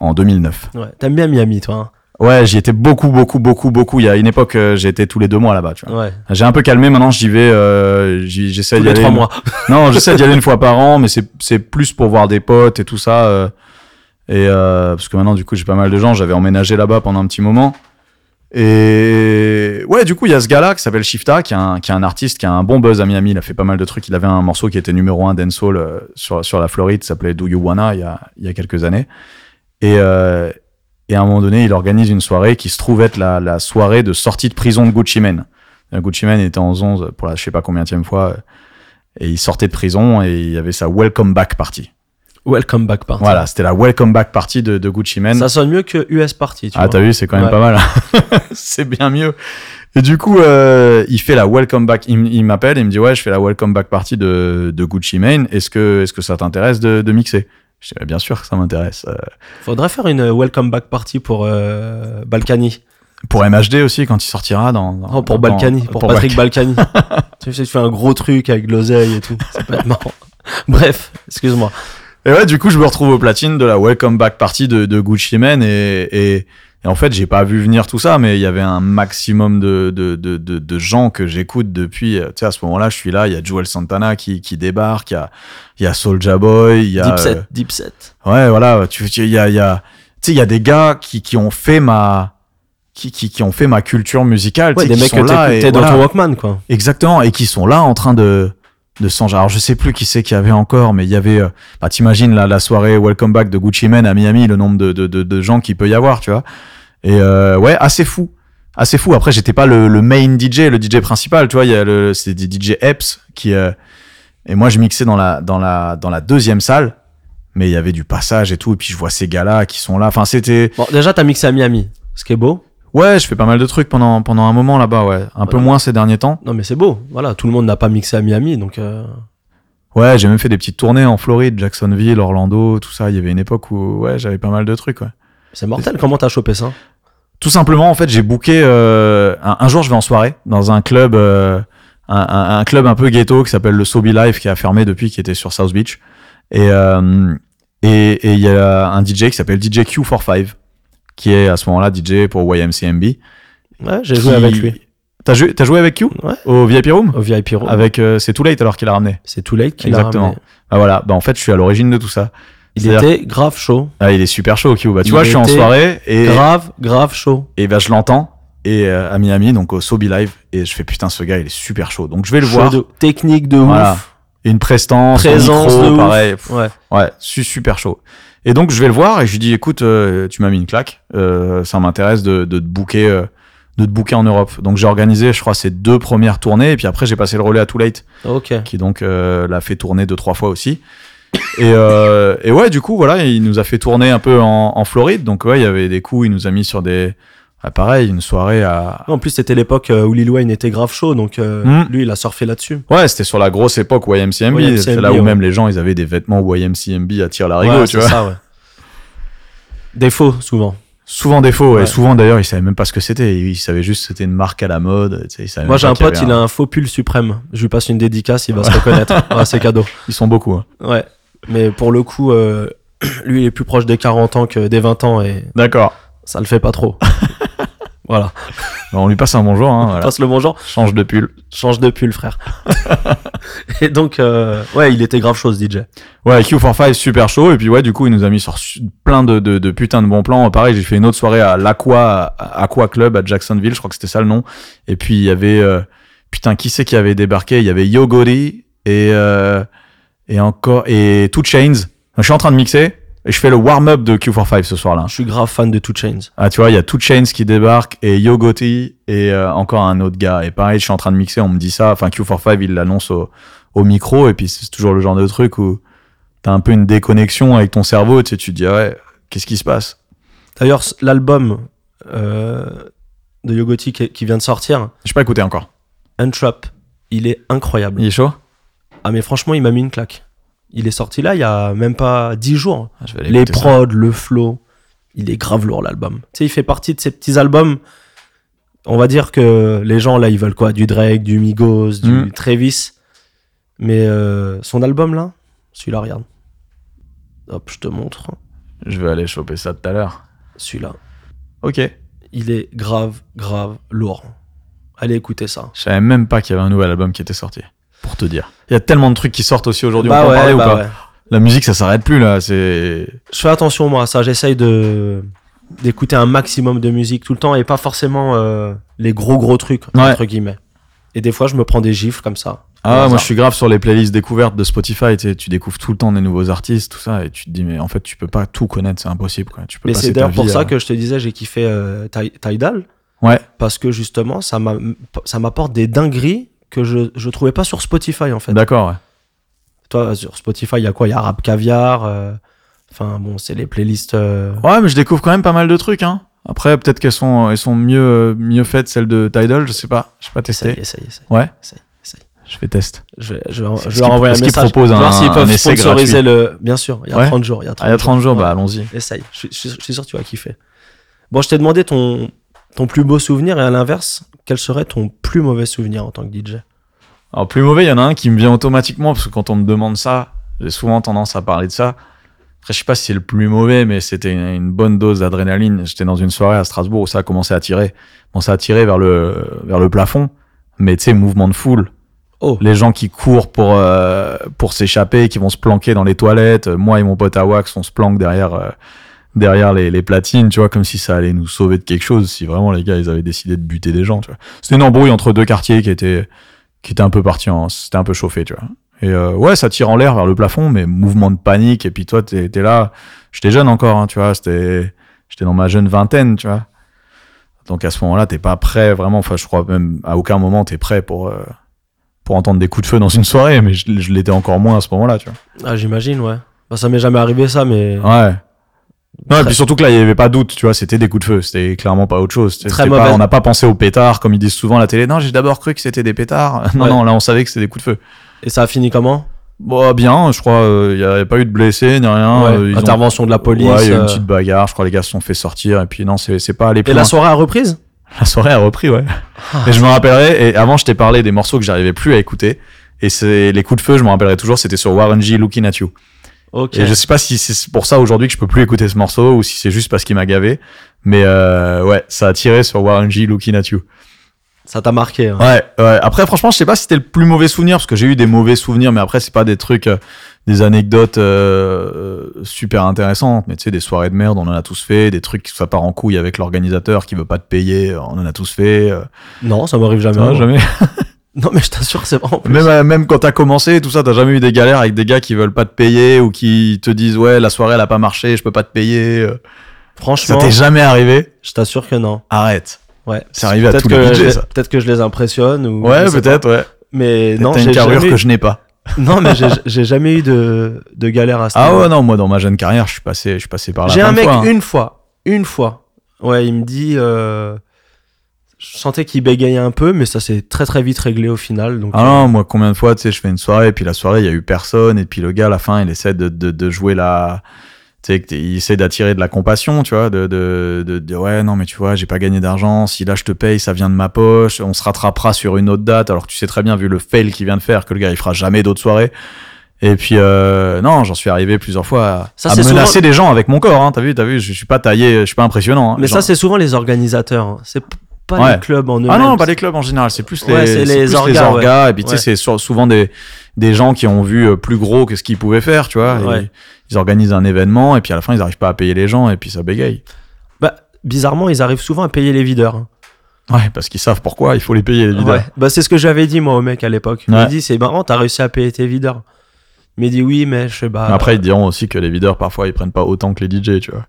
en 2009. Ouais. T'aimes bien Miami, toi hein? Ouais, j'y étais beaucoup beaucoup beaucoup beaucoup. Il y a une époque, euh, j'étais tous les deux mois là-bas. Tu hein vois. Ouais. J'ai un peu calmé. Maintenant, j'y vais. Euh, j'y- j'essaie Tous d'y les aller. trois mois. Non, j'essaie d'y aller une fois par an, mais c'est c'est plus pour voir des potes et tout ça. euh, et euh, parce que maintenant, du coup, j'ai pas mal de gens. J'avais emménagé là-bas pendant un petit moment. Et ouais, du coup, il y a ce gars-là qui s'appelle Shifta, qui est, un, qui est un artiste, qui a un bon buzz à Miami. Il a fait pas mal de trucs. Il avait un morceau qui était numéro un dancehall euh, sur, sur la Floride, s'appelait Do You Wanna, il y a, il y a quelques années. Et, euh, et à un moment donné, il organise une soirée qui se trouve être la, la soirée de sortie de prison de Gucci Mane. Euh, Gucci Mane était en 11 pour la je sais pas combienième fois. euh, Et il sortait de prison et il y avait sa Welcome Back Party. Welcome back party. Voilà, c'était la Welcome Back Party de, de Gucci Mane. Ça sonne mieux que US party, tu Ah, vois. t'as vu, c'est quand même Ouais. pas mal. hein. c'est bien mieux. Et du coup, euh, il fait la welcome back. Il, m- il m'appelle, il me dit ouais, je fais la welcome back party de, de Gucci Mane. Est-ce que est-ce que ça t'intéresse de, de mixer Je dis Ouais, bien sûr que ça m'intéresse. Euh, Faudrait faire une euh, welcome back party pour euh, Balkany. pour MHD aussi quand il sortira dans. dans- Oh, pour dans- Balkany, pour, Patrick Balkany. tu sais, tu fais un gros truc avec de l'oseille et tout. Ça peut être marrant. Bref, excuse-moi. Et ouais, du coup, je me retrouve au platine de la Welcome Back Party de, de Gucci Mane et, et, et en fait, j'ai pas vu venir tout ça, mais il y avait un maximum de, de, de, de, de gens que j'écoute depuis. euh, Tu sais, à ce moment-là, je suis là, il y a Joel Santana qui, qui débarque, il y a, il y a Soulja Boy, il y a. deep set, deep set. euh, ouais, voilà, tu tu- il y a, il y a, tu sais, il y a des gars qui, qui ont fait ma. Qui, qui, qui ont fait ma culture musicale, Ouais, tu sais, des qui mecs que sont là et t'écoutais dans voilà. ton Walkman, quoi. Exactement, et qui sont là en train de de s'enjailler. Alors je sais plus qui c'est qu'il y avait encore, mais il y avait. euh, bah t'imagines la, la soirée Welcome Back de Gucci Mane à Miami, le nombre de de, de, de gens qu'il peut y avoir, tu vois. Et euh, ouais, assez fou, assez fou. Après j'étais pas le, le main DJ, le DJ principal, tu vois. Il y a le c'est des DJ Epps qui euh, et moi je mixais dans la dans la dans la deuxième salle, mais il y avait du passage et tout. Et puis je vois ces gars-là qui sont là. Enfin c'était Bon, déjà, t'as mixé à Miami. Ce qui est beau. ouais, je fais pas mal de trucs pendant pendant un moment là-bas, ouais. Un peu Voilà. moins ces derniers temps. Non, mais c'est beau. Voilà, tout le monde n'a pas mixé à Miami, donc. euh, Ouais, j'ai même fait des petites tournées en Floride, Jacksonville, Orlando, tout ça. Il y avait une époque où ouais, j'avais pas mal de trucs. ouais. C'est mortel, comment t'as chopé ça Tout simplement, en fait, j'ai booké. euh, un, un jour, je vais en soirée dans un club euh, un, un- un club un peu ghetto qui s'appelle le Sobi Life qui a fermé depuis, qui était sur South Beach. Et euh, et et il y a un DJ qui s'appelle DJ Q45 qui est à ce moment-là DJ pour YMCMB. Ouais, j'ai joué avec lui. T'as joué, t'as joué avec Q Ouais. au VIP Room Au VIP Room. Avec euh, c'est Too Late alors qu'il a ramené. C'est Too Late qui l'a Exactement. ramené. Bah voilà, bah en fait je suis à l'origine de tout ça. Il C'est-à-dire- était grave chaud. Ah, il est super chaud Q. Bah tu Il vois, je suis en était soirée et Grave, grave chaud. et bah je l'entends et euh, à Miami donc au Sobi Live et je fais putain ce gars il est super chaud. Donc je vais le Chaud voir. de- technique de Voilà. ouf. Une prestance, un Présence micro, de ouf. pareil. Pff, Ouais. Ouais, su- super chaud. Et donc je vais le voir et je lui dis écoute, euh, tu m'as mis une claque, euh, ça m'intéresse de, de te booker, euh, de te booker en Europe. Donc j'ai organisé, je crois, ces deux premières tournées et puis après j'ai passé le relais à Too Late, Ok. qui donc euh, l'a fait tourner deux trois fois aussi. Et, euh, et ouais, du coup voilà, il nous a fait tourner un peu en, en Floride. Donc ouais, il y avait des coups, il nous a mis sur des, ah, pareil, une soirée à. En plus, c'était l'époque euh, où Lil Wayne était grave chaud, donc euh, Mm. lui, il a surfé là-dessus. Ouais, c'était sur la grosse époque YMCMB, YMCMB, c'est là où ouais. même les gens ils avaient des vêtements YMCMB à tir larigot Ouais, Ah, tu c'est vois. ça, ouais. Défaut, souvent. Souvent défaut, Ouais. et souvent d'ailleurs, il savait même pas ce que c'était. Il savait juste que c'était une marque à la mode. tu sais, il savait Moi, même j'ai pas un qu'il y pote, avait il a un faux pull suprême. Je lui passe une dédicace, il va se reconnaître. Ouais, c'est cadeau. Ils sont beaucoup. hein. Ouais. Mais pour le coup, euh, lui, il est plus proche des 40 ans que des 20 ans et D'accord. ça le fait pas trop. voilà. Bah, on lui passe un bonjour. Hein, voilà. Passe le bonjour. Change de pull. Change de pull, frère. et donc, euh, ouais, il était grave chose, DJ. Ouais, Q45 super chaud. Et puis ouais, du coup, il nous a mis sur su- plein de, de, de putains de bons plans. Pareil, j'ai fait une autre soirée à l'Aqua à- Aqua Club à Jacksonville. Je crois que c'était ça le nom. Et puis il y avait euh, putain qui c'est qui avait débarqué Il y avait Yogori et euh, et encore et Two Chains. Donc, je suis en train de mixer et je fais le warm up de Q45 ce soir-là. Je suis grave fan de Two Chains. Ah, tu vois, il y a Two Chains qui débarque et Yogoti et euh, encore un autre gars. Et pareil, je suis en train de mixer, on me dit ça. Enfin, Q45, il l'annonce au, au micro. Et puis, c'est toujours le genre de truc où t'as un peu une déconnexion avec ton cerveau. Tu sais, tu te dis, ah ouais, qu'est-ce qui se passe D'ailleurs, c- l'album euh, de Yogoti qui, qui vient de sortir, J'ai pas écouté encore. Untrap, il est incroyable. Il est chaud Ah, mais franchement, il m'a mis une claque. Il est sorti là il y a même pas 10 jours. Ah, je vais aller Les écouter ça. prods, le flow, il est grave lourd l'album. Tu sais, il fait partie de ces petits albums. On va dire que les gens là, ils veulent quoi Du Drake, du Migos, du Mm. Travis. Mais euh, son album là, celui-là, regarde. Hop, je te montre. Je vais aller choper ça tout à l'heure. Celui-là. Ok. Je Il est grave, grave lourd. Allez écouter ça. savais même pas qu'il y avait un nouvel album qui était sorti. Pour te dire. Il y a tellement de trucs qui sortent aussi aujourd'hui. on Bah peut en ouais, parler bah ou pas ouais. La musique, ça s'arrête plus là. C'est. Je fais attention moi à ça, j'essaye de d'écouter un maximum de musique tout le temps et pas forcément euh, les gros gros trucs Ouais. entre guillemets. Et des fois je me prends des gifles comme ça. Au Ah, moi hasard. je suis grave sur les playlists découvertes de Spotify. Tu, sais, tu découvres tout le temps des nouveaux artistes, tout ça, et tu te dis, mais en fait, tu peux pas tout connaître, c'est impossible. Quoi. Tu peux Mais passer c'est ta d'ailleurs pour vie ça à- que je te disais j'ai kiffé euh, Ty- Tidal Ouais, parce que justement ça m'a- ça m'apporte des dingueries que je je trouvais pas sur Spotify en fait. d'accord. ouais. Toi sur Spotify il y a quoi Il y a Rap Caviar euh, enfin bon, c'est les playlists euh, Ouais. mais je découvre quand même pas mal de trucs. Hein. Après, peut-être qu'elles sont, elles sont mieux, euh, mieux faites, celles de Tidal, je sais pas. Je sais pas essaye, tester. essaye, essaye. Ouais. essaye, essaye. Je fais test. Je vais, je vais, je Est-ce vais qu'il- leur envoyer un est-ce qu'il message. propose voir un- s'ils peuvent un essai sponsoriser le. Bien sûr, il y a Ouais. 30 jours. Il y a 30, Ah, il y a 30 jours, bah allons-y. Essaye. Je, je- je suis sûr que tu vas kiffer. Bon, je t'ai demandé ton, ton plus beau souvenir et à l'inverse, quel serait ton plus mauvais souvenir en tant que DJ Alors, plus mauvais, il y en a un qui me vient automatiquement, parce que quand on me demande ça, j'ai souvent tendance à parler de ça. Après, je sais pas si c'est le plus mauvais, mais c'était une, une bonne dose d'adrénaline. J'étais dans une soirée à Strasbourg où ça a commencé à tirer. Bon, ça a tiré vers le, vers le plafond. Mais tu sais, mouvement de foule. Oh. Les gens qui courent pour, euh, pour s'échapper, qui vont se planquer dans les toilettes. Moi et mon pote à Wax, on se planque derrière, euh, derrière les, les platines, tu vois, comme si ça allait nous sauver de quelque chose, si vraiment les gars, ils avaient décidé de buter des gens, tu vois. C'était une embrouille entre deux quartiers qui était, qui était un peu parti en, c'était un peu chauffé, tu vois. Et euh, ouais, ça tire en l'air vers le plafond, mais mouvement de panique. Et puis toi, t'es t'es là. J'étais jeune encore, hein, tu vois. C'était, j'étais dans ma jeune vingtaine, tu vois. Donc à ce moment-là, t'es pas prêt vraiment. Enfin, je crois même à aucun moment t'es prêt pour euh, pour entendre des coups de feu dans une soirée. Mais je, je l'étais encore moins à ce moment-là, tu Ah, j'imagine, ouais. Bah, ça m'est jamais arrivé ça, mais vois. Ouais. Non, et Très- puis surtout que là, il y avait pas de doute, tu vois. C'était des coups de feu. C'était clairement pas autre chose. C'était- Très c'était pas- mauvaise- on n'a pas pensé aux pétards comme ils disent souvent à la télé. Non, j'ai d'abord cru que c'était des pétards. Non, Ouais. non, là, on savait que c'était des coups de feu. et ça a fini comment Bon, Bah, bien, je crois, euh, il n'y avait pas eu de blessés, ni rien. Ouais, euh, ils ont- Intervention de la police. Ouais, il y a eu euh, une petite bagarre, je crois les gars se sont fait sortir, et puis non, c'est c'est pas allé Et plus la loin. soirée à reprise La soirée a repris, ouais. Ah. Et je me rappellerai, et avant je t'ai parlé des morceaux que j'arrivais plus à écouter, et c'est les coups de feu, je me rappellerai toujours, c'était sur Warren G, Looking at You. Ok. Et je sais pas si c'est pour ça aujourd'hui que je peux plus écouter ce morceau, ou si c'est juste parce qu'il m'a gavé, mais euh, ouais, ça a tiré sur Warren G, Looking at You. Ça t'a marqué. hein. Ouais, ouais. Après, franchement, je sais pas si c'était le plus mauvais souvenir, parce que j'ai eu des mauvais souvenirs, mais après, c'est pas des trucs, euh, des anecdotes euh, euh, super intéressantes. Mais tu sais, des soirées de merde, on en a tous fait, des trucs qui ça part en couille avec l'organisateur qui veut pas te payer, on en a tous fait. euh, Non, ça m'arrive jamais. ça va, moi. jamais. Non, mais je t'assure, c'est vraiment. Même, euh, même quand t'as commencé, tout ça, t'as jamais eu des galères avec des gars qui veulent pas te payer ou qui te disent ouais, la soirée elle a pas marché, je peux pas te payer. euh. Ça Franchement, t'est jamais arrivé je t'assure que non. Arrête. Ouais. C'est arrivé à Peut-être tous les que budgets, je- ça. peut-être que je les impressionne ou. Ouais, je sais peut-être, ouais. pas. Mais non, T'as une j'ai carrure jamais... que je n'ai pas. non, mais j'ai- j'ai jamais eu de, de galère à ce Ah niveau. ouais, non, moi dans ma jeune carrière, je suis passé, je suis passé par là. J'ai plein un de mec fois, hein. une fois, une fois. Ouais, il me dit. euh, Je sentais qu'il bégayait un peu, mais ça s'est très très vite réglé au final. Donc, euh, Ah non, moi combien de fois, tu sais, je fais une soirée, et puis la soirée, il y a eu personne, et puis le gars, à la fin, il essaie de, de, de jouer la... Tu sais, que t'es- il essaie d'attirer de la compassion, tu vois, de, de, de, de- ouais, non, mais tu vois, j'ai pas gagné d'argent, si là je te paye, ça vient de ma poche, on se rattrapera sur une autre date, alors que tu sais très bien, vu le fail qu'il vient de faire, que le gars, il fera jamais d'autres soirées. Et puis, euh, non, j'en suis arrivé plusieurs fois à, Ça, à c'est menacer souvent- des gens avec mon corps, hein, t'as vu, t'as vu, je, je suis pas taillé, je suis pas impressionnant. hein, mais genre. ça, c'est souvent les organisateurs. hein. C'est p- pas Ouais. les clubs en eux-mêmes. Ah non, pas les clubs en général, c'est plus les, Ouais, c'est c'est les plus les orgas, ouais. orgas, et puis tu Ouais. sais, c'est sur- souvent des, des gens qui ont vu euh, plus gros que ce qu'ils pouvaient faire, tu vois. et Ouais. Ils organisent un événement, et puis à la fin, ils n'arrivent pas à payer les gens, et puis ça bégaye. Bah, bizarrement, ils arrivent souvent à payer les videurs. hein. Ouais, parce qu'ils savent pourquoi, il faut les payer, évidemment. Ouais. Bah, c'est ce que j'avais dit, moi, au mec à l'époque. Il Ouais. m'a dit, c'est marrant, t'as réussi à payer tes videurs. Il m'a dit, oui, mais je sais pas. Après, ils diront aussi que les videurs, parfois, ils prennent pas autant que les DJ, tu vois.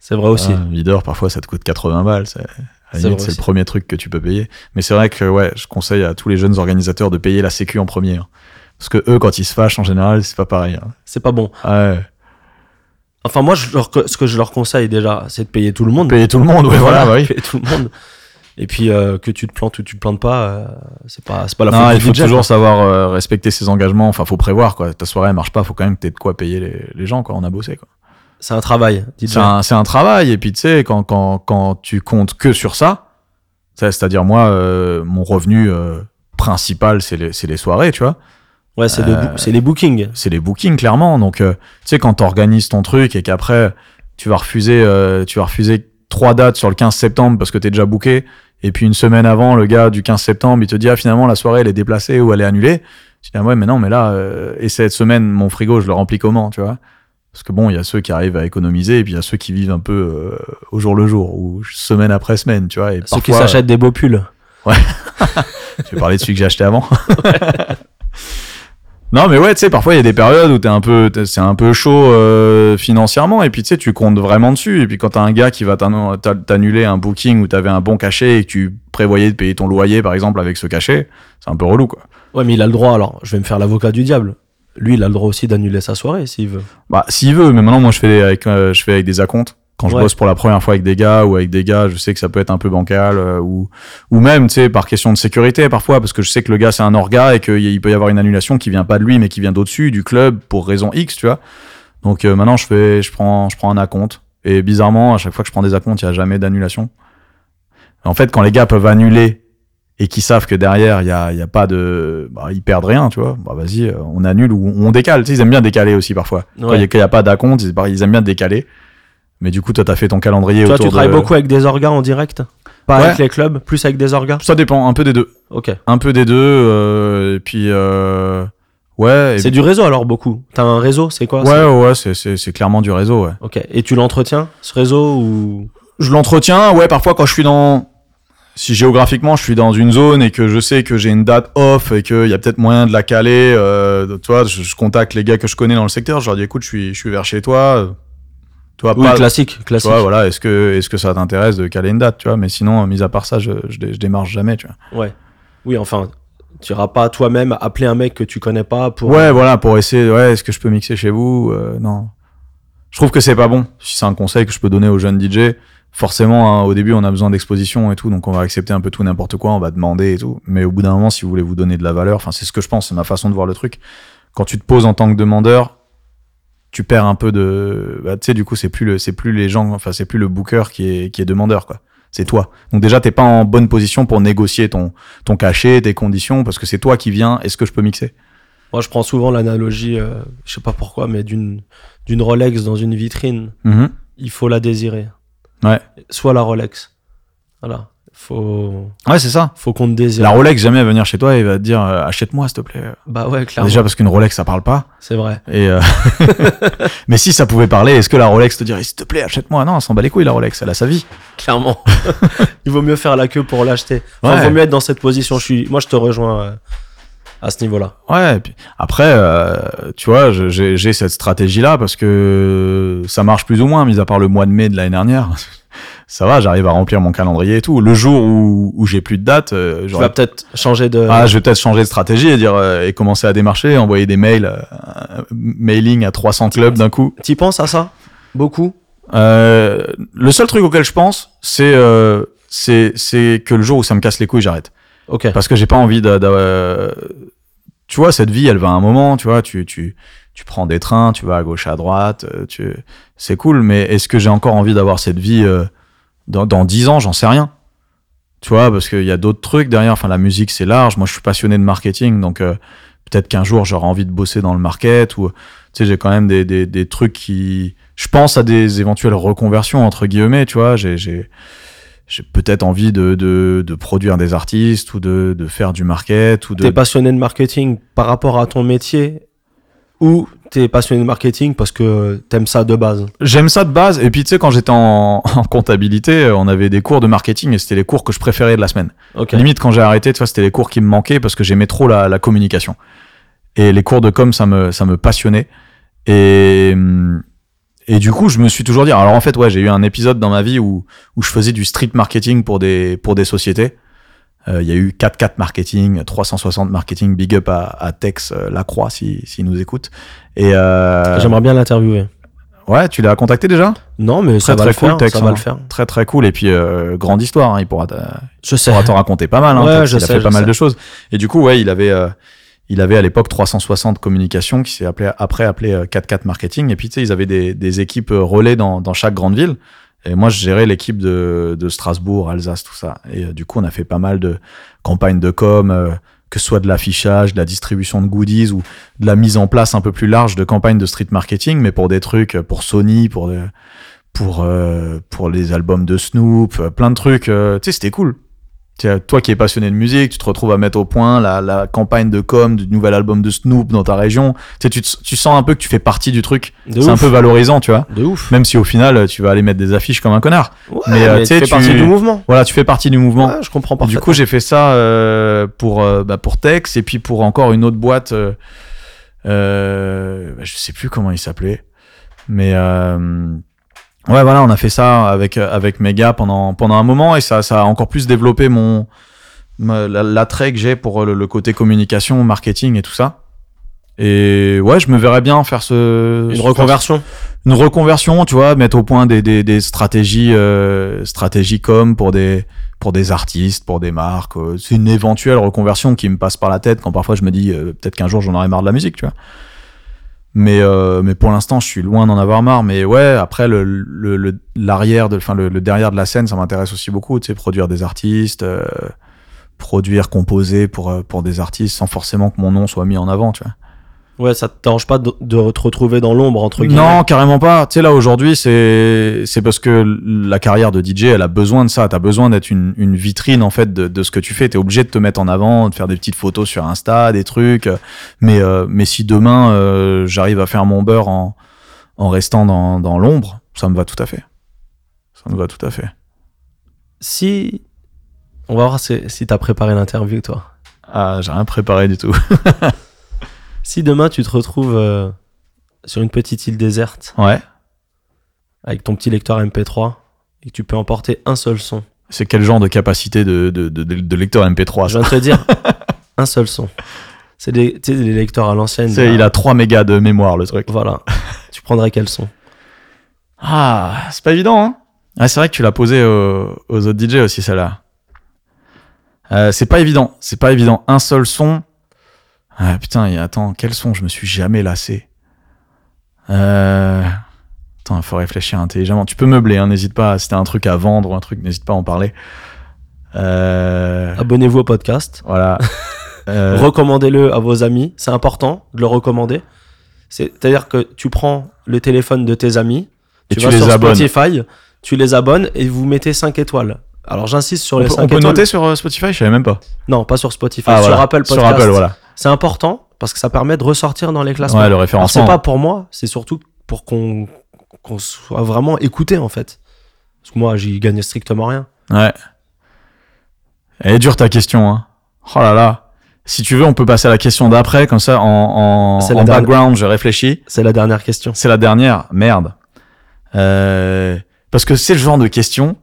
c'est vrai aussi. Un videur, parfois, ça te coûte 80 balles. C'est... à la C'est limite, vrai c'est le aussi. premier truc que tu peux payer. Mais c'est vrai que ouais, je conseille à tous les jeunes organisateurs de payer la sécu en premier. hein. Parce que eux, quand ils se fâchent, en général, c'est pas pareil. hein. C'est pas bon. Ouais. Mmh. Enfin, moi, je leur- ce que je leur conseille déjà, c'est de payer tout le monde. Payer tout le monde, ouais, voilà, bah oui. payer tout le monde. Et puis, euh, que tu te plantes ou tu te plantes pas, euh, c'est pas, c'est pas la Non, faute il du faut DJ, toujours savoir euh, respecter ses engagements. Enfin, faut prévoir quoi. Ta soirée elle marche pas, faut quand même que t'aies de quoi payer les, les gens quoi. On a bossé quoi. quoi. C'est un travail, DJ. C'est un, c'est un travail et puis tu sais quand, quand quand tu comptes que sur ça, ça, c'est-à-dire moi euh, mon revenu euh, principal c'est les, c'est les soirées tu vois, Ouais, c'est de Euh, bou- c'est les bookings. c'est les bookings clairement. Donc euh, tu sais quand t'organises ton truc et qu'après tu vas refuser euh, tu vas refuser trois dates sur le 15 septembre parce que t'es déjà booké et puis une semaine avant le gars du 15 septembre il te dit ah finalement la soirée elle est déplacée ou elle est annulée tu dis ah ouais mais non mais là euh, et cette semaine mon frigo je le remplis comment tu vois parce que bon il y a ceux qui arrivent à économiser et puis il y a ceux qui vivent un peu euh, au jour le jour ou semaine après semaine tu vois et Ceux qui parfois, s'achètent des beaux pulls. tu veux parler de celui que j'ai acheté avant Non mais ouais, tu sais, parfois il y a des périodes où t'es un peu, t'es- c'est un peu chaud euh, financièrement et puis tu sais, tu comptes vraiment dessus et puis quand t'as un gars qui va t'annu- t'a- t'annuler un booking où t'avais un bon cachet et que tu prévoyais de payer ton loyer par exemple avec ce cachet, c'est un peu relou quoi. Ouais, mais il a le droit, alors, je vais me faire l'avocat du diable. Lui, il a le droit aussi d'annuler sa soirée s'il veut. Bah s'il veut, mais maintenant moi je fais des- avec, euh, je fais avec des acomptes. Quand je Ouais. bosse pour la première fois avec des gars ou avec des gars, je sais que ça peut être un peu bancal euh, ou ou même tu sais par question de sécurité parfois parce que je sais que le gars c'est un orga et qu'il peut y avoir une annulation qui vient pas de lui mais qui vient d'au-dessus du club pour raison X, tu vois. Donc euh, maintenant je fais je prends je prends un acompte et bizarrement à chaque fois que je prends des acomptes, il y a jamais d'annulation. En fait, quand les gars peuvent annuler et qui savent que derrière il y a, il y a pas de bah, ils perdent rien, tu vois. Bah vas-y, euh, on annule ou on décale, tu sais ils aiment bien décaler aussi parfois. Quand il Ouais. y a- quand il n'y a pas d'acompte, ils, bah, ils aiment bien décaler. Mais du coup, toi, t'as fait ton calendrier Toi, autour tu travailles de... beaucoup avec des orgas en direct Pas Ouais. avec les clubs, plus avec des orgas Ça dépend, un peu des deux. Ok. Un peu des deux, euh, et puis... euh, ouais, et- C'est du réseau alors beaucoup. T'as un réseau, c'est quoi ça ouais, ouais, ouais, c'est- c'est c'est clairement du réseau, ouais. Ok. Et tu l'entretiens, ce réseau ou Je l'entretiens, ouais, parfois quand je suis dans... Si géographiquement je suis dans une zone et que je sais que j'ai une date off et qu'il y a peut-être moyen de la caler, euh, tu vois, je, je contacte les gars que je connais dans le secteur, je leur dis écoute, je suis, je suis vers chez toi, euh, toi, Oui, pas, classique, tu classique. vois, voilà, est-ce que, est-ce que ça t'intéresse de caler une date, tu vois, mais sinon, euh, mis à part ça, je, je, dé- je démarche jamais, tu vois. Ouais. Oui, enfin, tu iras pas toi-même appeler un mec que tu connais pas pour. Ouais, voilà, pour essayer, ouais, est-ce que je peux mixer chez vous Euh, Non. Je trouve que c'est pas bon. Si c'est un conseil que je peux donner aux jeunes DJ, forcément, hein, au début, on a besoin d'exposition et tout, donc on va accepter un peu tout, n'importe quoi, on va demander et tout. Mais au bout d'un moment, si vous voulez vous donner de la valeur, enfin, c'est ce que je pense, c'est ma façon de voir le truc. Quand tu te poses en tant que demandeur, tu perds un peu de, bah, tu sais, du coup, c'est plus le, c'est plus les gens, enfin, c'est plus le booker qui est, qui est demandeur, quoi. C'est toi. Donc déjà, t'es pas en bonne position pour négocier ton, ton cachet, tes conditions, parce que c'est toi qui viens. Est-ce que je peux mixer Moi, je prends souvent l'analogie, euh, je sais pas pourquoi, mais d'une d'une Rolex dans une vitrine. Mhm. Il faut la désirer. Ouais. Soit la Rolex. Voilà. Faut, Ouais, c'est ça. faut qu'on te désire. La Rolex, jamais elle va venir chez toi et va te dire euh, achète-moi, s'il te plaît. Bah ouais, clairement. Déjà parce qu'une Rolex, ça parle pas. C'est vrai. Et euh, mais si ça pouvait parler, est-ce que la Rolex te dirait s'il te plaît achète-moi Non, elle s'en bat les couilles la Rolex, elle a sa vie. Clairement. il vaut mieux faire la queue pour l'acheter. Enfin, Ouais. vaut mieux être dans cette position. Je suis... Moi, je te rejoins euh, à ce niveau-là. Ouais. Et puis après, euh, tu vois, je- j'ai j'ai cette stratégie-là parce que ça marche plus ou moins, mis à part le mois de mai de l'année dernière. Ça va, j'arrive à remplir mon calendrier et tout. Le jour où, où j'ai plus de date, euh, Tu j'aurais- vas euh, peut-être changer de. Ah, je vais peut-être changer de stratégie et dire euh, et commencer à démarcher, envoyer des mails, euh, euh, mailing à 300 clubs d'un coup. T'y penses à ça Beaucoup Euh, le seul truc auquel je pense, c'est euh, c'est c'est que le jour où ça me casse les couilles, j'arrête. Ok. Parce que j'ai pas envie de, de, euh, tu vois, cette vie, elle va à un moment, tu vois, tu, tu, tu prends des trains, tu vas à gauche, à droite, euh, tu, c'est cool, mais est-ce que j'ai encore envie d'avoir cette vie euh, dans, dans 10 ans J'en sais rien. Tu vois, parce qu'il y a d'autres trucs derrière. Enfin, la musique, c'est large. Moi, je suis passionné de marketing, donc euh, peut-être qu'un jour, j'aurai envie de bosser dans le market ou, tu sais, j'ai quand même des, des, des trucs qui. Je pense à des éventuelles reconversions, entre guillemets, tu vois. J'ai. j'ai j'ai peut-être envie de, de, de produire des artistes ou de, de faire du market ou de T'es passionné de marketing par rapport à ton métier ou t'es passionné de marketing parce que t'aimes ça de base J'aime ça de base. Et puis, tu sais, quand j'étais en, en comptabilité, euh, on avait des cours de marketing et c'était les cours que je préférais de la semaine. Ok. Limite, quand j'ai arrêté, tu vois, c'était les cours qui me manquaient parce que j'aimais trop la, la communication. Et les cours de com, ça me, ça me passionnait. Et, hum, et du coup, je me suis toujours dit, alors en fait, ouais, j'ai eu un épisode dans ma vie où, où je faisais du street marketing pour des, pour des sociétés. Euh, Il y a eu 4-4 marketing, 360 marketing, big up à, à Tex euh, Lacroix si, s'il nous écoute. Et euh, J'aimerais bien l'interviewer. ouais, tu l'as contacté déjà Non, mais ça, très, va, très cool, le faire, Tex, ça va hein. le faire. Très très cool et puis euh, grande histoire. hein, il pourra t'a- Je sais. pourra t'en raconter pas mal. Hein, Ouais, parce je qu'il sais, a fait pas je mal sais. de choses. Et du coup, ouais, il avait euh, il avait à l'époque 360 communications qui s'est appelé après appelé euh, 44 marketing. Et puis tu sais, ils avaient des, des équipes euh, relais dans, dans chaque grande ville. Et moi, je gérais l'équipe de, de Strasbourg, Alsace, tout ça. Et euh, du coup, on a fait pas mal de campagnes de com. euh, que ce soit de l'affichage, de la distribution de goodies ou de la mise en place un peu plus large de campagnes de street marketing, mais pour des trucs, euh, pour Sony, pour euh, pour euh, pour les albums de Snoop, euh, plein de trucs. euh, tu sais, c'était cool. Tu sais, Toi qui es passionné de musique, tu te retrouves à mettre au point la, la campagne de com du nouvel album de Snoop dans ta région. Tu, sais, tu, te- tu sens un peu que tu fais partie du truc. De C'est ouf. un peu valorisant, tu vois. De ouf. Même si au final, tu vas aller mettre des affiches comme un connard. Ouais, Mais, euh, tu sais, fais tu- partie du mouvement. Voilà, tu fais partie du mouvement. Ouais, je comprends Du parfaitement. coup, j'ai fait ça euh, pour euh, bah, pour Tex et puis pour encore une autre boîte. Euh, euh, bah, je sais plus comment il s'appelait, mais euh, ouais, voilà, on a fait ça avec euh, avec Mega pendant pendant un moment et ça ça a encore plus développé mon ma- la- l'attrait que j'ai pour euh, le, le côté communication, marketing et tout ça. Et ouais, je me verrais bien faire ce une faire- reconversion. une reconversion, tu vois, mettre au point des, des, des stratégies, euh, stratégies com pour des, pour des artistes, pour des marques. euh, c'est une éventuelle reconversion qui me passe par la tête quand parfois je me dis euh, peut-être qu'un jour j'en aurai marre de la musique, tu vois. Mais, euh, mais pour l'instant, je suis loin d'en avoir marre. Mais ouais, après, le, le, le- l'arrière, de, enfin, le, le derrière de la scène, ça m'intéresse aussi beaucoup, tu sais, produire des artistes, euh, produire, composer pour, euh, pour des artistes sans forcément que mon nom soit mis en avant, tu vois. Ouais, ça te dérange pas de, de te retrouver dans l'ombre, entre guillemets. Non, carrément pas. Tu sais, là, aujourd'hui, c'est, c'est parce que la carrière de DJ, elle a besoin de ça. T'as besoin d'être une, une vitrine, en fait, de, de ce que tu fais. T'es obligé de te mettre en avant, de faire des petites photos sur Insta, des trucs. Mais, euh, mais si demain, euh, j'arrive à faire mon beurre en, en restant dans, dans l'ombre, ça me va tout à fait. Ça me va tout à fait. Si. On va voir si, si t'as préparé l'interview, toi. Ah, j'ai rien préparé du tout. Si demain tu te retrouves euh, sur une petite île déserte Ouais. avec ton petit lecteur MP3 et que tu peux emporter un seul son, C'est quel genre de capacité de, de, de, de lecteur MP3 ça je viens de te dire un seul son. C'est des, tu sais, des lecteurs à l'ancienne. C'est- là. Il a 3 mégas de mémoire, le truc. Voilà. tu prendrais quel son Ah, c'est pas évident, hein Ah, c'est vrai que tu l'as posé au- aux autres DJ aussi, celle-là. Euh, c'est pas évident, c'est pas évident. Un seul son. Ah putain, et attends, quel son je me suis jamais lassé. Euh... Putain, faut réfléchir intelligemment. Tu peux meubler, hein, n'hésite pas. Si t'as un truc à vendre ou un truc, n'hésite pas à en parler. Euh, Abonnez-vous au podcast. Voilà. Euh, Recommandez-le à vos amis. C'est important de le recommander. C'est- C'est-à-dire que tu prends le téléphone de tes amis, Et tu tu vas les sur abonnes. Spotify, tu les abonnes et vous mettez 5 étoiles. Alors j'insiste sur on les peut, 5 on peut étoiles. noter sur euh, Spotify, je savais même pas. Non, pas sur Spotify, Ah, sur voilà. Apple Podcast. Sur Apple, voilà. C'est important parce que ça permet de ressortir dans les classements. Ouais, le Alors, référencement. c'est pas pour moi, c'est surtout pour qu'on qu'on soit vraiment écouté en fait. Parce que moi, j'y gagne strictement rien. Ouais. Elle est dure ta question, hein. Oh là là. Si tu veux, on peut passer à la question d'après, comme ça, en, en, C'est la en dernière. background, je réfléchis. C'est la dernière question. C'est la dernière. Merde. Euh, parce que c'est le genre de question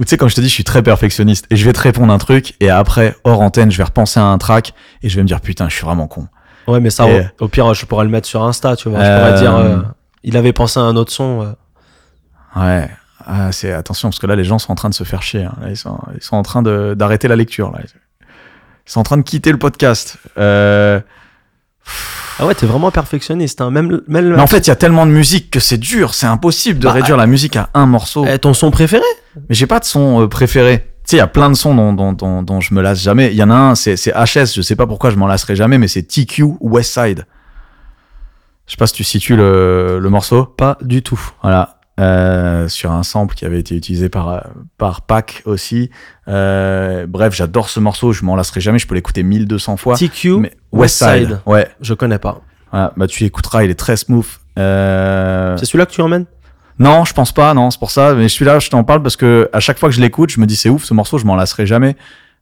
où, tu sais, comme je te dis, je suis très perfectionniste et je vais te répondre un truc et après, hors antenne, je vais repenser à un track et je vais me dire, putain, je suis vraiment con. Ouais, mais ça, Et- au, au pire, je pourrais le mettre sur Insta, tu vois. Je Euh, pourrais dire, euh, il avait pensé à un autre son. euh. Ouais. Ah, c'est attention parce que là les gens sont en train de se faire chier. hein. Là, ils sont ils sont en train de d'arrêter la lecture. Là. Ils sont en train de quitter le podcast. Euh, Ah ouais, t'es vraiment perfectionniste. hein. Même, le- même le- Mais en fait, il y a tellement de musique que c'est dur, c'est impossible de Bah, réduire la musique à un morceau. Eh, ton son préféré Mais j'ai pas de son euh, préféré. Tu sais, il y a plein de sons dont, dont, dont, dont je me lasse jamais. Il y en a un, c'est c'est HS, je sais pas pourquoi je m'en lasserai jamais, mais c'est TQ Westside. Je sais pas si tu situes le, le morceau. Pas du tout. Voilà. Euh, sur un sample qui avait été utilisé par, euh, par Pac aussi. Euh, bref, j'adore ce morceau, je m'en lasserai jamais, je peux l'écouter 1200 fois. TQ, Mais Westside. Westside, ouais. je connais pas. Voilà. Bah, tu écouteras, il est très smooth. Euh, C'est celui-là que tu emmènes Non, je pense pas, non, c'est pour ça. Mais je suis là, je t'en parle parce que à chaque fois que je l'écoute, je me dis c'est ouf, ce morceau, je m'en lasserai jamais.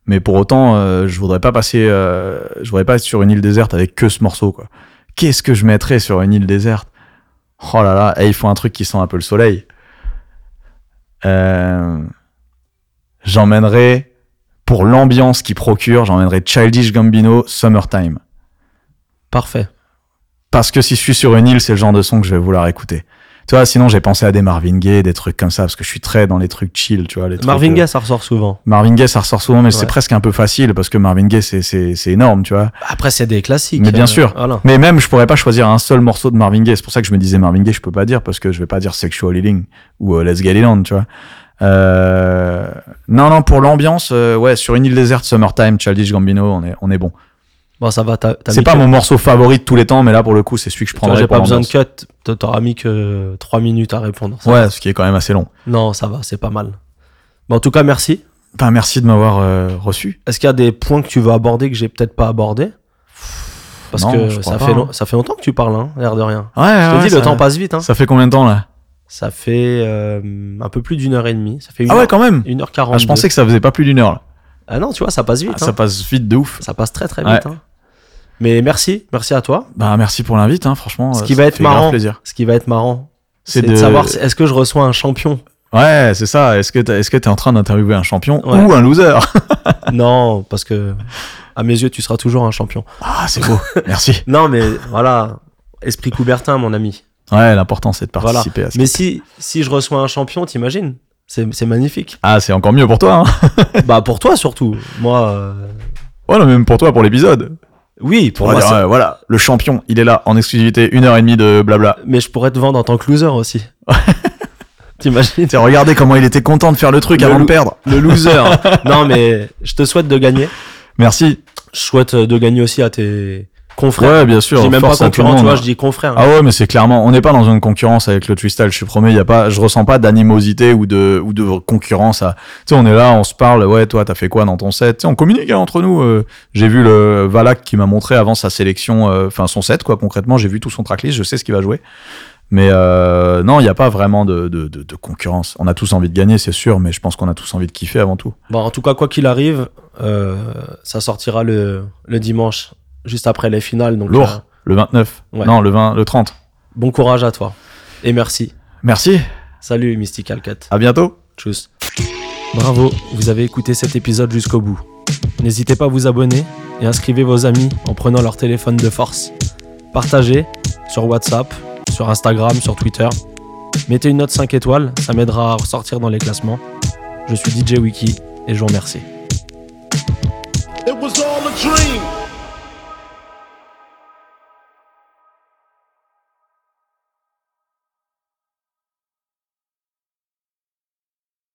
Mais pour autant, euh, je voudrais pas passer, euh, je voudrais pas être sur une île déserte avec que ce morceau, quoi. Qu'est-ce que je mettrais sur une île déserte Oh là là, et il faut un truc qui sent un peu le soleil. Euh, j'emmènerai, pour l'ambiance qu'il procure, j'emmènerai Childish Gambino, Summertime. Parfait. Parce que si je suis sur une île, c'est le genre de son que je vais vouloir écouter. Tu vois, sinon j'ai pensé à des Marvin Gaye, des trucs comme ça, parce que je suis très dans les trucs chill, tu vois. Les trucs, Marvin euh, Gaye, ça ressort souvent. Marvin Gaye, ça ressort souvent, mais Ouais. c'est presque un peu facile, parce que Marvin Gaye, c'est- c'est c'est énorme, tu vois. Après, c'est des classiques. Euh, Mais bien sûr. voilà. Mais même, je pourrais pas choisir un seul morceau de Marvin Gaye. C'est pour ça que je me disais Marvin Gaye, je peux pas dire, parce que je vais pas dire Sexual Healing ou euh, Let's Get It On, tu vois. Euh, Non, non, pour l'ambiance, euh, ouais, sur une île déserte, Summertime, Childish Gambino, on est, on est bon. Bon, ça va. t'as- t'as C'est mis pas que- mon morceau favori de tous les temps, mais là, pour le coup, c'est celui que je tu vois, prendrais J'ai pour pas besoin de l'ambiance. cut. T'a- T'auras mis que 3 minutes à répondre. Ça Ouais, ce qui est quand même assez long. Non, ça va, c'est pas mal. Mais en tout cas, merci. Ben, merci de m'avoir euh, reçu. Est-ce qu'il y a des points que tu veux aborder que j'ai peut-être pas abordé Parce Non, je que crois ça pas, fait, hein. long- ça fait longtemps que tu parles, hein, l'air de rien. Ouais, Ah ouais, Je te dis, ça, le temps passe vite. Hein. Ça fait combien de temps là Ça fait euh, un peu plus d'une heure et demie. Ça fait une Ah ouais, heure, quand même. une heure Ah, quarante. je pensais que ça faisait pas plus d'une heure. Là. Ah non, tu vois, ça passe vite. Ah, hein. ça passe vite de ouf. Ça passe très très Ouais. vite. hein. Mais merci, merci à toi. Bah merci pour l'invite, hein, franchement. Ce euh, qui ça va être fait grave marrant. plaisir. Ce qui va être marrant, C'est c'est de- de savoir si- est-ce que je reçois un champion. Ouais, c'est ça. Est-ce que t'as- est-ce que t'es en train d'interviewer un champion Ouais. ou un loser non, parce que à mes yeux, tu seras toujours un champion. Ah, c'est beau. merci. Non, mais voilà, esprit Coubertin, mon ami. Ouais, l'important c'est de Voilà. participer à ça. Mais si, si je reçois un champion, t'imagines C'est c'est magnifique. Ah, c'est encore mieux pour toi. Hein. bah pour toi surtout. Moi, euh, Ouais, non, même pour toi pour l'épisode. oui, pour On va moi. dire, c'est- ouais, voilà, le champion, il est là en exclusivité, une heure et demie de blabla. Mais je pourrais te vendre en tant que loser aussi. T'imagines Tiens, regardez comment il était content de faire le truc Le avant de lou- perdre. Le loser. non, mais je te souhaite de gagner. Merci. Je souhaite euh, de gagner aussi à tes confrères. Ouais, bien sûr. je dis même pas force à tout le concurrent, tu monde. vois, je dis confrère. hein. Ah ouais, mais c'est clairement, on n'est pas dans une concurrence avec le Twistal, je te promets, y a pas, je ressens pas d'animosité ou de, ou de concurrence à, tu sais, on est là, on se parle, ouais, toi, t'as fait quoi dans ton set? Tu sais, on communique hein, entre nous, euh, j'ai vu le Valak qui m'a montré avant sa sélection, euh, enfin, son set, quoi, concrètement, j'ai vu tout son tracklist, je sais ce qu'il va jouer. Mais euh, non, il n'y a pas vraiment de, de, de, de concurrence. On a tous envie de gagner, c'est sûr, mais je pense qu'on a tous envie de kiffer avant tout. Bon, Bah, en tout cas, quoi qu'il arrive, euh, ça sortira le, le dimanche, juste après les finales. Donc, Lourd. euh, Le 29. Ouais. Non, le 20, le 30. bon courage à toi. Et merci. Merci, Salut, Mystical Cut. à bientôt. Tchuss. Bravo, vous avez écouté cet épisode jusqu'au bout. N'hésitez pas à vous abonner et inscrivez vos amis en prenant leur téléphone de force. Partagez sur WhatsApp, sur Instagram, sur Twitter. Mettez une note 5 étoiles, ça m'aidera à ressortir dans les classements. Je suis DJ Wiki et je vous remercie. It was all a dream.